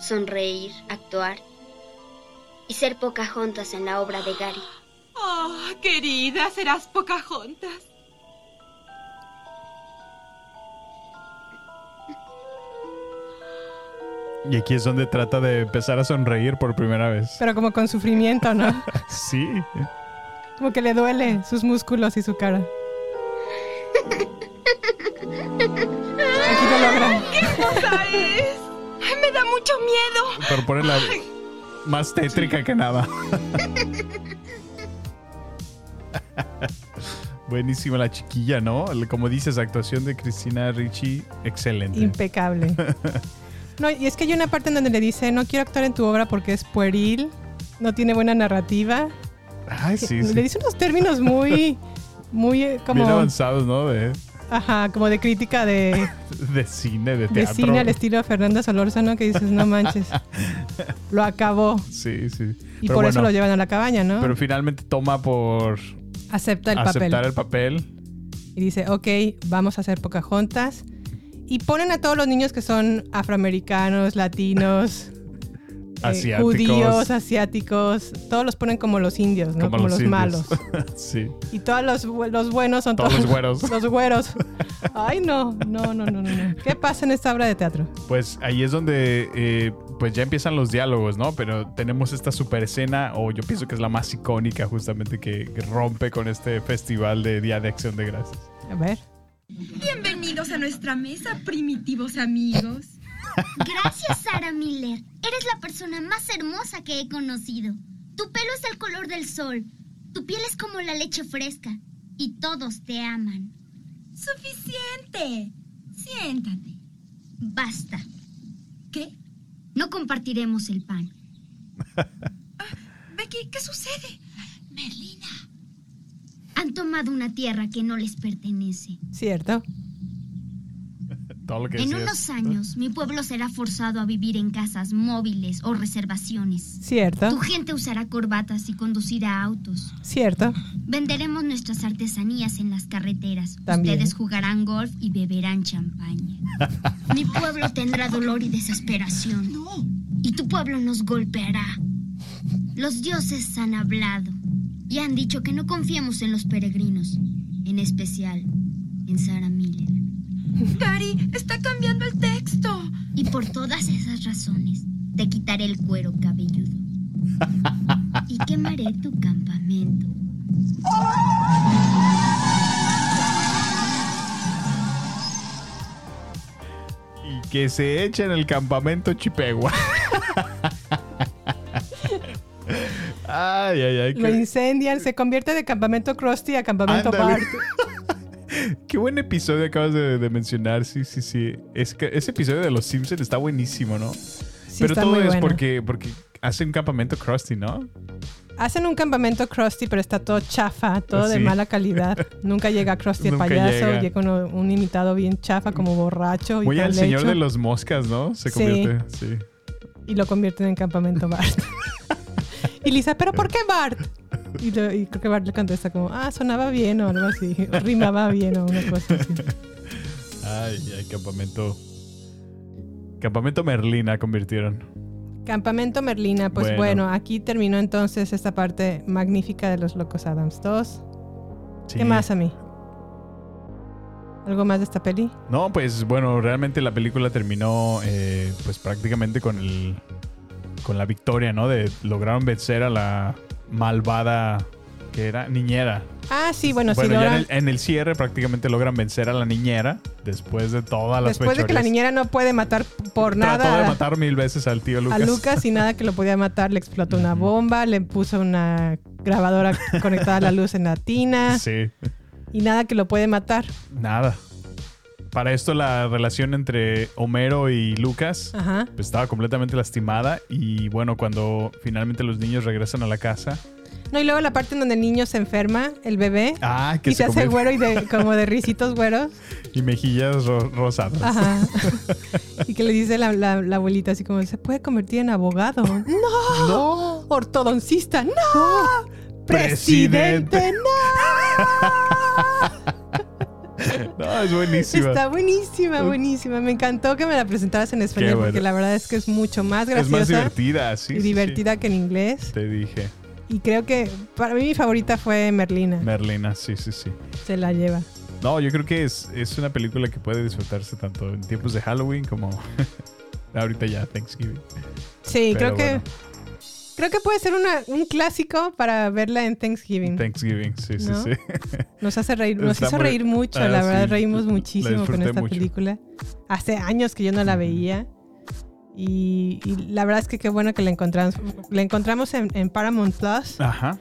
Speaker 18: sonreír, actuar y ser juntas en la obra de Gary.
Speaker 23: Oh, querida, serás Pocahontas.
Speaker 3: Y aquí es donde trata de empezar a sonreír por primera vez.
Speaker 2: Pero como con sufrimiento, ¿no?
Speaker 3: Sí.
Speaker 2: Como que le duele sus músculos y su cara. Aquí lo logra.
Speaker 23: ¡Qué hermosa es! Ay, ¡Me da mucho miedo!
Speaker 3: Pero pone la más tétrica que nada. Buenísima la chiquilla, ¿no? Como dices, actuación de Cristina Ricci, excelente.
Speaker 2: Impecable. No, y es que hay una parte en donde le dice, no quiero actuar en tu obra porque es pueril, no tiene buena narrativa.
Speaker 3: Ay, sí,
Speaker 2: le
Speaker 3: sí.
Speaker 2: dice unos términos muy, muy eh, como...
Speaker 3: Bien avanzados, ¿no? De,
Speaker 2: Ajá, como de crítica de,
Speaker 3: de cine, de
Speaker 2: de
Speaker 3: teatro.
Speaker 2: cine al estilo de Fernando Solórzano que dices, no manches, lo acabó.
Speaker 3: Sí, sí.
Speaker 2: Y
Speaker 3: Pero
Speaker 2: por eso
Speaker 3: bueno,
Speaker 2: lo llevan a la cabaña, ¿no?
Speaker 3: Pero finalmente toma por
Speaker 2: Acepta el
Speaker 3: aceptar
Speaker 2: papel.
Speaker 3: el papel.
Speaker 2: Y dice, ok, vamos a hacer Pocahontas. Y ponen a todos los niños que son afroamericanos, latinos, eh,
Speaker 3: Asiáticos.
Speaker 2: judíos, asiáticos, todos los ponen como los indios, ¿no? Como, los,
Speaker 3: indios.
Speaker 2: malos.
Speaker 3: sí.
Speaker 2: Y todos los, bu- los buenos son
Speaker 3: Todos los güeros.
Speaker 2: Los güeros. Ay, no, no, no, no, no, no. ¿Qué pasa en esta obra de teatro?
Speaker 3: Pues ahí es donde eh, pues ya empiezan los diálogos, ¿no? Pero tenemos esta super escena, o yo pienso que es la más icónica justamente que, que rompe con este festival de Día de Acción de Gracias.
Speaker 2: A ver.
Speaker 5: Bienvenidos a nuestra mesa, primitivos amigos.
Speaker 18: Gracias, Sara Miller. Eres la persona más hermosa que he conocido. Tu pelo es el color del sol. Tu piel es como la leche fresca. Y todos te aman. Suficiente. Siéntate. Basta. ¿Qué? No compartiremos el pan.
Speaker 5: Ah,
Speaker 18: Becky, ¿qué sucede? Merlina. Han tomado una tierra que no les pertenece.
Speaker 2: Cierto.
Speaker 3: Todo lo que
Speaker 18: En
Speaker 3: decías.
Speaker 18: unos años, mi pueblo será forzado a vivir en casas móviles o reservaciones.
Speaker 2: Cierto.
Speaker 18: Tu gente usará corbatas y conducirá autos.
Speaker 2: Cierto.
Speaker 18: Venderemos nuestras artesanías en las carreteras.
Speaker 2: También.
Speaker 18: Ustedes jugarán golf y beberán champaña. Mi pueblo tendrá dolor y desesperación. Y tu pueblo nos golpeará. Los dioses han hablado y han dicho que no confiemos en los peregrinos, en especial en Sara Miller. Gary, está cambiando el texto. Y por todas esas razones, te quitaré el cuero cabelludo. y quemaré tu campamento.
Speaker 3: Y que se eche en el campamento Chipegua. ay, ay, ay.
Speaker 2: Lo
Speaker 3: Qué,
Speaker 2: incendian, se convierte de campamento Krusty a campamento
Speaker 3: Ándale.
Speaker 2: Bart.
Speaker 3: qué buen episodio acabas de, de mencionar. Sí, sí, sí. Es que ese episodio de Los Simpsons está buenísimo, ¿no? Pero
Speaker 2: está
Speaker 3: todo
Speaker 2: muy
Speaker 3: es
Speaker 2: bueno.
Speaker 3: porque, porque hace un campamento Krusty, ¿no?
Speaker 2: Hacen un campamento Krusty, pero está todo chafa, todo de
Speaker 3: Sí.
Speaker 2: mala calidad. Nunca llega Krusty el
Speaker 3: Nunca
Speaker 2: payaso,
Speaker 3: llega.
Speaker 2: llega, uno- un imitado bien chafa, como borracho. Y
Speaker 3: Muy
Speaker 2: tan
Speaker 3: al señor
Speaker 2: lecho,
Speaker 3: de los moscas, ¿no? Se
Speaker 2: Sí.
Speaker 3: convierte. Sí.
Speaker 2: Y lo convierten en campamento Bart. y Lisa, ¿pero por qué Bart? Y, lo- y creo que Bart le contesta como, ah, sonaba bien o algo así, o rimaba bien o una cosa así.
Speaker 3: Ay, ay, campamento. Campamento Merlina convirtieron.
Speaker 2: Campamento Merlina, pues
Speaker 3: Bueno.
Speaker 2: bueno. aquí terminó entonces esta parte magnífica de los Locos Adams 2.
Speaker 3: Sí.
Speaker 2: ¿Qué más a mí? ¿Algo más de esta peli?
Speaker 3: No, pues bueno, realmente la película terminó eh, pues prácticamente con el con la victoria, ¿no? De lograron vencer a la malvada que era niñera.
Speaker 2: Ah, sí, bueno, sí,
Speaker 3: ya en
Speaker 2: Laura-
Speaker 3: el, en el cierre prácticamente logran vencer a la niñera después de todas las
Speaker 2: Después de que la
Speaker 3: fechorías.
Speaker 2: niñera no puede matar por
Speaker 3: trató de
Speaker 2: nada a-
Speaker 3: matar mil veces al tío
Speaker 2: a,
Speaker 3: Lucas.
Speaker 2: Lucas y nada que lo podía matar, le explotó una bomba, le puso una grabadora conectada a la luz en la tina
Speaker 3: Sí,
Speaker 2: y nada que lo puede matar.
Speaker 3: nada. Para esto la relación entre Homero y Lucas
Speaker 2: Ajá.
Speaker 3: pues, estaba completamente lastimada y bueno, cuando finalmente los niños regresan a la casa,
Speaker 2: No, y luego la parte en donde el niño se enferma, el bebé,
Speaker 3: Ah, que
Speaker 2: y se,
Speaker 3: se
Speaker 2: hace
Speaker 3: convierte-
Speaker 2: güero y de, como de risitos güeros.
Speaker 3: Y mejillas ro- rosadas.
Speaker 2: Ajá. Y que le dice la, la- la abuelita así como, se puede convertir en abogado. No. Ortodoncista, no.
Speaker 3: Presidente.
Speaker 2: Presidente,
Speaker 3: No, es
Speaker 2: no.
Speaker 3: buenísima.
Speaker 2: Está buenísima, buenísima. Me encantó que me la presentaras en español
Speaker 3: Qué bueno.
Speaker 2: porque la verdad es que es mucho más
Speaker 3: es
Speaker 2: graciosa
Speaker 3: más divertida, sí.
Speaker 2: y
Speaker 3: sí, sí.
Speaker 2: divertida que en inglés.
Speaker 3: Te dije.
Speaker 2: Y creo que para mí mi favorita fue Merlina.
Speaker 3: Merlina, sí, sí, sí.
Speaker 2: Se la lleva.
Speaker 3: No, yo creo que es, es una película que puede disfrutarse tanto en tiempos de Halloween como ahorita ya Thanksgiving.
Speaker 2: Sí, creo
Speaker 3: Pero
Speaker 2: que
Speaker 3: bueno,
Speaker 2: creo que puede ser una- un clásico para verla en Thanksgiving.
Speaker 3: Thanksgiving, sí, sí,
Speaker 2: ¿No?
Speaker 3: sí.
Speaker 2: Nos hace reír, nos
Speaker 3: Está
Speaker 2: hizo
Speaker 3: muy-
Speaker 2: reír mucho,
Speaker 3: Ah,
Speaker 2: la
Speaker 3: sí,
Speaker 2: verdad
Speaker 3: la
Speaker 2: reímos muchísimo con
Speaker 3: disfruté
Speaker 2: esta
Speaker 3: mucho.
Speaker 2: película. Hace años que yo no la veía. Y, y la verdad es que qué bueno que la encontramos. La encontramos en, en Paramount Plus,
Speaker 3: Ajá.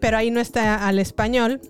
Speaker 2: pero ahí no está al español.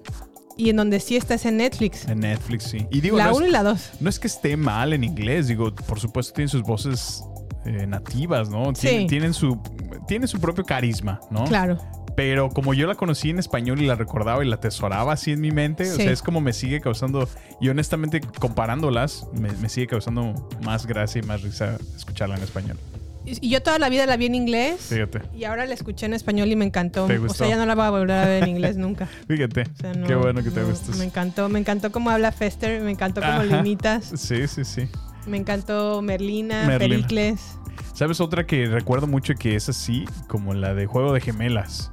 Speaker 2: Y en donde sí está es en Netflix.
Speaker 3: En Netflix, sí. Y digo,
Speaker 2: la
Speaker 3: no es-
Speaker 2: 1 y la 2.
Speaker 3: No es que esté mal en inglés, digo, por supuesto tienen sus voces eh, nativas, ¿no? Tien-
Speaker 2: Sí.
Speaker 3: Tienen su tienen su propio carisma, ¿no?
Speaker 2: Claro.
Speaker 3: Pero como yo la conocí en español y la recordaba y la atesoraba así en mi mente, o
Speaker 2: Sí.
Speaker 3: sea, es como me sigue causando, y honestamente comparándolas, me, me sigue causando más gracia y más risa escucharla en español.
Speaker 2: Y, y yo toda la vida la vi en inglés.
Speaker 3: Fíjate,
Speaker 2: Y ahora la escuché en español y me encantó.
Speaker 3: ¿Te
Speaker 2: O
Speaker 3: gustó?
Speaker 2: sea, ya no la voy a volver a ver en inglés nunca.
Speaker 3: fíjate.
Speaker 2: O sea, no-
Speaker 3: Qué bueno que te
Speaker 2: no,
Speaker 3: gustes. Ah.
Speaker 2: Me encantó, me encantó cómo habla Fester, me encantó cómo
Speaker 3: Ajá.
Speaker 2: lo imitas.
Speaker 3: Sí, sí, sí.
Speaker 2: Me encantó Merlina,
Speaker 3: Merlina.
Speaker 2: Pericles.
Speaker 3: ¿Sabes otra que recuerdo mucho que es así? Como la de Juego de Gemelas.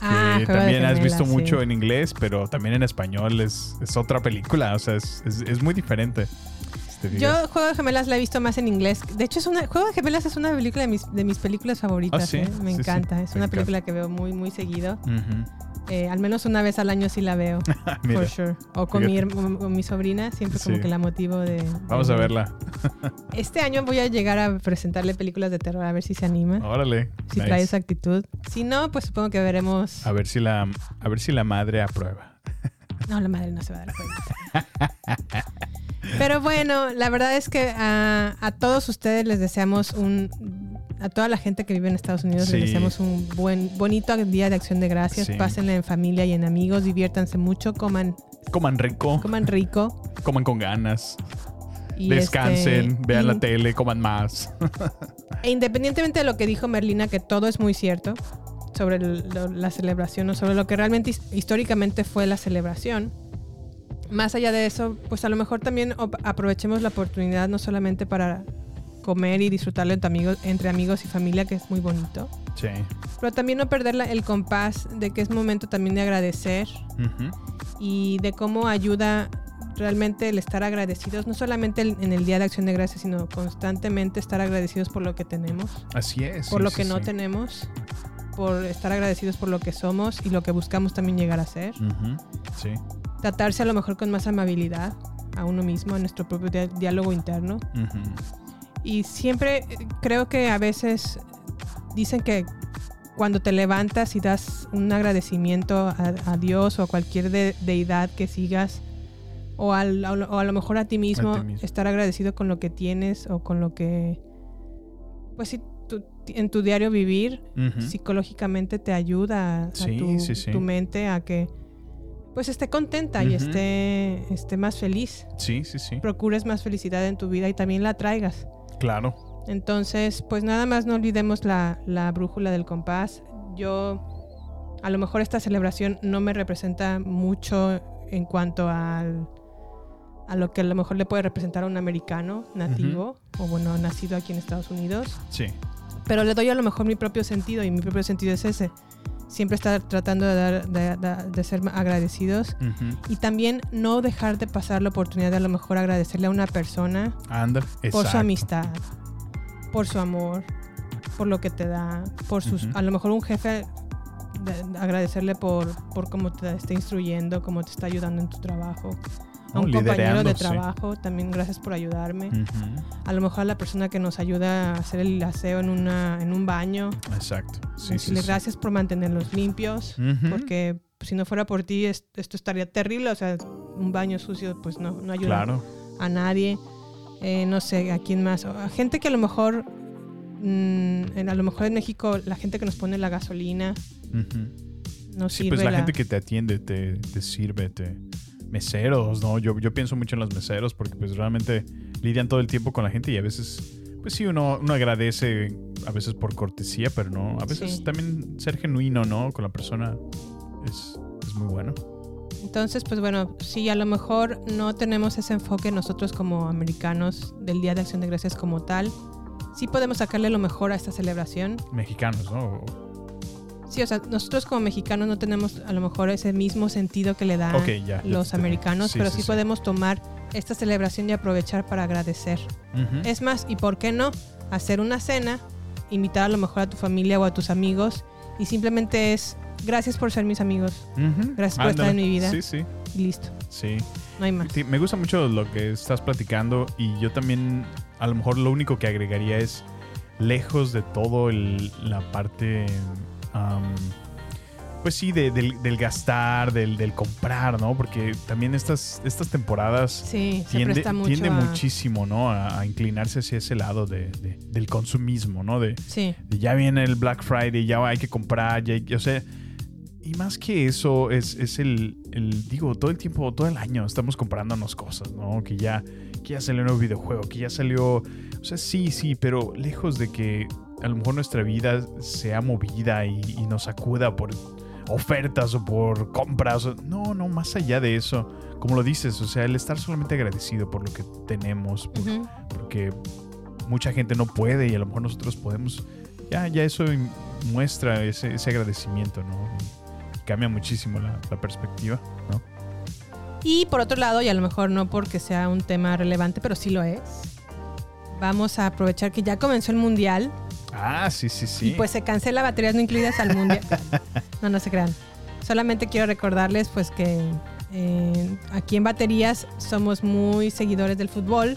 Speaker 2: Ah,
Speaker 3: que
Speaker 2: Juego de
Speaker 3: también has
Speaker 2: Gemelas,
Speaker 3: visto
Speaker 2: sí.
Speaker 3: mucho en inglés, pero también en español es, es otra película. O sea, es, es- es muy diferente. si te fijas.
Speaker 2: Yo Juego de Gemelas la he visto más en inglés. De hecho, es una, Juego de Gemelas es una película de mis, de mis películas favoritas.
Speaker 3: Ah, sí,
Speaker 2: ¿eh? Me
Speaker 3: sí, sí,
Speaker 2: encanta. es
Speaker 3: me
Speaker 2: una
Speaker 3: encanta.
Speaker 2: película que veo muy, muy seguido.
Speaker 3: Ujú.
Speaker 2: Eh, al menos una vez al año sí la veo.
Speaker 3: Mira,
Speaker 2: for sure. O con mi, herma- con mi sobrina, siempre como
Speaker 3: Sí.
Speaker 2: que la motivo de...
Speaker 3: Vamos a verla.
Speaker 2: Este año voy a llegar a presentarle películas de terror a ver si se anima.
Speaker 3: Órale.
Speaker 2: Si
Speaker 3: Oh, nice.
Speaker 2: trae esa actitud. Si no, pues supongo que veremos.
Speaker 3: A ver si la a ver si la madre aprueba.
Speaker 2: No, la madre no se va a dar cuenta. Pero bueno, la verdad es que a, a todos ustedes les deseamos un. A toda la gente que vive en Estados Unidos
Speaker 3: Sí.
Speaker 2: les deseamos un buen, bonito día de acción de gracias.
Speaker 3: Sí.
Speaker 2: Pásenla en familia y en amigos, diviértanse mucho, coman,
Speaker 3: Coman rico,
Speaker 2: coman rico.
Speaker 3: coman con ganas.
Speaker 2: Y
Speaker 3: Descansen,
Speaker 2: este,
Speaker 3: vean la
Speaker 2: in-
Speaker 3: tele, coman más.
Speaker 2: E independientemente de lo que dijo Merlina, que todo es muy cierto sobre el- lo- la celebración o sobre lo que realmente his- históricamente fue la celebración. Más allá de eso, pues a lo mejor también op- aprovechemos la oportunidad no solamente para comer y disfrutarlo entre amigos, entre amigos y familia, que es muy bonito,
Speaker 3: Sí.
Speaker 2: pero también no perder la- el compás de que es momento también de agradecer
Speaker 3: Ujú.
Speaker 2: y de cómo ayuda realmente el estar agradecidos, no solamente el- en el Día de Acción de Gracias, sino constantemente estar agradecidos por lo que tenemos
Speaker 3: Así es.
Speaker 2: por
Speaker 3: sí,
Speaker 2: lo
Speaker 3: sí,
Speaker 2: que no
Speaker 3: sí.
Speaker 2: tenemos, por estar agradecidos por lo que somos y lo que buscamos también llegar a ser.
Speaker 3: Ujú, Sí.
Speaker 2: Tratarse a lo mejor con más amabilidad a uno mismo, a nuestro propio dia- diálogo interno.
Speaker 3: Ujú.
Speaker 2: Y siempre eh, creo que a veces dicen que cuando te levantas y das un agradecimiento a, a Dios o a cualquier de- deidad que sigas, o, al- a lo- o a lo mejor a ti, mismo,
Speaker 3: A ti mismo.
Speaker 2: estar agradecido con lo que tienes o con lo que, pues sí, tu- en tu diario vivir,
Speaker 3: Ujú.
Speaker 2: psicológicamente te ayuda a, a
Speaker 3: Sí,
Speaker 2: tu,
Speaker 3: sí, sí.
Speaker 2: tu mente a que, pues esté contenta y
Speaker 3: Ujú.
Speaker 2: esté, esté más feliz.
Speaker 3: Sí, sí, sí.
Speaker 2: Procures más felicidad en tu vida y también la traigas.
Speaker 3: Claro.
Speaker 2: Entonces, pues nada más no olvidemos la, la brújula del compás. Yo, a lo mejor esta celebración no me representa mucho en cuanto al, a lo que a lo mejor le puede representar a un americano nativo o bueno, nacido aquí en Estados Unidos.
Speaker 3: Sí.
Speaker 2: Pero le doy a lo mejor mi propio sentido y mi propio sentido es ese. Siempre estar tratando de, dar- de- de- de ser agradecidos
Speaker 3: Ujú.
Speaker 2: y también no dejar de pasar la oportunidad de a lo mejor agradecerle a una persona
Speaker 3: Ándale,
Speaker 2: por su
Speaker 3: exacto.
Speaker 2: amistad, por su amor, por lo que te da, por sus,
Speaker 3: Ujú.
Speaker 2: a lo mejor un jefe de- agradecerle por, por cómo te está instruyendo, cómo te está ayudando en tu trabajo. A
Speaker 3: Oh,
Speaker 2: un compañero
Speaker 3: liderando,
Speaker 2: de
Speaker 3: sí.
Speaker 2: trabajo, también gracias por ayudarme.
Speaker 3: Ujú.
Speaker 2: A lo mejor a la persona que nos ayuda a hacer el aseo en, una, en un baño.
Speaker 3: Exacto. Sí, sí,
Speaker 2: decirle
Speaker 3: sí.
Speaker 2: Este, gracias por mantenerlos limpios,
Speaker 3: Ujú.
Speaker 2: porque si no fuera por ti es- esto estaría terrible. O sea, un baño sucio pues no, no ayuda
Speaker 3: Claro.
Speaker 2: a nadie. Eh, no sé, a quién más. O A gente que a lo mejor, mm, en, a lo mejor en México, la gente que nos pone la gasolina
Speaker 3: Ujú.
Speaker 2: nos
Speaker 3: Sí,
Speaker 2: sirve.
Speaker 3: pues la,
Speaker 2: la-
Speaker 3: gente que te atiende, te, te sirve, te... Meseros, ¿no? Yo, yo pienso mucho en los meseros porque pues realmente lidian todo el tiempo con la gente y a veces, pues sí, uno, uno agradece a veces por cortesía, pero no, a veces
Speaker 2: Sí.
Speaker 3: también ser genuino, ¿no? Con la persona es, es muy bueno.
Speaker 2: Entonces, pues bueno, sí, a lo mejor no tenemos ese enfoque nosotros como americanos del Día de Acción de Gracias como tal. Sí podemos sacarle lo mejor a esta celebración.
Speaker 3: Mexicanos, ¿no?
Speaker 2: Sí, o sea, nosotros como mexicanos no tenemos a lo mejor ese mismo sentido que le dan
Speaker 3: Ok, ya, ya te
Speaker 2: los
Speaker 3: entendí.
Speaker 2: americanos,
Speaker 3: Sí,
Speaker 2: pero
Speaker 3: sí,
Speaker 2: sí,
Speaker 3: sí.
Speaker 2: podemos tomar esta celebración y aprovechar para agradecer.
Speaker 3: Ujú.
Speaker 2: Es más, ¿y por qué no? Hacer una cena, invitar a lo mejor a tu familia o a tus amigos y simplemente es gracias por ser mis amigos,
Speaker 3: Ujú.
Speaker 2: gracias por estar en
Speaker 3: Ándale.
Speaker 2: mi vida.
Speaker 3: Sí, sí.
Speaker 2: Y listo,
Speaker 3: Sí.
Speaker 2: no hay más.
Speaker 3: Sí, me gusta mucho lo que estás platicando y yo también a lo mejor lo único que agregaría es lejos de todo el- la parte, am, pues sí, de- del, del gastar, del, del comprar, ¿no? Porque también estas, estas temporadas
Speaker 2: Sí, se
Speaker 3: tiende,
Speaker 2: presta mucho
Speaker 3: tiende
Speaker 2: a-
Speaker 3: muchísimo, ¿no? A, a inclinarse hacia ese lado de- de- del consumismo, ¿no? De,
Speaker 2: Sí.
Speaker 3: de ya viene el Black Friday, ya hay que comprar, ya hay que- o sea, y más que eso, es, es el, el- digo, todo el tiempo, todo el año estamos comprándonos cosas, ¿no? Que ya, que ya salió un nuevo videojuego, que ya salió, o sea, sí, sí, pero lejos de que a lo mejor nuestra vida sea movida y, y nos sacuda por ofertas o por compras, o- no, no, más allá de eso, como lo dices, o sea, el estar solamente agradecido por lo que tenemos, por-
Speaker 2: Ujú.
Speaker 3: porque mucha gente no puede y a lo mejor nosotros podemos. Ya, ya eso im- muestra ese, ese agradecimiento, ¿no? Y cambia muchísimo la, la perspectiva, ¿no?
Speaker 2: Y por otro lado, y a lo mejor no porque sea un tema relevante, pero sí lo es, vamos a aprovechar que ya comenzó el mundial
Speaker 3: Ah, sí, sí,
Speaker 2: y
Speaker 3: sí.
Speaker 2: pues se cancela baterías no incluidas al mundial. no, no se crean. Solamente quiero recordarles pues que eh, aquí en baterías somos muy seguidores del fútbol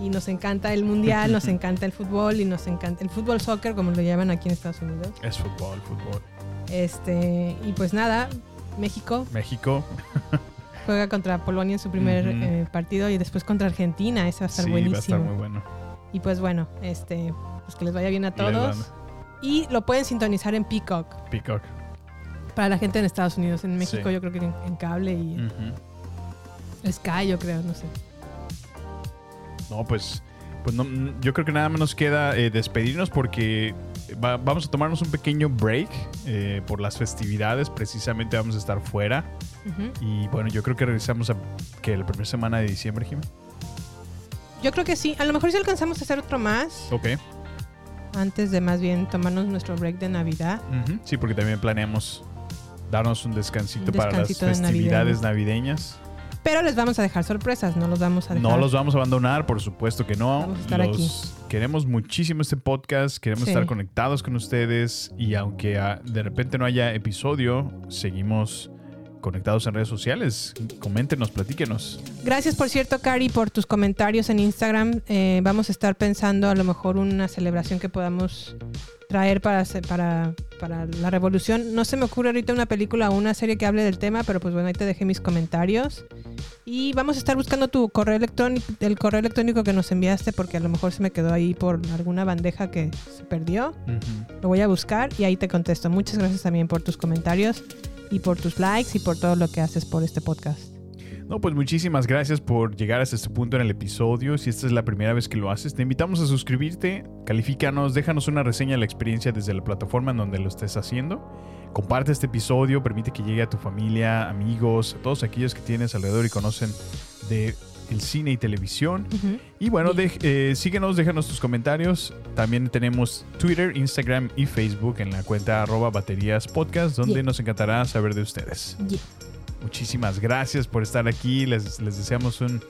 Speaker 2: y nos encanta el mundial, nos encanta el fútbol y nos encanta el fútbol soccer, como lo llaman aquí en Estados Unidos.
Speaker 3: Es fútbol, fútbol.
Speaker 2: Este, y pues nada, México
Speaker 3: México.
Speaker 2: juega contra Polonia en su primer
Speaker 3: Ujú.
Speaker 2: eh, partido y después contra Argentina. Ese va a estar
Speaker 3: sí,
Speaker 2: buenísimo.
Speaker 3: va a estar muy bueno.
Speaker 2: Y pues bueno, este, pues que les vaya bien a
Speaker 3: Les van
Speaker 2: todos. Y lo pueden sintonizar en Peacock
Speaker 3: Peacock.
Speaker 2: para la gente en Estados Unidos. En México
Speaker 3: Sí. Mm.
Speaker 2: yo creo que en, en cable y en
Speaker 3: Ujú.
Speaker 2: Sky yo creo, no sé.
Speaker 3: No, pues, pues no, yo creo que nada más nos queda eh, despedirnos porque va- vamos a tomarnos un pequeño break eh, por las festividades. Precisamente vamos a estar fuera.
Speaker 2: Ujú.
Speaker 3: Y bueno, yo creo que regresamos a que la primera semana de diciembre, Jimmy.
Speaker 2: Yo creo que sí. A lo mejor si alcanzamos a hacer otro más
Speaker 3: Ok.
Speaker 2: antes de más bien tomarnos nuestro break de Navidad.
Speaker 3: Ujú. Sí, porque también planeamos darnos un descansito,
Speaker 2: Un
Speaker 3: para las
Speaker 2: descansito de
Speaker 3: festividades navideñas.
Speaker 2: Pero les vamos a dejar sorpresas, no los vamos a dejar.
Speaker 3: No los vamos a abandonar, por supuesto que no.
Speaker 2: Vamos a estar
Speaker 3: Los- Queremos muchísimo este podcast, queremos
Speaker 2: Sí.
Speaker 3: estar conectados con ustedes y aunque ah, de repente no haya episodio, seguimos conectados en redes sociales. Coméntenos, platíquenos.
Speaker 2: Gracias, por cierto, Cari, por tus comentarios en Instagram. Eh, vamos a estar pensando a lo mejor una celebración que podamos traer para, ce- para, para la revolución. No se me ocurre ahorita una película o una serie que hable del tema, pero pues bueno, ahí te dejé mis comentarios. Y vamos a estar buscando tu correo electrónico, el correo electrónico que nos enviaste, porque a lo mejor se me quedó ahí por alguna bandeja que se perdió. Lo voy a buscar y ahí te contesto. Muchas gracias también por tus comentarios y por tus likes y por todo lo que haces por este podcast.
Speaker 3: No, pues muchísimas gracias por llegar hasta este punto en el episodio. Si esta es la primera vez que lo haces, te invitamos a suscribirte, califícanos, déjanos una reseña de la experiencia desde la plataforma en donde lo estés haciendo. Comparte este episodio, permite que llegue a tu familia, amigos, a todos aquellos que tienes alrededor y conocen de el cine y televisión. Y bueno, dej- eh, síguenos, déjanos tus comentarios. También tenemos Twitter, Instagram y Facebook en la cuenta arroba baterías podcast, donde
Speaker 2: Yeah.
Speaker 3: nos encantará saber de ustedes. Muchísimas gracias por estar aquí. Les, les deseamos un,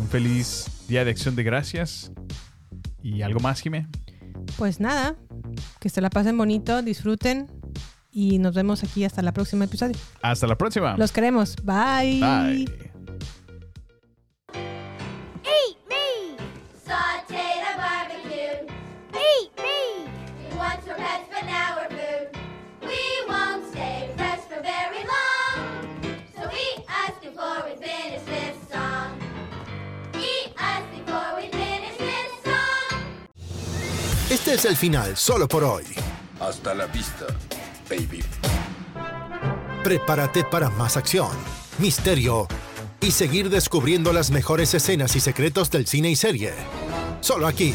Speaker 3: un feliz día de acción de gracias. ¿Y algo más, Jimé?
Speaker 2: Pues nada, que se la pasen bonito, disfruten y nos vemos aquí hasta la próxima episodio.
Speaker 3: Hasta la próxima.
Speaker 2: Los queremos. Bye.
Speaker 3: Bye.
Speaker 7: Eat me! Saute the barbecue. Eat me! We once were pets, but now we're food. We won't stay pressed for very long. So eat us before we finish this song. Eat us before we finish this song.
Speaker 1: Este es el final, solo por hoy.
Speaker 8: Hasta la vista, baby.
Speaker 1: Prepárate para más acción, misterio y seguir descubriendo las mejores escenas y secretos del cine y serie. Solo aquí,